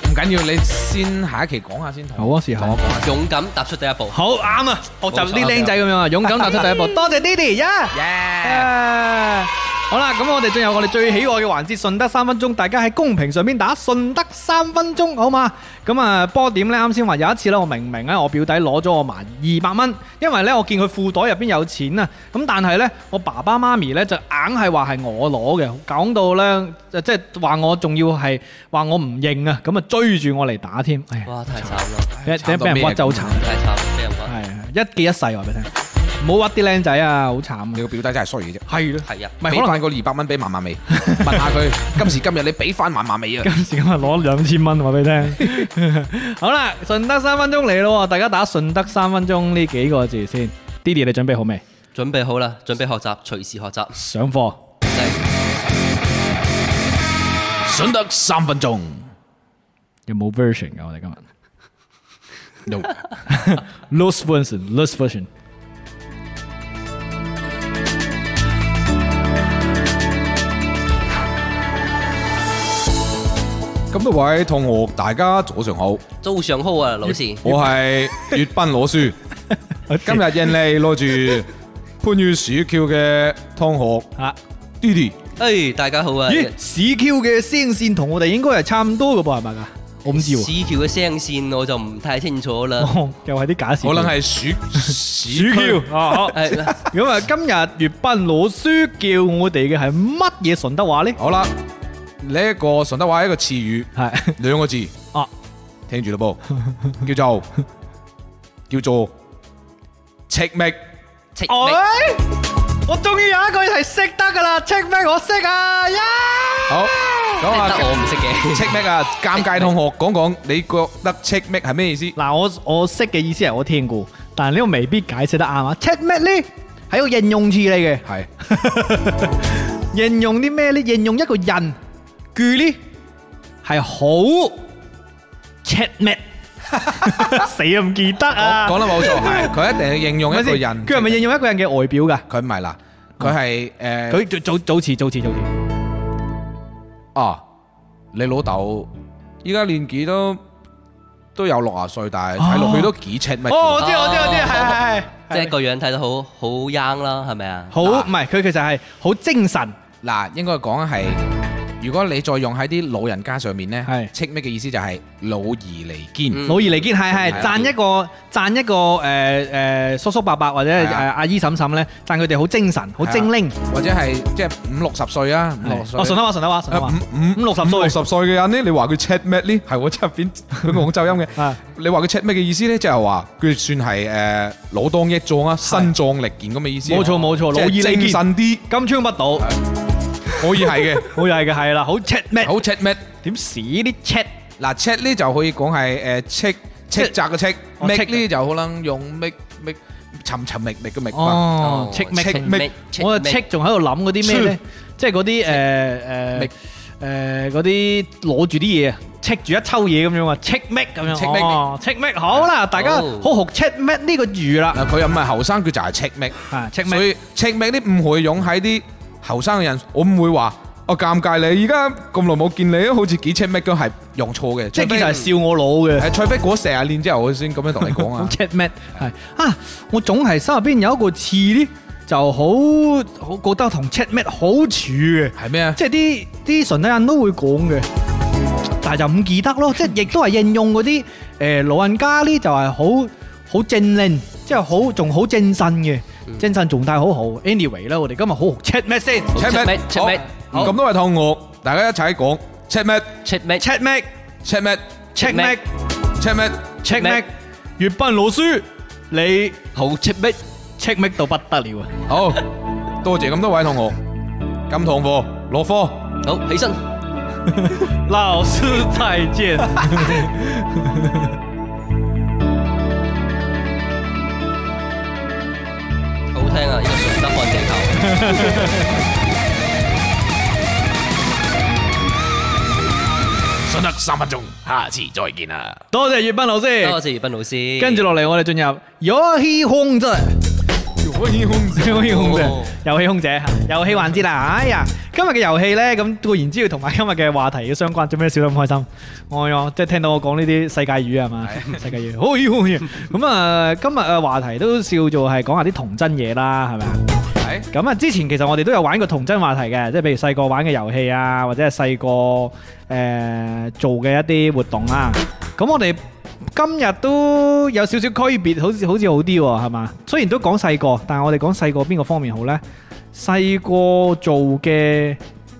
唔緊要，你先下一期講下先。同我
好啊試下
同我講下先。
勇敢踏出第一步。
好啱啊！學習
冇錯
啲僆仔咁樣啊，勇敢踏出第一 步。多謝 Didi 呀！
耶！
Yeah 啊好啦，咁我哋進入我哋最喜愛嘅環節，順德三分鐘。大家喺公屏上面打順德三分鐘，好嘛？咁啊，波點呢？啱先話有一次呢，我明明呢，我表弟攞咗我嫲二百蚊，因為呢，我見佢褲袋入邊有錢啊。咁但係呢，我爸爸媽咪呢，就硬係話係我攞嘅，講到呢，就即係話我仲要係話我唔認啊，咁啊追住我嚟打添。哎呀，
哇！太慘啦，
俾
慘到
俾人屈
咩
就好
咁
慘。
太慘啦，俾人屈。
係一記一世話俾你聽，唔好屈啲僆仔啊，好慘
你
啊！
個表弟真係衰嘅啫。
係咯，
係啊，
唔係
俾
可能
翻個二百蚊俾嫲嫲未？問下佢今時今日你俾翻嫲嫲未啊？
今時今日攞兩千蚊話俾你聽。 好啦，順德三分鐘嚟咯喎，大家打順德三分鐘呢幾個字先。Didi 你準備好未？
準備好啦，準備學習，隨時學習。
上課。
想得三分鐘。
有冇 version 噶？我哋今日
No，
lost version，lost version。
咁多位同學，大家早上好，
早上好啊，老師。
我係粵賓攞書，
啊
今日印尼攞住番禺鼠橋嘅同學
啊，
d d
誒，大家好啊。
咦，市 Q 嘅聲線同我哋應該係差唔多噶噃，係咪啊噶？我唔知
市
喎，
橋嘅聲線我就唔太清楚 啦。
哦又係啲假事。
可能 係鼠鼠
鼠 Q 啊！好
係
咁啊，今日粵賓老師叫我哋嘅係乜嘢順德話呢？
好啦，呢一個順德話係一個詞語，
係
兩個字
啊，
聽住咯噃，叫做叫做赤覓。
赤覓
哎，我終於有一句係識得噶啦，清咩我識啊！呀，
好，咁
即係得
啊，
我唔識嘅。
赤覓啊，尷尬同學講講，你覺得赤覓係 咩意思？
嗱，我我識嘅意思係我聽過，但係呢個未必解釋得啱啊。清咩呢？係一個應用詞嚟 嘅。
係
形容啲咩呢？形容一個人，佢呢係好 check 咩？ 死啊唔記得啊！
講得冇錯，係佢一定要形容一個人。
佢係咪形容一個人嘅外表㗎？
佢唔係啦，佢係誒，佢
佢早早早前早前早前
啊，你老豆依家年紀都都有六啊歲，但係睇落去都幾赤覓
哦，我
嘅。
知我知我知，係係係，
即係個樣睇得好好 young 啦，係咪啊？
好唔係佢其實係好精神，
嗱，應該講係，如果你再用喺啲老人家上面咧，
係
赤覓嘅意思就係老而離堅。
嗯
老而離堅，係係
係
讚一個讚一個誒誒叔叔伯伯或者
係
誒
啊
阿姨嬸嬸咧，讚佢哋好精神，好精靈。
或者係即係五六十歲啊，五六十歲
哦，順德話順德話順德
啊
話，
五
五六十歲
五六十歲嘅人咧，你話佢 chat 咩咧？係我出邊 佢廣州音嘅。
啊
你話佢 chat 咩嘅意思咧？就係話佢算係誒老當益壯啊，身壯力健咁嘅意思。
冇錯冇錯老
即係
而離堅
精神啲，
金槍不倒，
可以係 嘅。
好曳嘅係啦，好 check 咩？
好 chat 咩？
點屎啲 check？
嗱 chat 咧就可以講係誒 check check 窄嘅 check
哦
make
check
咧就可能用 make make 尋尋覓覓嘅覓吧。
哦，check 咩？
check 咩
我啊 check 仲喺度諗嗰啲咩咧？即係嗰啲誒
咩
誒誒嗰啲攞住啲嘢啊，check 住一抽嘢咁樣啊，check 咩咁樣？
check make
哦，check 咩？好啦，大家好學 check 咩呢個語啦？
嗱佢又唔係後生，佢就係 check make。
啊，check
所
咩？
以赤名啲唔會用喺啲後生嘅人，我唔會話我尷尬你，而家咁耐冇見你，好似幾赤名都係用錯嘅。
即係
除非
其實係笑我佬嘅。
係除啊非過成廿年之後，我先咁樣同你講 啊
咁。check 咩？係啊，我總係心入邊有一個刺咧，就好好覺得同 check 咩好似嘅。
係咩啊？
即係啲啲順德人都會講嘅，但係就唔記得咯。即係亦都係應用嗰啲誒老人家呢，就係好好正令，即係好仲好精神嘅，精神狀態好好。Anyway 啦，我哋今日好好 check 咩先
赤名
checkmate，checkmate，
好
好
咁多位同學，大家一齊講赤名
赤咩？
？check 咩
赤名
？check 咩
赤名。
？check 咩
checkmate？
粵賓老師，你
好赤咩？
check 咩到不得了啊！
好，多謝咁多位同學。咁堂課落課，
好，起身。
老師再見。
好聽啊！呢個順德看鏡頭，
順德三分鐘，下次再見啦。
多謝粵賓老
多
師。
謝葉斌老師。
跟住落嚟，我哋進入遊戲控制。
可以控制
遊戲空姐
哦，
遊戲空姐，遊戲環節啦！哎呀，今日嘅遊戲呢，咁固然之要同埋今日嘅話題嘅相關，做咩笑得咁開心？哎呀，即係聽到我講呢啲世界語係嘛？世界語，好嘢好嘢。咁啊，今日嘅話題都叫做係講下啲童真嘢啦，係咪啊？
係
咁啊，之前其實我哋都有玩過童真話題嘅，即係譬如細個玩嘅遊戲啊，或者係細個誒做嘅一啲活動啦。咁我哋今日都有少少區別，好似好似好啲喎，係嘛？雖然都講細個，但係我哋講細個邊個方面好呢？細個做嘅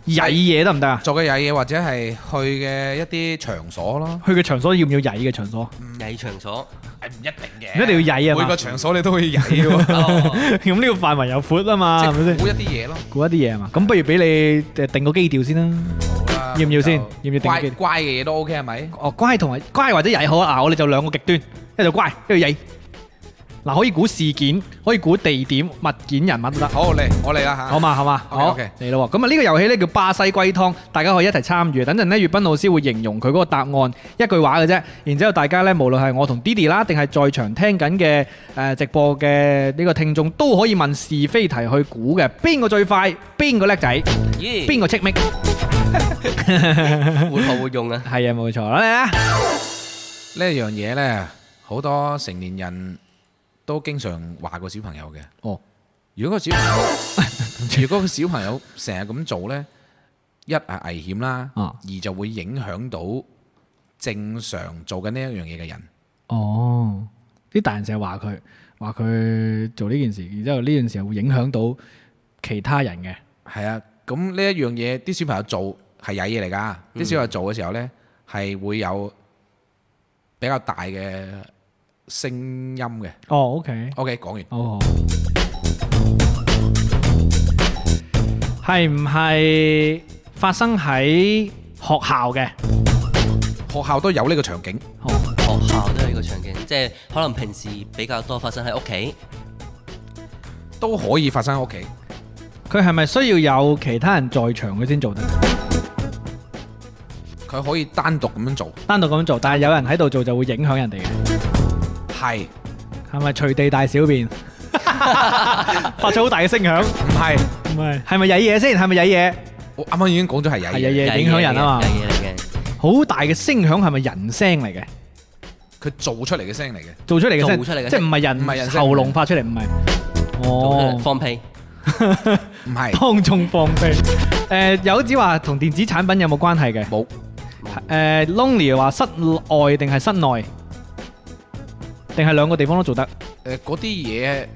曳嘢得唔得啊？
做嘅嘢或者係去嘅一啲場所咯。
去嘅場所要唔要曳嘅場所？
曳場所，
係唔一定嘅，
唔一定要曳啊嘛
每個場所你都可以曳嘅喎，
哦
咁呢個範圍又 闊啊嘛，係咪
即係
先？
估一啲嘢咯。
估一啲嘢啊嘛，咁不如俾你誒定個基調先啦。
好啦
要唔要先
就
要唔要定
乖
機
乖嘅嘢都 OK 係咪？
哦，乖同埋乖或者曳好啊！嗱我哋就兩個極端，一就乖，一就曳。嗱，可以估事件，可以估地點、物件、人物都得。
好嚟，我嚟啦吓。
好嘛，好嘛，好
OK，OK
嚟咯喎！咁啊，呢個遊戲呢叫巴西龜湯，大家可以一齊參與。等陣呢，粵斌老師會形容佢嗰個答案一句話嘅啫。然之後大家呢，無論係我同 Didi 啦，定係在場聽緊嘅誒直播嘅呢個聽眾，都可以問是非題去估嘅，邊個最快，邊個叻仔，
咦，
邊個戚咪。
活學活用啊？
係啊，冇錯啦，嚟啦！
呢一樣嘢呢，好多成年人都經常話個小朋友嘅。
哦，
如果個小朋友， 如果個小朋友成日咁做呢，一係危險啦，
啊
二就會影響到正常做緊呢一樣嘢嘅人。
哦，啲大人成日話佢話佢做呢件事，然之後呢件事會影響到其他人嘅。
係啊，咁呢一樣嘢，啲小朋友做係曳嘢嚟㗎。啲小朋友做嘅時候呢，係會有比較大嘅聲音嘅。
哦，OK，
OK，講完。
好好。係唔係發生喺學校嘅？
學校都有呢個場景，
哦，
學校都有呢個場景，即係可能平時比較多發生喺屋企。
都可以發生喺屋企。
佢係咪需要有其他人在場佢先做得？
佢可以單獨咁樣做，
單獨咁做，但係有人喺度做就會影響人哋嘅。
係
係咪隨地大小便？發出好大嘅聲響，
唔係？
唔係係咪曳嘢先？係咪曳嘢？
我啱啱已經講咗係曳
係曳
嘢，
嘢影響人啊嘛
有嘢嚟嘅，
好大嘅聲響係咪人聲嚟嘅？
佢做出嚟嘅聲嚟嘅，
做出嚟嘅聲，
做出嚟嘅聲
即係唔係人
唔係人聲
喉嚨發出嚟，唔係。哦，
放屁，
唔係
當眾放屁。誒，有子話同電子產品有冇關係嘅？
冇
誒，Lonely 話室外定係室內，定係兩個地方都做得。
誒嗰啲嘢，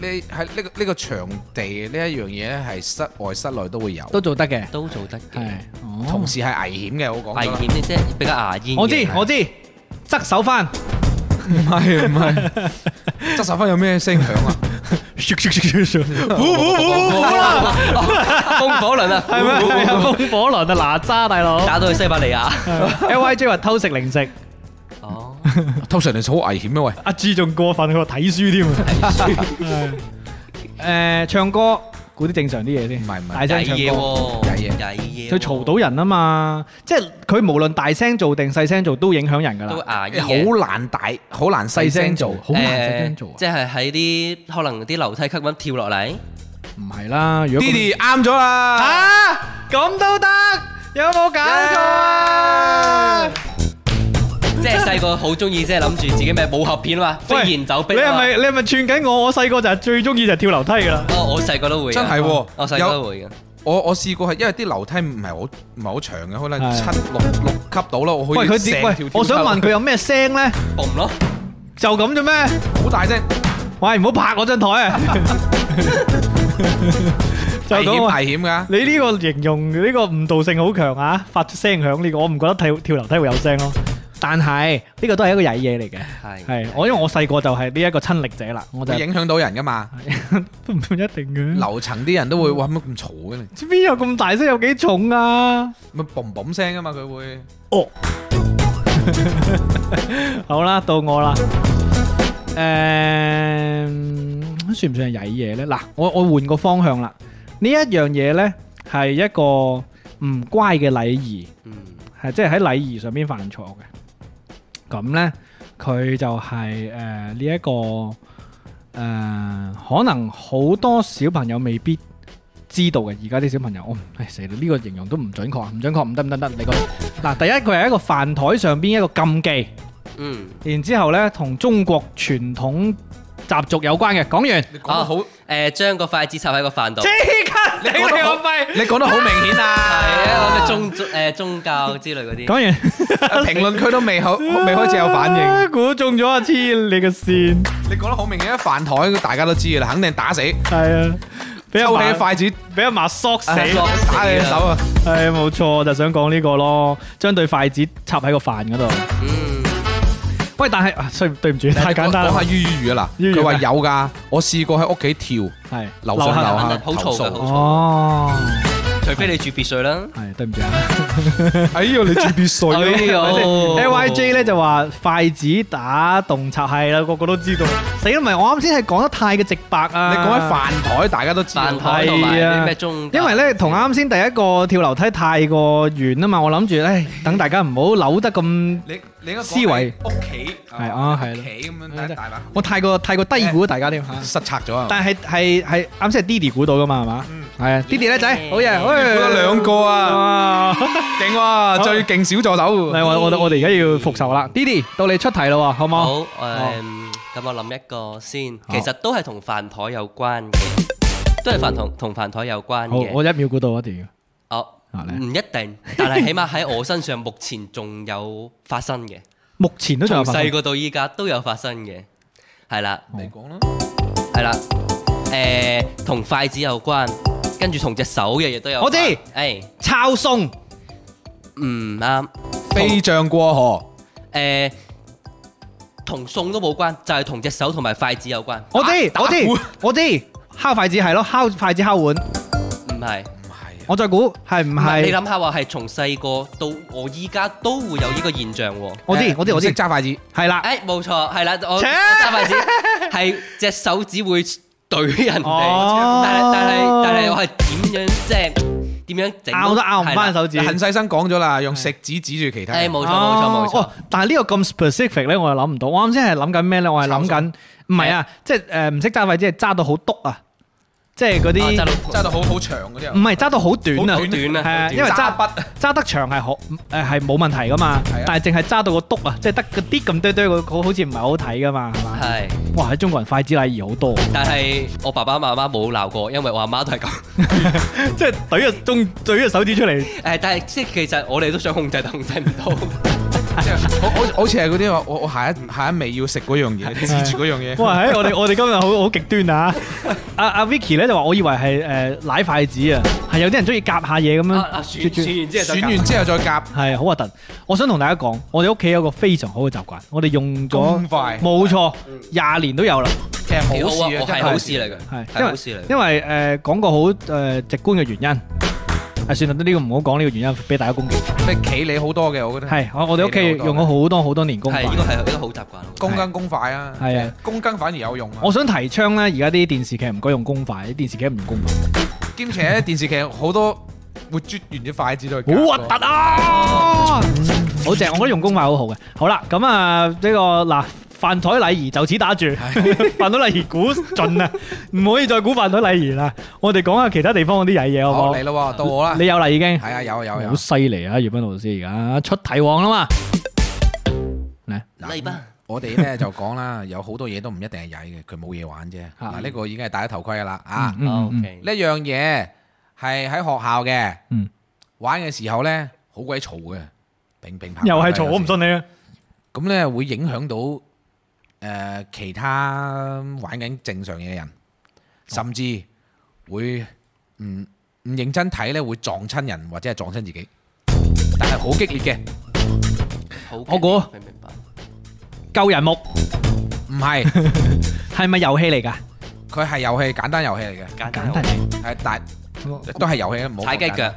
呢喺呢個呢個場地呢一樣嘢咧，係室外室內都會有，
都做得嘅，
都做得
係
嘅。。
同時係危險嘅，我講
危
咗啦
險啲即係比較牙煙嘅。
我知我知，側手翻。
唔係唔係，執手分有咩聲 響啊？
風火輪啊，
係咩？係啊，風火輪啊，哪吒大 佬。
打到去西伯利亞。
LYJ 話偷食零食，
哦，
偷食零食好危險啊喂！
阿志仲過分，佢話睇書 添啊。誒，唱歌估啲正常啲嘢先，
唔係唔係
大聲
曳
唱
嘢
歌。
喎，
曳嘢
曳嘢喎。
佢嘈到人啊嘛，即係佢無論大聲做定細聲做都影響人㗎
都會
啦。
牙煙嘅。
好難大，好難細聲做，
好難細聲做啊
誒即係喺啲可能啲樓梯級咁跳落嚟，
唔係啦，如果咁
Didi 啱咗啦，
啊咁都得，有冇搞錯啊？
即係細個好中意，即係諗住自己咩武俠片啊嘛，
喂
飛檐走壁
你係
啊嘛
咪你係咪串緊我？我細個就係最中意就係跳樓梯㗎啦。
哦，我細個都會㗎，
真係喎
我細個都會嘅。
我我試過係因為啲樓梯唔係好唔係好長嘅，可能
係
七六六級到啦，我可
喂，
以
佢點？
成條
喂，
跳
我想
樓
問佢有咩聲咧？
嘣咯，
就咁啫咩？
好大聲，
喂，唔好拍我張台啊！就
危險
咁啊！
危險㗎。
你呢個形容呢個誤導性好強啊！發出聲響呢個，我唔覺得跳跳樓梯會有聲咯。但係呢個都係一個曳嘢嚟嘅，
係
係我因為我細個就係呢一個親歷者啦，我就
會
係
影響到人噶嘛？
都唔一定嘅。
樓層啲人都會哇乜咁嘈嘅咧，
知邊有咁大聲，有幾重啊？
咪嘣嘣聲噶嘛佢會。
好啦，到我啦。誒、算唔算係曳嘢呢？嗱，我我換個方向啦。呢一樣嘢呢，係一個唔乖嘅禮儀，
嗯，
係即係喺禮儀上邊犯錯嘅。咁呢，佢就係誒呢一個誒、可能好多小朋友未必知道嘅。而家啲小朋友，我唔唉死啦！呢、個形容都唔準確，唔準確，唔得唔得唔得，你講嗱，第一佢係一個飯台上邊一個禁忌。
嗯，
然之後呢，同中國傳統習俗有關嘅。講完，
你講得好，
誒，將個筷子插喺個飯度，係
即刻頂你個肺！
你講得好明顯
啊，我哋
啊！
宗誒宗教之類嗰啲。
講完，
評論區都 未好，未開始有反應。，
估中咗啊！黐你個線，
你講得好明顯，飯台大家都知噶啦，肯定打死，
係啊，俾阿
抽起
嫲
筷子
俾阿嫲索死，
啊索死
打你隻手啊！
係冇錯，我就想講呢個咯，將對筷子插喺個飯嗰度。
嗯，
喂，但係啊，雖對唔住，太簡單
講
啦
下，於於語啊
於
嗱，
語
佢話有㗎，我試過喺屋企跳
係
樓上
樓下
樓下
好嘈㗎
投訴
好嘈
哦，
除非你住別墅啦。
係對唔住啊，
哎呀，你住別墅
哎呦
L Y J 咧就話筷子打洞察係啦，個個都知道。死啦，唔係我啱先係講得太嘅直白啊！
你講喺飯台，大家都知道。
飯台同埋啲咩中間，
因為咧，同啱先第一個跳樓梯太過遠啊嘛，我諗住咧，等大家唔好扭得咁，
你你應該講
思維
屋企
係啊係
屋
咯
企咁樣大大把
我太過太過低估大家添嚇。
失策咗啊！
但係係係啱先係 Didi 估到噶嘛，係嘛？係啊，Didi 咧仔，好嘢，喂，
估得 兩個
啊！
勁喎，最勁小助手。
嚟我我我哋而家要復仇啦，Didi 到你出題啦喎，好冇？
好誒，咁我諗一個先，其實都係同飯台有關嘅，都係飯同同飯台有關
好，
嘅。
我一秒估到啊一定要。
哦，
啊你
唔一定，但係起碼喺我身上目前仲有發生嘅，
目前都仲
從
有發生
細個到依家都有發生嘅，係啦，
你講啦，
係啦，誒，同筷子有關，跟住同隻手嘅亦都有關。
我知
誒，
抄送
唔啱，
飛象過河，
誒，同餸都冇關，就係同隻手同埋筷子有關，
我知我知我知，敲筷子係咯，敲筷子敲碗。
唔係。
唔係啊
我再估係唔
唔係你
係？
諗下話係從細個到我依家都會有呢個現象喎。
我知我知我
唔識
知，
揸筷子，
係啦。
誒冇錯，係啦，我我
切
揸筷子係隻手指會懟人
哦
哋，但係但係但係我係點樣即係點樣整
拗都拗唔翻手指。
恨世生講咗啦，用食指指住其他
係啦誒
人。
冇錯冇錯冇
哦
錯，
哦但係呢個咁 specific 咧，我又諗唔到。我啱先係諗緊咩咧？我係諗緊，唔係啊，即係誒唔識揸筷子，係揸到好篤啊，即係嗰
啊
啲
揸到
揸到好好長嗰啲
唔
啊，
係揸到好短啊，
好短啊
係啊，
好短
因為揸
嗯揸筆
揸得長係好誒係冇問題噶嘛
係啊，
但係淨係揸到個篤啊，即係得個啲咁堆堆個個好似唔係好睇噶嘛，係嘛？
係，
哇！喺中國人筷子禮儀好 多，
但係我爸爸媽媽冇鬧過，因為我阿媽都係咁。
即係懟個中懟個手指出嚟，
誒，但係即係其實我哋都想控制，但控制唔到。
即係 好好好似係嗰啲話，我我下一下一味要食嗰樣嘢，指住嗰樣嘢。
哇！喺我哋我哋今日好好極端啊！阿阿 Vicky 咧就話：我以為係誒舐筷子啊，係有啲人中意夾下嘢咁
啊
樣，
啊，選
啜啜
選完之後
選
就
完之後再夾，
係好核突。我想同大家講，我哋屋企有個非常好嘅習慣，我哋用咗
咁快
冇錯
嗯
廿年都有啦，
其實好
幾好啊
事
我
啊，真
係好事嚟嘅，
係
係好事嚟嘅。
因為誒講個好誒直觀嘅原因。啊，算啦，呢個唔好講呢個原因，俾大家攻擊。
咩企你好多嘅，
嗯
我覺得
係，我我哋屋企用咗好多好多年公筷
係。呢個係一個好習慣。
公斤公筷啊，
係啊，
公斤反而有用啊。
我想提倡咧，而家啲電視劇唔該用公筷，啲電視劇唔用公筷。
兼且咧電視劇好多會啜完啲筷子再夾
好核
咯
突啊！好正，我覺得用公筷好好嘅。好啦，咁啊呢個嗱飯台禮儀就此打住，飯台禮儀估盡啦，唔可以再估飯台禮儀啦。我哋講下其他地方嗰啲曳嘢好
好
唔
嚟咯，到我啦
好？。你有啦已經，
係啊，有啊有啊有
好
啊。
犀利啊！葉斌老師而家出題王啦嘛，
嚟吧，
我哋咧就講啦， 有好多嘢都唔一定係曳嘅，佢冇嘢玩啫。嗱，呢個已經係戴咗頭盔噶啦啊！
嗯嗯
OK
呢樣嘢係喺學校嘅
嗯，
玩嘅時候咧好鬼嘈嘅，乒乒乓。
又係嘈，我唔。信你啊！
咁咧會影響到誒、呃其他玩緊正常嘢嘅人，甚至會唔唔認真睇咧，會撞親人或者係撞親自己，但係好激烈嘅，
好嘅
我估
明唔明白？
救人木
唔係
係咪遊戲嚟㗎？
佢係遊戲簡單遊戲嚟嘅，
簡單
簡單嚟，
係但都係遊戲啊唔好
踩雞
講簡
腳
單，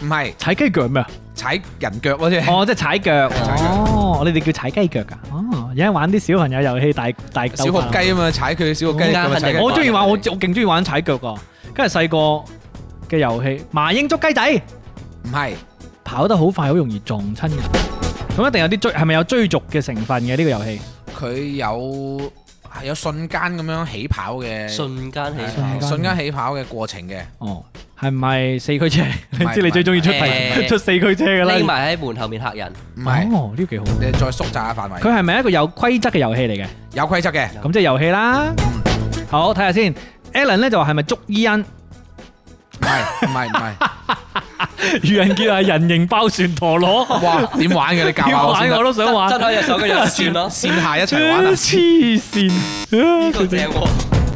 唔係
踩雞腳咩啊？
踩人腳嗰啫，
哦，即係踩腳。
踩腳
哦，你哋叫踩雞腳㗎？哦，而家玩啲小朋友遊戲，大大鬥
小
法啊
學雞啊嘛，踩佢小學雞
嗯
腳咪踩
肯定
雞
我中意玩，我我
玩嘅
勁中意玩踩腳噶。跟住細個嘅遊戲，麻英捉雞仔，
唔係
跑得好快，好容易撞親人。咁一定有啲追，係咪有追逐嘅成分嘅呢個遊戲？
佢有係有瞬間咁樣起跑嘅，
瞬間起
瞬
跑
間。
瞬間起跑嘅過程嘅。
哦，係咪四驅車？你
係
知你最中意出題
誒
出四驅車噶啦。
匿埋喺門後面嚇人，
唔係，
哦，呢個幾好。
你再縮窄下範圍。
佢係咪一個有規則嘅遊戲嚟嘅？
有規則嘅，
咁即係遊戲啦。好，睇下先。Alan 咧就話係咪捉 伊恩？
唔係唔係唔 係，
愚人傑係人形包船陀螺。
哇點玩嘅你 教
點
下我先
玩我
得，。
都想玩
真。開隻手跟住算咯
線下一齊玩啊！
黐線。
呢個正喎，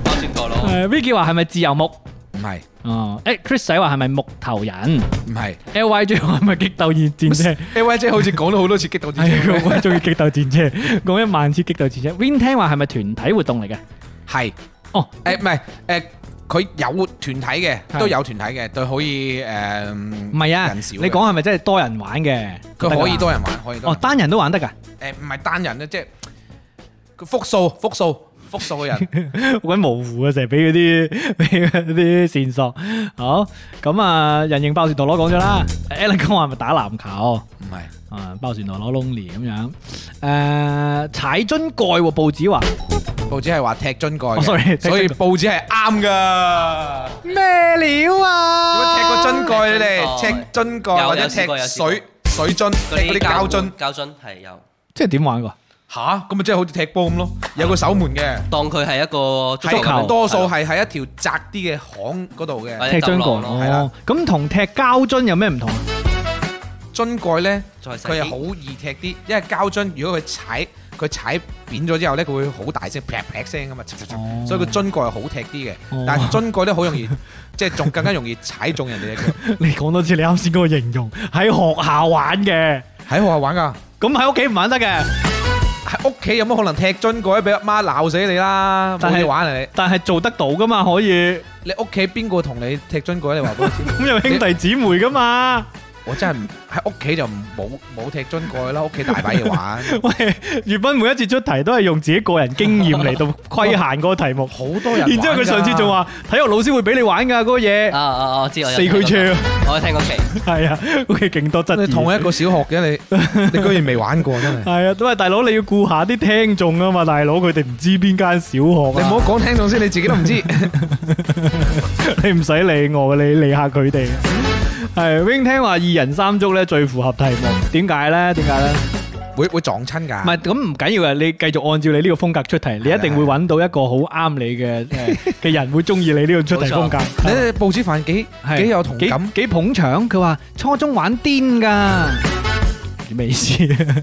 包轉陀螺。
誒，Vicky 呃話係咪自由木？
唔係
哦，誒，Chris 仔話係咪木頭人
唔係
？L Y J 話係咪激鬥戰戰車？哎
，A Y 姐好似講咗好多次激到自己，
係佢好中意激鬥戰車，講一萬次激鬥戰車。Win 聽話係咪團體活動嚟嘅？
係
哦，
誒唔係誒佢有團體嘅，
係
都有團體嘅，對可以誒，唔
唔係啊，
人少嘅
你講係咪真係多人玩嘅？
佢可以多人玩，可以多
哦，
人玩
單人都玩得㗎，
誒唔係單人咧，即係佢複數複數複數 嘅人，
好模糊啊，成日俾嗰啲 俾嗰啲線索。好，咁啊，人形爆旋陀螺講咗啦，Alan 講話係咪打籃球？
唔係
啊，爆旋陀螺 lonely 咁樣，誒、踩樽蓋喎，報紙話
報紙係話踢樽蓋
哦
嘅
，sorry，踢
所以
樽
報紙係啱㗎。
咩料啊？
有冇踢過樽蓋你哋？
踢
踢
樽
樽蓋
有
或者
有
踢
試過有試過
水水樽，踢嗰啲膠樽。
膠樽係有，
即係點玩㗎？
吓，咁咪即係好似踢波咁咯，有個守門嘅。
當佢係一個足
係
球
球
多數係喺一條窄啲嘅巷嗰度嘅
或者
踢樽蓋
走廊咯
係啦
哦，咁同踢膠樽有咩唔同啊？
樽蓋呢，
再細啲
佢係好易踢啲，因為膠樽如果佢踩佢踩扁咗之後呢，佢會好大聲劈劈聲咁嘛，嚓嚓嚓
哦
所以個樽蓋係好踢啲嘅
哦。
但係樽蓋呢，好容易即係仲更加容易踩中人哋嘅腳。
你講多次你啱先嗰個形容，喺學校玩嘅，
喺學校玩㗎，
咁喺屋企唔玩得嘅，
喺屋企有乜可能踢樽蓋俾阿媽鬧死你啦？
但
冇
係
嘢玩啊你！
但係做得到㗎嘛，可以，
你屋企邊個同你踢樽蓋？你話俾我知。
咁有兄弟姊妹㗎嘛？
我真係唔喺屋企就冇冇踢樽蓋啦，屋企大把嘢玩，
喂，粵斌每一次出題都係用自己個人經驗嚟到規限嗰個題目，
好多人玩㗎。
然之後佢上次仲話體育老師會俾你玩㗎嗰個嘢
啊，啊啊！我知我有
四驅
聽過
車啊。
我有聽過期，
係啊，佢勁多質
你
疑。
同一個小學嘅你，你居然未玩過 真係。
係啊，都係大佬你要顧下啲聽眾啊嘛，大佬佢哋唔知邊間小
你
學
唔
啊，
好講聽眾先，你自己都唔知。
你唔使理我，你理下佢哋。係 wing 聽話二人三足咧最符合題目，點解咧？點解咧？
會會撞親㗎。
唔係咁唔緊要嘅，你繼續按照你呢個風格出題，你一定會揾到一個好啱你嘅誒嘅人會中意你呢個出題風格。
你哋報紙飯幾
係
幾有同感？
幾幾捧場，佢話初中玩癲噶，咩意思？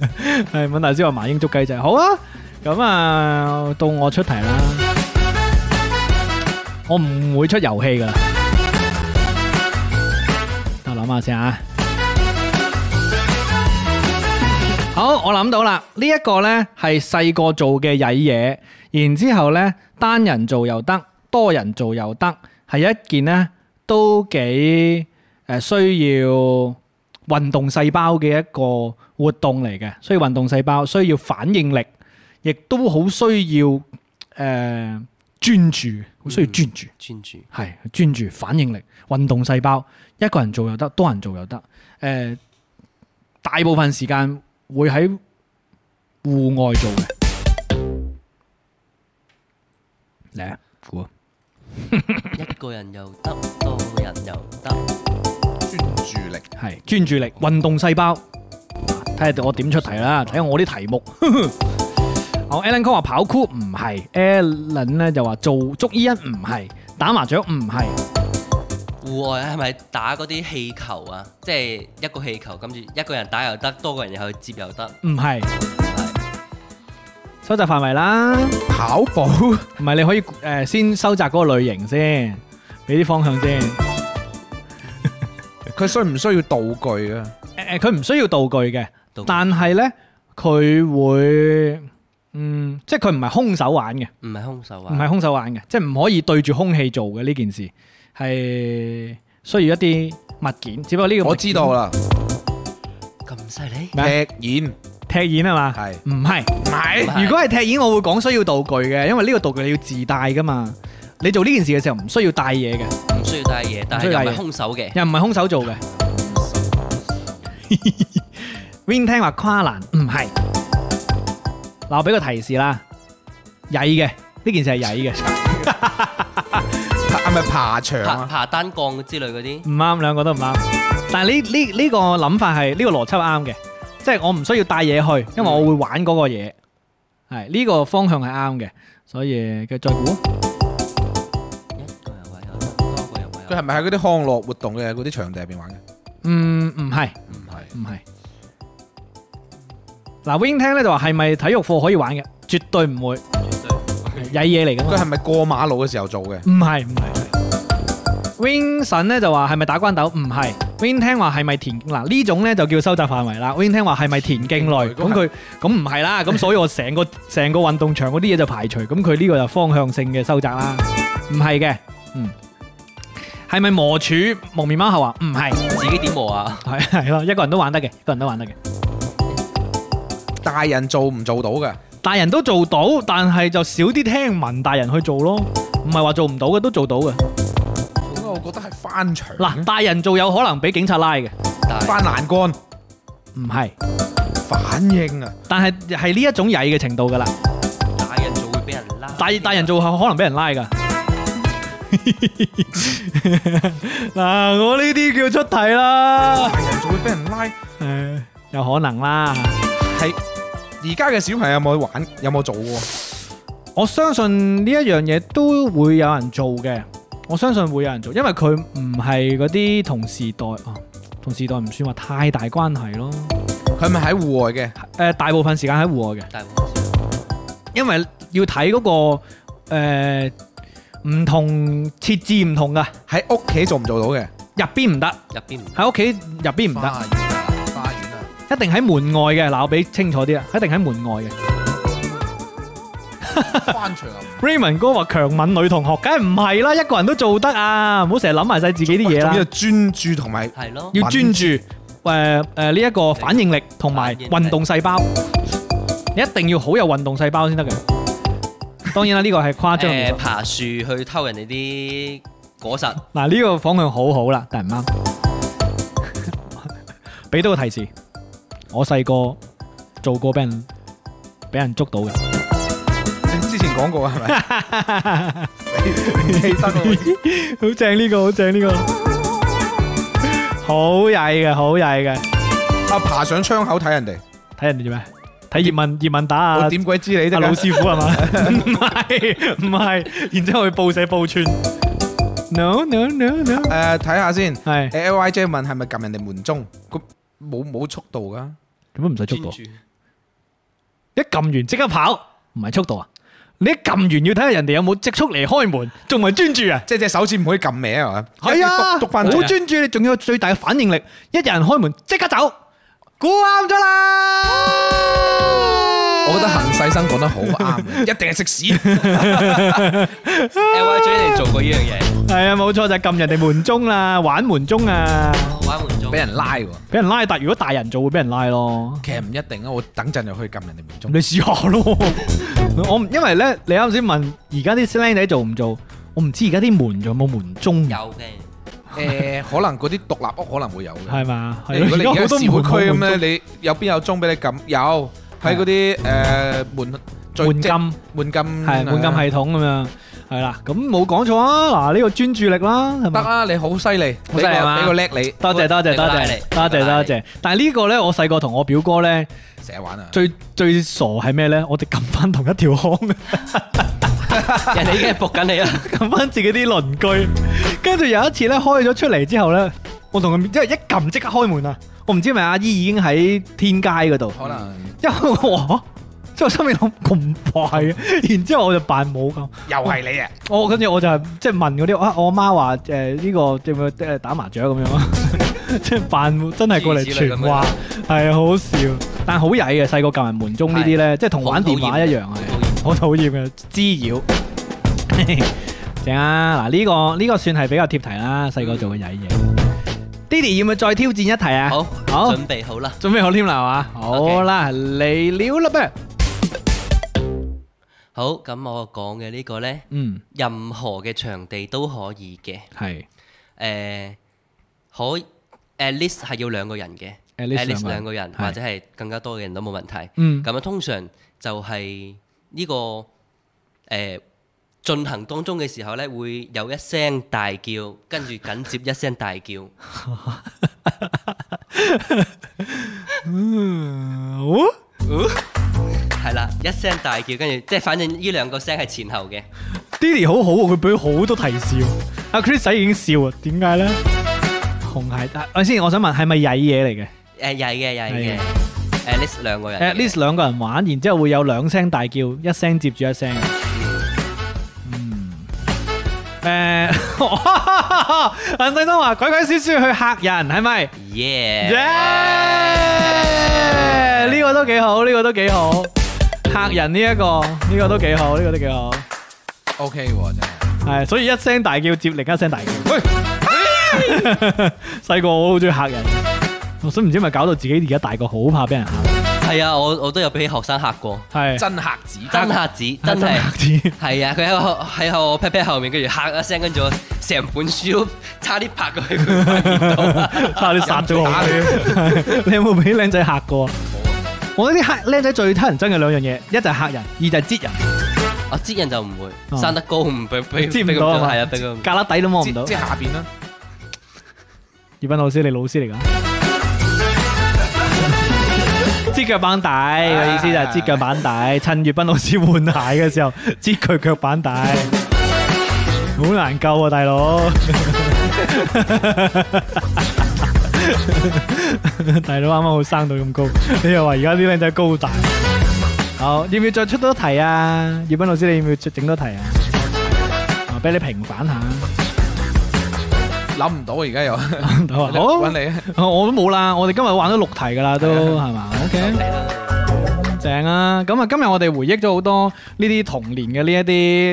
係文大師話麻英捉雞仔，好啊，咁啊到我出題啦，我唔會出遊戲噶啦，等我諗下先啊。好，我諗到啦，呢、一個呢係細個做嘅曳嘢，然之後咧單人做又得，多人做又得，係一件呢都幾誒需要運動細胞嘅一個活動嚟嘅，需要運動細胞，需要反應力，亦都好需要誒、呃、專注，好需要專注。
嗯專注
係專注、反應力、運動細胞，一個人做又得，多人做又得。誒、呃大部分時間會喺戶外做嘅。嚟啊，估啊
一個人又得，多人又得，
專注力
係專注力、運動細胞。睇下我點出題啦，睇下我啲題目。我 Alan 哥話跑酷唔係，Alan 咧就話做捉伊人唔係，打麻雀唔係，
戶外啊係咪打嗰啲氣球啊？即係一個氣球，跟住一個人打又得，多個人又去接又得，
唔係
係
收集範圍啦。
跑步
唔係你可以誒、呃先收窄嗰個類型先，俾啲方向先。誒、
佢需唔需要道具啊？
呃、佢唔需要道具嘅，
道具
但係咧佢會嗯，即係佢唔係空手玩嘅，
唔係空手啊
唔
玩，
係空手玩嘅，即係唔可以對住空氣做嘅呢件事，係需要一啲物件。只不過呢個
我知道
啦，
啦，
咁犀利，
踢
咩
毽
踢毽係嘛？
係
唔係？
唔係
如果係踢毽，我會講需要道具嘅，因為呢個道具你要自帶噶嘛。你做呢件事嘅時候唔需要帶嘢嘅。
唔需要帶嘢，但
唔
係
需
又
要
唔
帶嘢
係空手嘅，
又唔係空手做嘅。Win 聽話跨欄唔係，嗱我俾個提示啦，曳嘅呢件事係曳嘅，
係咪爬牆
爬
啊？
爬單槓之類嗰啲，
唔啱兩個都唔啱。但係呢呢呢個諗法係呢個邏輯啱嘅，即係我唔需要帶嘢去，因為我會玩嗰個嘢，係呢個方向係啱嘅，所以嘅再估
一個人玩又得，多個人玩又
啊
佢係
得，
咪喺嗰啲康樂活動嘅嗰啲場地入邊玩嘅？
嗯唔係
唔係，
唔係。嗱 Win 聽咧就話係咪體育課可以玩嘅？絕對唔會，係曳嘢嚟噶嘛
佢。係咪過馬路嘅時候做嘅？
唔係唔係。Winson 咧就話係咪打關斗？唔係。Win 聽話係咪田嗱呢種咧就叫收窄範圍啦。Win 聽話係咪田徑類？咁佢咁唔係啦。咁所以我 成個成個運動場嗰啲嘢就排除。咁佢呢個就方向性嘅收窄啦。唔係嘅，嗯，系咪磨柱蒙面貓后啊？唔係，
自己點磨啊？
係係咯，一個人都玩得嘅，一個人都玩得嘅。
大人做唔做到嘅？
大人都做到，但係就少啲聽聞大人去做咯，唔係話做唔到嘅，都做到嘅。
點解我覺得係翻牆
嗱，大人做有可能俾警察拉嘅，
但係
翻欄杆
唔係，
反應啊！
但係係呢一種曳嘅程度㗎啦。
大人做會俾人拉，
大大人做係可能俾人拉㗎。 嗱，我呢啲叫出題啦，
大人就會俾人拉。
誒有可能啦。
而家嘅小朋友有冇玩？有冇做過？
我相信呢一樣嘢都會有人做嘅，我相信會有人做，因為佢唔係嗰啲同時代啊，同時代唔算話太大關係咯。
佢咪喺户外嘅？
誒、大部分時間喺户外嘅，
大部分時間
因為要睇嗰、個呃唔、同設置唔同噶，
喺屋企做唔做到嘅？
入邊唔得，
入邊唔
喺屋企入邊唔得，
園啊，花園啊，
一定喺門外嘅。嗱，我俾清楚啲啊啦，一定喺門外嘅。
翻牆啊！
Raymond 哥話強吻女同學，梗係唔係啦，一個人都做得啊，唔好成日諗埋晒自己啲嘢啦
仲要。專注同埋
係咯，
要專注，誒誒呢一個反應力同埋運動細胞，你一定要好有運動細胞先得嘅。當然啦，呢個係誇張嘅
誒
技術。
爬樹去偷人哋啲果實，
嗱，呢個方向好好啦，但係唔啱。 俾多個提示，我細個做過俾人俾人捉到嘅。
你之前講過係咪？記得喎
好正呢個，好正呢個，好曳嘅，好曳嘅。
啊！爬上窗口睇人哋，
睇人哋做咩？睇葉問葉問打啊
我！點鬼知你
阿
啫？
老師傅 係嘛？唔係唔係，然之後去報社報串。No no no no，
誒，睇下先。
係
L Y J 問係咪撳人哋門鐘？咁冇冇速度㗎？
做乜唔使速
專
度？
注
一撳完即刻跑，唔係速度啊！你一撳完要睇下人哋有冇即速離開門，仲唔係專注啊？
即係隻手指唔可以撳歪係嘛？
係啊，
篤翻
好專注，你仲要有最大嘅反應力。一有人開門即刻走，估啱咗啦！
我覺得行世生講得好 啱嘅，一定係食屎。
L Y J 嚟做過呢樣嘢，
係啊，冇錯就係撳人哋門鐘啦，玩門鐘啊！
玩門鐘
俾人拉喎。
俾人拉，但如果大人做會俾人拉咯。
其實唔一定啊，我等陣就去撳人哋門鐘。
你試下咯。我唔因為咧，你啱先問而家啲僆仔做唔做，我唔知而家啲門仲有冇門鐘
有
入，
嘅，
誒，可能嗰啲獨立屋可能會有嘅。
係嘛？係
如果你而
好
家
多
市
門
會區
冇門
咁咧，你有邊有鐘俾你撳？有喺嗰啲誒門最
鐘換
即
金
係門禁
係換金
係
系統咁樣係啦。咁冇講錯啊！嗱，呢個專注力啦，係
得
咪？
啊！你好
好
犀利，
犀利
俾個
嘛
俾個叻你，
多謝多謝
你個
多謝
拉
多謝
力你個拉
多
力
謝。但係呢個咧，我細個同我表哥咧
成日玩啊！
最最傻係咩咧？我哋撳翻同一條巷。
人哋已經係仆緊你啦，
撳翻自己啲鄰居，跟住有一次咧開咗出嚟之後咧，我同佢即係一撳即刻開門啊！我唔知係咪阿姨已經喺天街嗰度，
可能
因為我話即係我心裏諗咁快嘅，然之後我就扮冇咁，
又係你啊！
我跟住我就係即係問嗰啲啊，我媽話誒呢個即係誒打麻雀咁樣啊， 即係扮真係過嚟傳話，係啊好笑，但係好曳嘅細個撳人門鐘呢啲咧，即係同玩電話一樣
好
啊
討。厭
好討厭嘅滋擾。 正啊！嗱，呢、個呢、個算係比較貼題啦，細個做嘅曳嘢。Didi 要唔要再挑戰一題啊？，
好，
好
準備好啦。
準備好添啦，係嘛？好啦，嚟料啦噃。
好，咁我講嘅呢個呢，
嗯，
任何嘅場地都可以嘅。
係。
誒，可 at least 係要兩個人嘅
At least 兩個人
兩個人
係
或者係更加多嘅人都冇問題。
嗯，
咁啊，通常就係呢個誒進行當中嘅時候呢，會有一聲大叫，跟住緊接一聲大叫。
哦，
係啦，一聲大叫，跟住即係反正呢兩個聲係前後嘅。
Didi 好好喎，佢俾好多提示喎。阿 Chris 仔已經笑啊，點解咧？紅鞋帶，我先，我想問係咪曳嘢嚟嘅
誒曳嘅曳
係
嘅，at least 兩個人
？at
嘅。
least 兩個人玩，然之後會有兩聲大叫，一聲接住一聲。 嗯，誒，林世東話鬼鬼祟祟去嚇人，係咪？
Yeah！
耶！呢個都幾好，呢個都幾好。嚇人呢一個，呢個都幾好，呢個都幾好。
OK 喎，真係
系，所以一聲大叫接另一聲大叫。喂， 細個我好中意嚇人，所以唔知係咪搞到自己而家大個好怕俾人嚇。
係啊，我我都有俾學生嚇過，
係
真客子，
真嚇子，真係係啊！佢喺我喺我 pat pat 後面，跟住嚇一聲，跟住我成本書都差啲拍過去佢塊面度。
差啲殺咗我添。 你有冇俾僆仔嚇過？我覺得啲嚇僆仔最得人憎嘅兩樣嘢，一就係嚇人，二就係擠人，
我知人就唔會，
哦
生得高唔俾俾
擠唔
俾咁
到
多
啊嘛，
係啊，俾佢。
格旯底都摸唔到。
即係下邊啦，
葉斌老師，你老師嚟噶？擠腳板底嘅意思就係擠腳板底，趁葉斌老師換鞋嘅時候 擠佢腳板底，好難救啊，大佬！ 大佬啱啱好生到咁高，你又話而家啲靚仔高大，好要唔要再出多題啊？葉斌老師，你要唔要再整多題啊？啊，俾你平反下，
諗唔到啊而 家又，
好啊好
揾你啊！
哦 我都冇啦，我哋今日玩咗六題噶啦，都係嘛？OK，正啊！咁啊，今日我哋回憶咗好多呢啲童年嘅呢一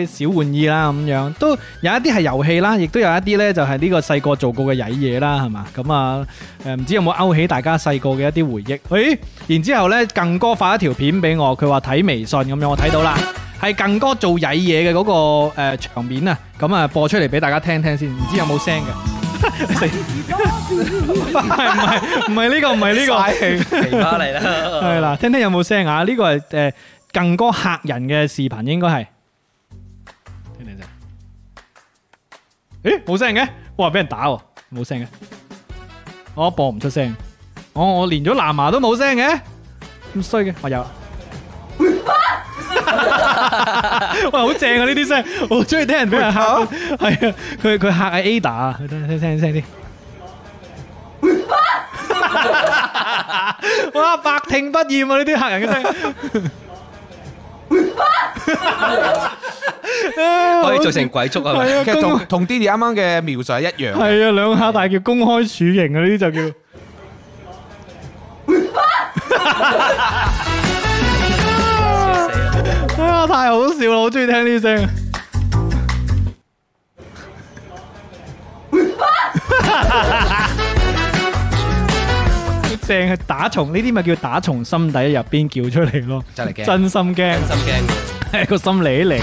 啲小玩意啦，咁樣都有一啲係遊戲啦，亦都有一啲呢就係呢個細個做過嘅曳嘢啦，係嘛？咁啊，誒唔知有冇勾起大家細個嘅一啲回憶？誒，然之後呢，更哥發一條片俾我，佢話睇微信咁樣，我睇到啦。係更哥做曳嘢嘅嗰個誒、呃、場面啊，咁啊播出嚟俾大家聽聽先，唔知有冇聲嘅？死唔係唔係唔係呢個唔係呢個，
奇葩嚟啦！
係啦，聽聽有冇聲啊？呢個係誒更多嚇人嘅視頻應該係，聽聽先。咦，冇聲嘅，哇，俾人打喎，冇聲嘅，我播唔出聲，我哦我連咗藍牙都冇聲嘅，咁衰嘅，我 有啦。喂，好正啊！呢啲聲，我好中意聽人俾人嚇，係啊，佢佢嚇係 Ada 啊，聽聽聽 聽啲。哇！百聽不厭啊，呢啲嚇人嘅聲。
可以做成鬼畜啊！係咪
係啊，
其實
公
同同 Didi 啱啱嘅描述係一樣，
係啊，兩下大叫公開處刑啊，呢啲就叫。
笑死啊！
啊！太好笑啦，我好中意聽呢啲聲。 正係打從呢啲咪叫打從心底入邊叫出嚟咯，
真係驚。
真心驚。
心驚嘅。
係個心理嚟。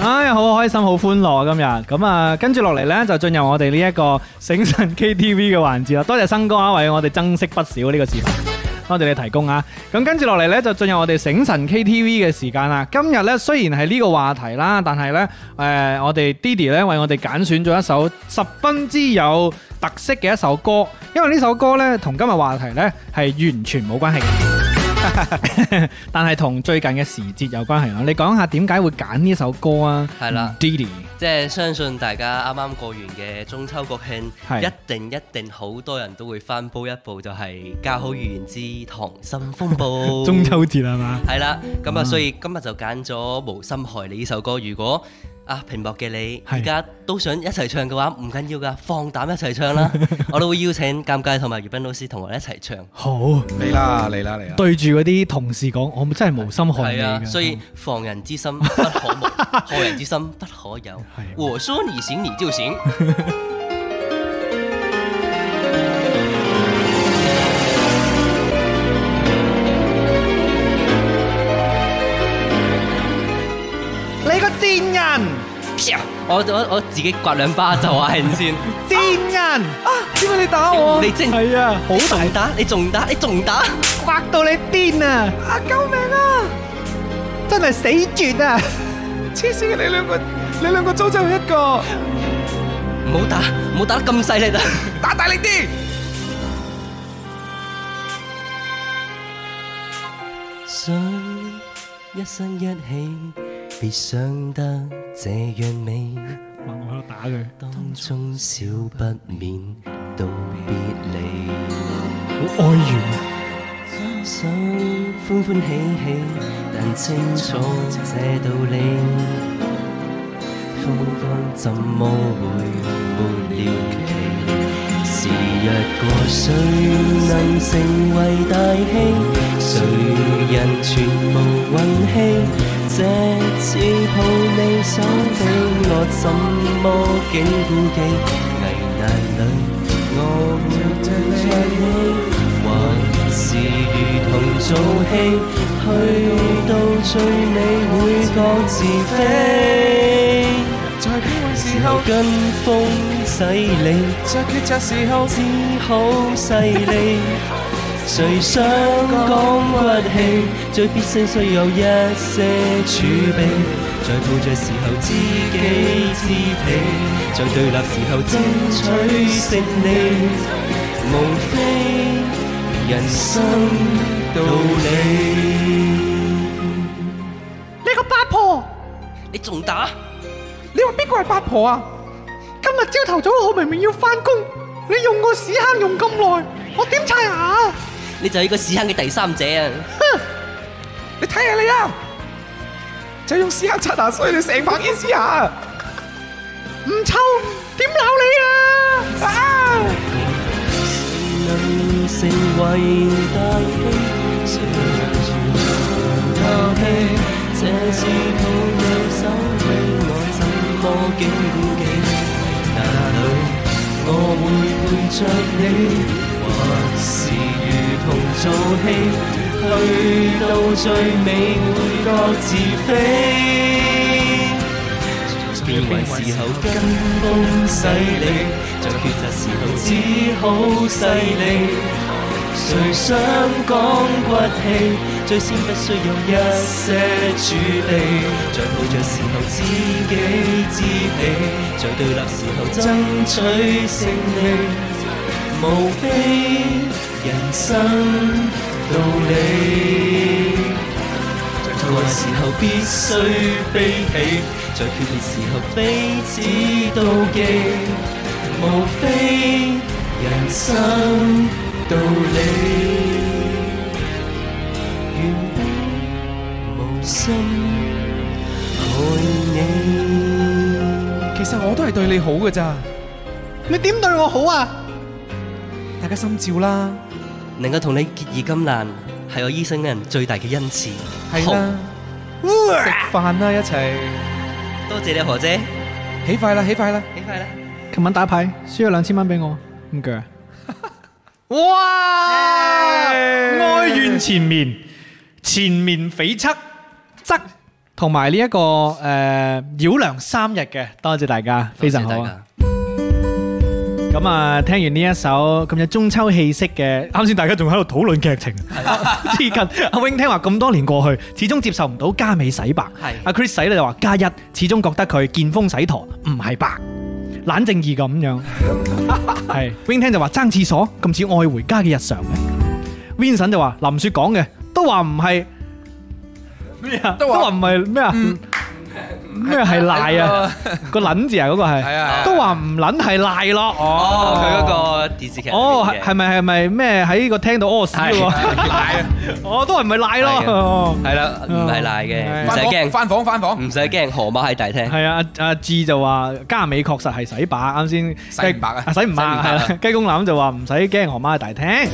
哎呀，好開心，好歡樂啊！今日咁啊，跟住落嚟呢，就進入我哋呢一個醒神 KTV 嘅環節啦。多謝生哥啊，為我哋增色不少呢個視頻，多謝你提供啊！咁跟住落嚟呢，就進入我哋醒神 KTV 嘅時間啦。今日呢，雖然係呢個話題啦，但係呢，誒、我哋 Didi 呢，為我哋揀選咗一首十分之有特色嘅一首歌，因為呢首歌呢，同今日話題呢，係完全冇關係嘅。但係同最近嘅時節有關係啊啦。你講下點解會揀呢首歌啊？
係啦
，Didi
即係相信大家啱啱過完嘅中秋國慶，
係
一定一定好多人都會翻煲一部就係《家好月圓之溏心風暴》。
中秋嗯節係嘛？
係啦，咁啊，所以今日就揀咗《無心害你》呢首歌。如果啊屏幕嘅你
係
而家都想一齊唱嘅話，唔緊要噶，放膽一齊 唱啦！我都會邀請尷尬同埋余斌老師同我哋一齊唱。
好，
嚟啦嚟啦嚟啦！
對住嗰啲同事講，我真係無心害你
係啊，
㗎嗯
所以防人之心不 可無，害人之心不可有。我說你行，你就行。
你個賤人，
啪我我我自己刮兩巴就話人先，
賤人，
啊點解你打我？
你真
係啊，好
你仲 打，你仲打，你仲打，
刮到你癲啊！
啊！救命啊！
真係死絕啊！
黐線嘅你兩個，你兩個組就一個，
唔好打，唔好打得咁犀利啦！
打大力啲！
想一生一起，別想得這樣美，
我喺度打佢，
當中少不免道別離。
好哀怨。
想啊歡歡喜喜，但清楚這道理。風光怎麼會沒了期？時日
过谁能成为大器？谁人全部运气？这次抱你手臂，我怎么竟顾忌？危难里我会在你，还是如同做戏，去到最尾会各自飞。時候跟風洗你，在抉擇時候只好細膩。誰想講骨氣，最必須需有一些儲備。在抱着時候知己知彼，在對立時候爭取勝利。無非人生道理。
你個八婆，
你仲打？
你話邊個係八婆啊？今日朝頭早我明明要翻工，你用個屎坑用咁耐，我點刷牙啊？
你就係個屎坑嘅第三者啊！
你睇下你啊，就用屎坑刷牙，所以你成棚煙屎牙，唔臭點鬧你啊？啊！
能成為大器，誰人全部拋棄？這是抱有手臂，我怎麼竟顧忌？哪裏我會陪着你，還是如同做戲，去到最尾會各自飛。變為時候跟風洗你，在抉擇時候只好細膩。誰想講骨氣，最先不需有一些儲備。在抱着時候知己知彼，在對立時候爭取勝利。無非人生道理。在錯愛時候必須悲喜，在決裂時候彼此妒忌，無非人生道理，完美無心愛你。
其實我都係對你好嘅咋，你點對我好啊？大家心照啦，
能夠同你結義金難，係我醫生人最大嘅恩賜。
係
好
啦，食飯啦一齊，
多謝你何姐，
起快啦，起快啦！
你快啦！
琴晚打牌輸咗兩千蚊俾我，唔 鋸。哇！哀怨前面，前面匪側側，同埋呢一個誒繞梁三日嘅，多謝大家，非常好
多謝大
啊！
家
咁啊，聽完呢一首咁有中秋氣息嘅，啱先大家仲喺度討論劇情，黐近阿 wing 聽話咁多年過去，始終接受唔到加美洗白
係，
阿 Chris 洗咧就話加一，始終覺得佢見風使舵，唔係白，懶正義咁 樣，係 wing 聽就話爭廁所，咁似愛回家嘅日常嘅，Vincent 就話林雪講嘅，都話唔係咩啊，都話唔係咩啊，咩係賴啊，個撚字啊嗰個係。
啊
都話唔撚係賴咯。
哦，佢嗰
哦，
個電視劇
佢
入
哦，係
面嘅
係咪係咪咩喺個廳度屙屎喎？
賴啊，
哦，都係唔係賴
係嘅
咯？
係啦，唔係賴嘅，唔
翻
使
房
驚，
翻房翻房，
唔使驚，河馬喺大廳。
係啊，阿阿志就話加美確實係洗白，啱先
洗唔白
洗唔白
啊
係
洗唔白
啦。雞公欖就話唔使驚河馬喺大廳。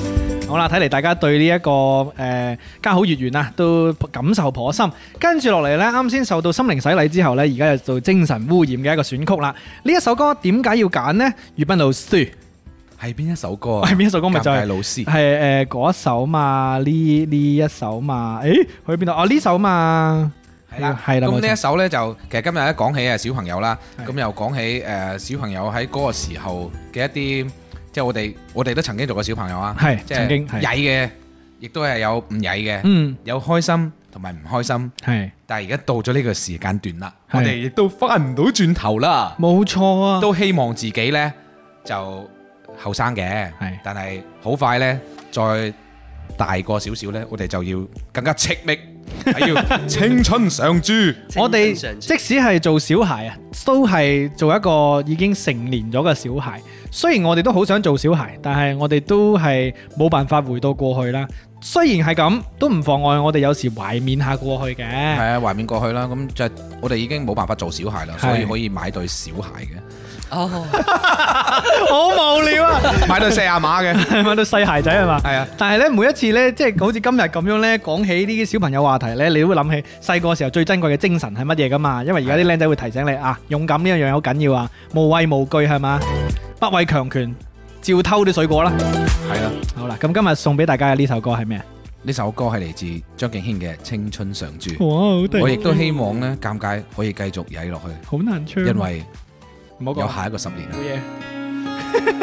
好啦，睇嚟大家對呢、一個誒、呃家好月圓啊，都感受頗深。跟住落嚟呢，啱先受到心靈洗禮之後呢，而家就到精神污染嘅一個選曲啦。呢一首歌點解要揀呢？宇斌老師。
係邊一首歌啊？
係邊一首歌咪就係
尷尬老師
系诶嗰首嘛，呢呢一首嘛，诶去邊度？哦呢首嘛，
係啦，
係啦，
咁
冇
呢一
錯
首咧就其實今日咧講起啊小朋友啦，
係
咁又講起誒小朋友喺嗰個時候嘅一啲，即係我哋我哋都曾經做過小朋友啊，
係
即
曾
係
經係
曳嘅，亦都係有唔曳嘅，
嗯
有開心同埋唔開心。
係
但係而家到咗呢個時間段啦，
係
我哋亦都翻唔到轉頭啦，
冇錯啊，
都希望自己呢就後生嘅
係，
但係好快呢，再大個少少呢，我哋就要更加赤覓，係要青春常駐。
我哋
青春常駐
即使係做小孩啊，都係做一個已經成年咗嘅小孩。雖然我哋都好想做小孩，但係我哋都係冇辦法回到過去啦。雖然係咁，都唔妨礙我哋有時懷緬下過去
係啊
嘅。
啊，懷緬過去啦，咁就係我哋已經冇辦法做小孩啦，
係
所以可以買對小孩嘅。
哦，
好無聊啊！
買對四廿碼嘅，
係啊咪到細鞋仔係嘛？
係啊。
但係咧，每一次咧，即係好似今日咁樣咧，講起呢啲小朋友話題咧，你都會諗起細個時候最珍貴嘅精神係乜嘢噶嘛？因為而家啲僆仔會提醒你啊，勇敢呢樣嘢好緊要啊，無畏無懼係嘛，不畏強權，照偷啲水果啦。
係啦，
好啦，咁今日送俾大家嘅呢首歌係咩啊？
呢首歌係嚟自張敬軒嘅《青春常駐》，
哇，好
我亦都希望呢，尷尬可以繼續曳落去，
好難唱
因為
嗯唔好
有
講
下一個十年。
冇嘢。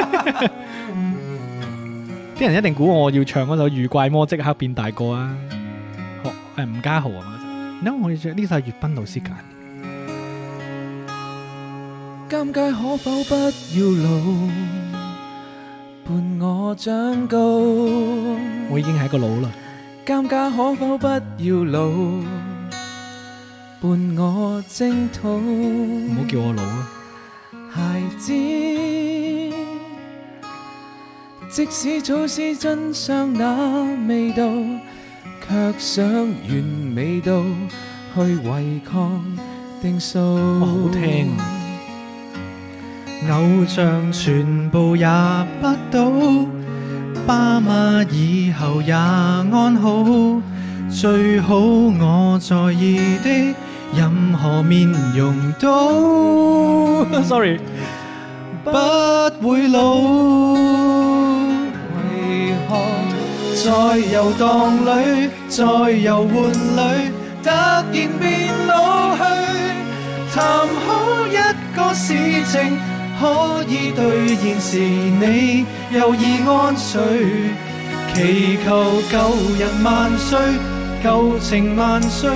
啲人一定估我要唱嗰首《遇怪魔即刻變大個》啊，學誒吳家豪啊嘛。no，我要唱呢首係粵斌老師揀。
尷尬可否不要老，伴我長高？
我已經係一個佬啦。
尷尬可否不要老，伴我征討？
唔好叫我老啊！
孩子，即使早知真相那味道，卻想完美到去違抗定數。
哇好聽啊偶像全部也不到，爸媽以後也安好，最好我在意的任何面容都 ，sorry，不會老。為何在遊蕩裏，在遊玩裏，突然變老去？談好一個事情，可以兌現時，你又已安睡。祈求舊人萬歲，舊情萬歲，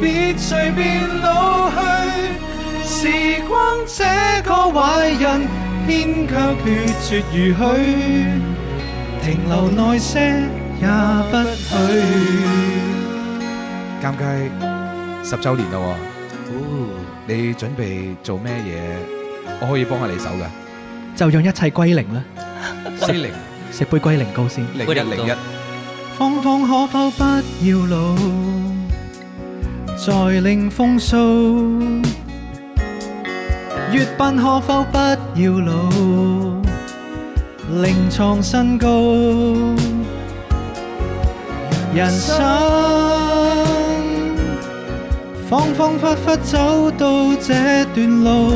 別隨便老去。時光這個壞人，偏卻決絕如許，停留耐些也不許。
尷尬十週年啦喎，你準備做咩嘢？我可以幫下你手 㗎。
就讓一切歸零啦，
四零
食杯歸零糕先。
零
喂
一
你唔
零一
到，
芳芳可否不要老，再領風騷？月鬢可否不要老，另創新高？人生恍恍惚惚走到這段路，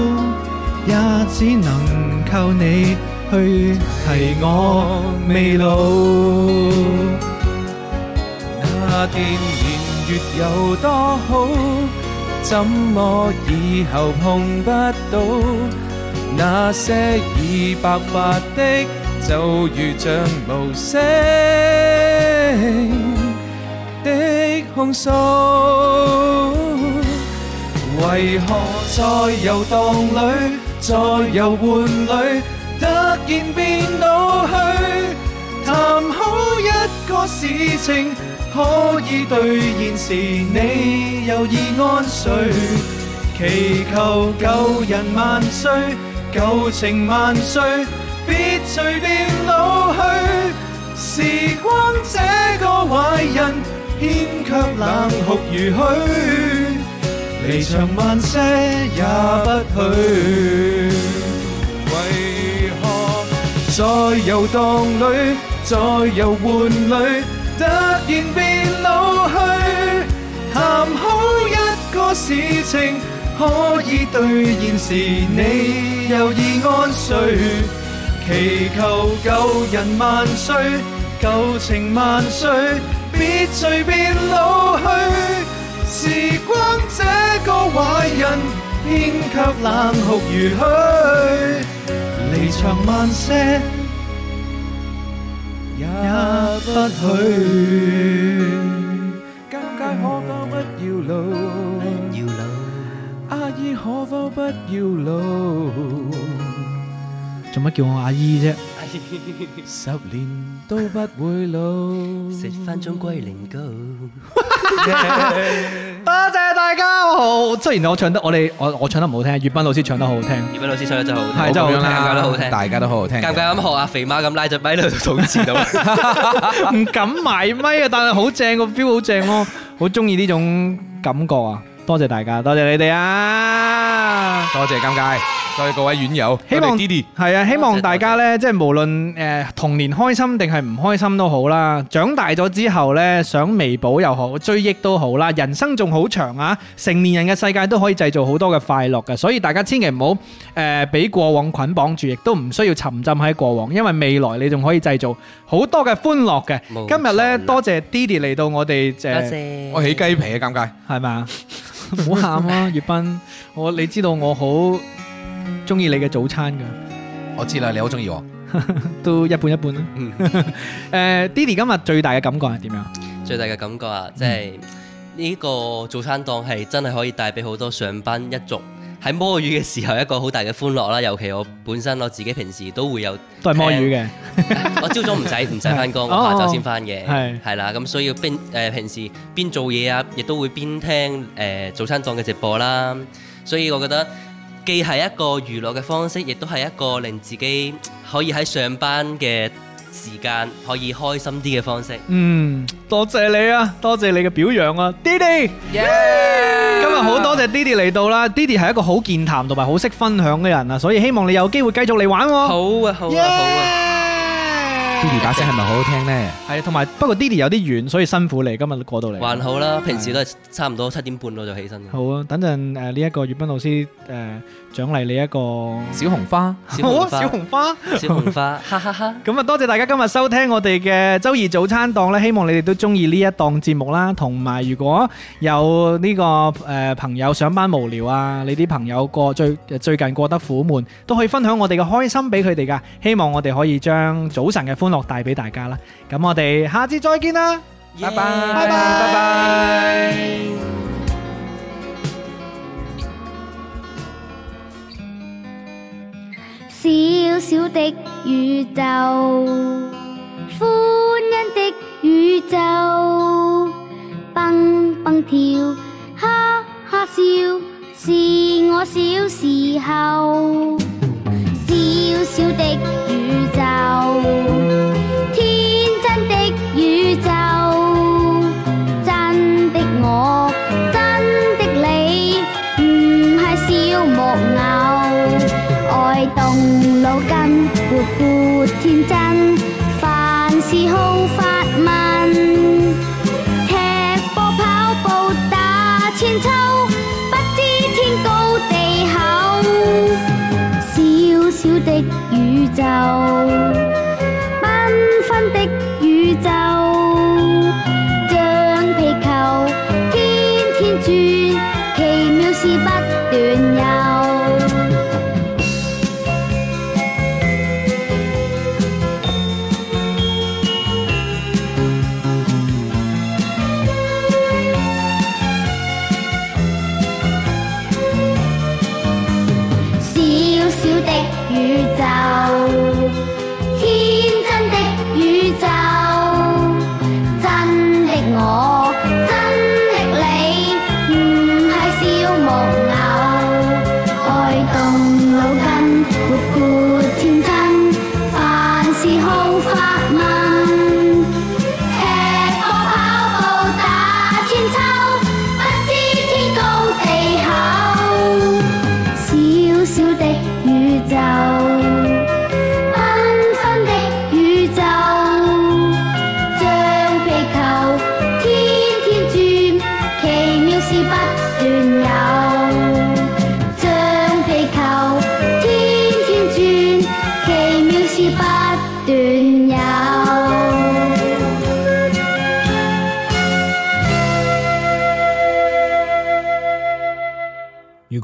也只能靠你去提我未老。
那天年月有多好，怎麼以後碰不到？那些已白髮的，就如像無聲的控訴。為何在遊蕩裏，在遊玩裏，突然變老去？談好一個事情，可以兌現時，你又已安睡。祈求舊人萬歲，舊情萬歲，別隨便老去。時光這個壞人，偏卻冷酷如許，離場慢些也不許。為何？在遊蕩裏，在遊玩裏，突然變老去。談好一個事情，可以兌現時，你又已安睡。祈求舊人萬歲，舊情萬歲，別隨便老去。時光這個壞人，偏卻冷酷如許。離場慢些，也不許。尷尬可否不要老？
要啦。
阿姨可否不要老？
做乜叫我阿姨啫？
十年都不會老。
食翻盅龜苓膏，
多謝大家好。雖然我唱得我哋我我唱得唔好聽，粵斌老師唱得好好聽。
葉斌老師唱得真係好
係
聽，
真係好聽啊
尷尬得好聽，
大家都好好聽嘅。
尷尬咁學阿啊肥媽咁拉隻咪喺度捅字度，
唔敢埋咪啊，但係好正個 feel，好正咯，好中意呢種感覺啊！多謝大家，多謝你哋啊！
多謝尷尬，多謝各位院友，
希望
啲啲
係啊，希望大家咧，即係無論誒童年開心定係唔開心都好啦，長大咗之後咧，想彌補又好，追憶都好啦，人生仲好長啊！成年人嘅世界都可以製造好多嘅快樂嘅，所以大家千祈唔好誒俾過往捆綁住，亦都唔需要沉浸喺過往，因為未來你仲可以製造好多嘅歡樂嘅。
冇
今日咧，
錯啦
多謝 Didi 嚟到我哋 誒。
謝
我起雞皮啊，尷尬。
系咪 啊？唔好喊啊，月斌，我你知道我好中意你嘅早餐噶，
我知啦，你好中意我。
都一半一半啦。
嗯
诶 d i d y 今日最大嘅感覺係點樣？
最大嘅感覺啊，即係
嗯
呢個早餐檔係真係可以帶俾好多上班一族喺摸魚嘅時候一個好大嘅歡樂啦。尤其我本身我自己平時都會有，
都係摸魚嘅，
我朝早唔使 唔使翻工，
哦
我下晝先翻嘅，
係
係啦。咁所以邊誒、呃平時邊做嘢啊，亦都會邊聽誒、早餐檔嘅直播啦。所以我覺得既係一個娛樂嘅方式，亦都係一個令自己可以喺上班嘅時間可以開心啲嘅方式。
嗯，多謝你啊，多謝你嘅表揚啊 d i d y 今日好多謝 d i d y 嚟到啦 d i d y 係一個好健談同埋好識分享嘅人啊，所以希望你有機會繼續嚟玩喎。
好啊，好啊，好啊。
d i 打聲係咪好好聽咧？
係啊，同埋不過 d i d y 有啲遠，所以辛苦你今日過到嚟。
還好啦，平時都係差唔多七點半我就起身嘅。
好啊，等陣誒呢一個月斌老師誒獎勵你一個。
小紅花，
小
好啊，
紅花，
小紅花。
小紅花，哈哈哈！
咁啊，多謝大家今日收聽我哋嘅周二早餐檔咧，希望你哋都中意呢一檔節目啦。同埋，如果有呢、個誒、呃朋友上班無聊啊，你啲朋友過最最近過得苦悶，都可以分享我哋嘅開心俾佢哋噶。希望我哋可以將早晨嘅歡樂帶俾大家啦。咁我哋下次再見啦，
拜拜，
拜拜，拜拜。
小小的宇宙，歡欣的宇宙，蹦蹦跳，哈哈笑，是我小時候。小小的宇宙，天真的宇宙，真的我，真的你，唔係小木偶。愛動腦筋，活潑天真，凡事好發問，踢波跑步打千秋，不知天高地厚，小小的宇宙，繽紛的宇宙，橡皮球天天轉，奇妙事不斷有。小小的宇宙，天真的宇宙，真的我，真的你，唔係小木偶，愛動腦筋，活潑天真，凡事好發問。踢波跑步打千秋，不知天高地厚。小小的宇宙，繽紛的宇宙，橡皮球天天轉，奇妙事不斷有。橡皮球天天轉，奇妙事不斷有。
如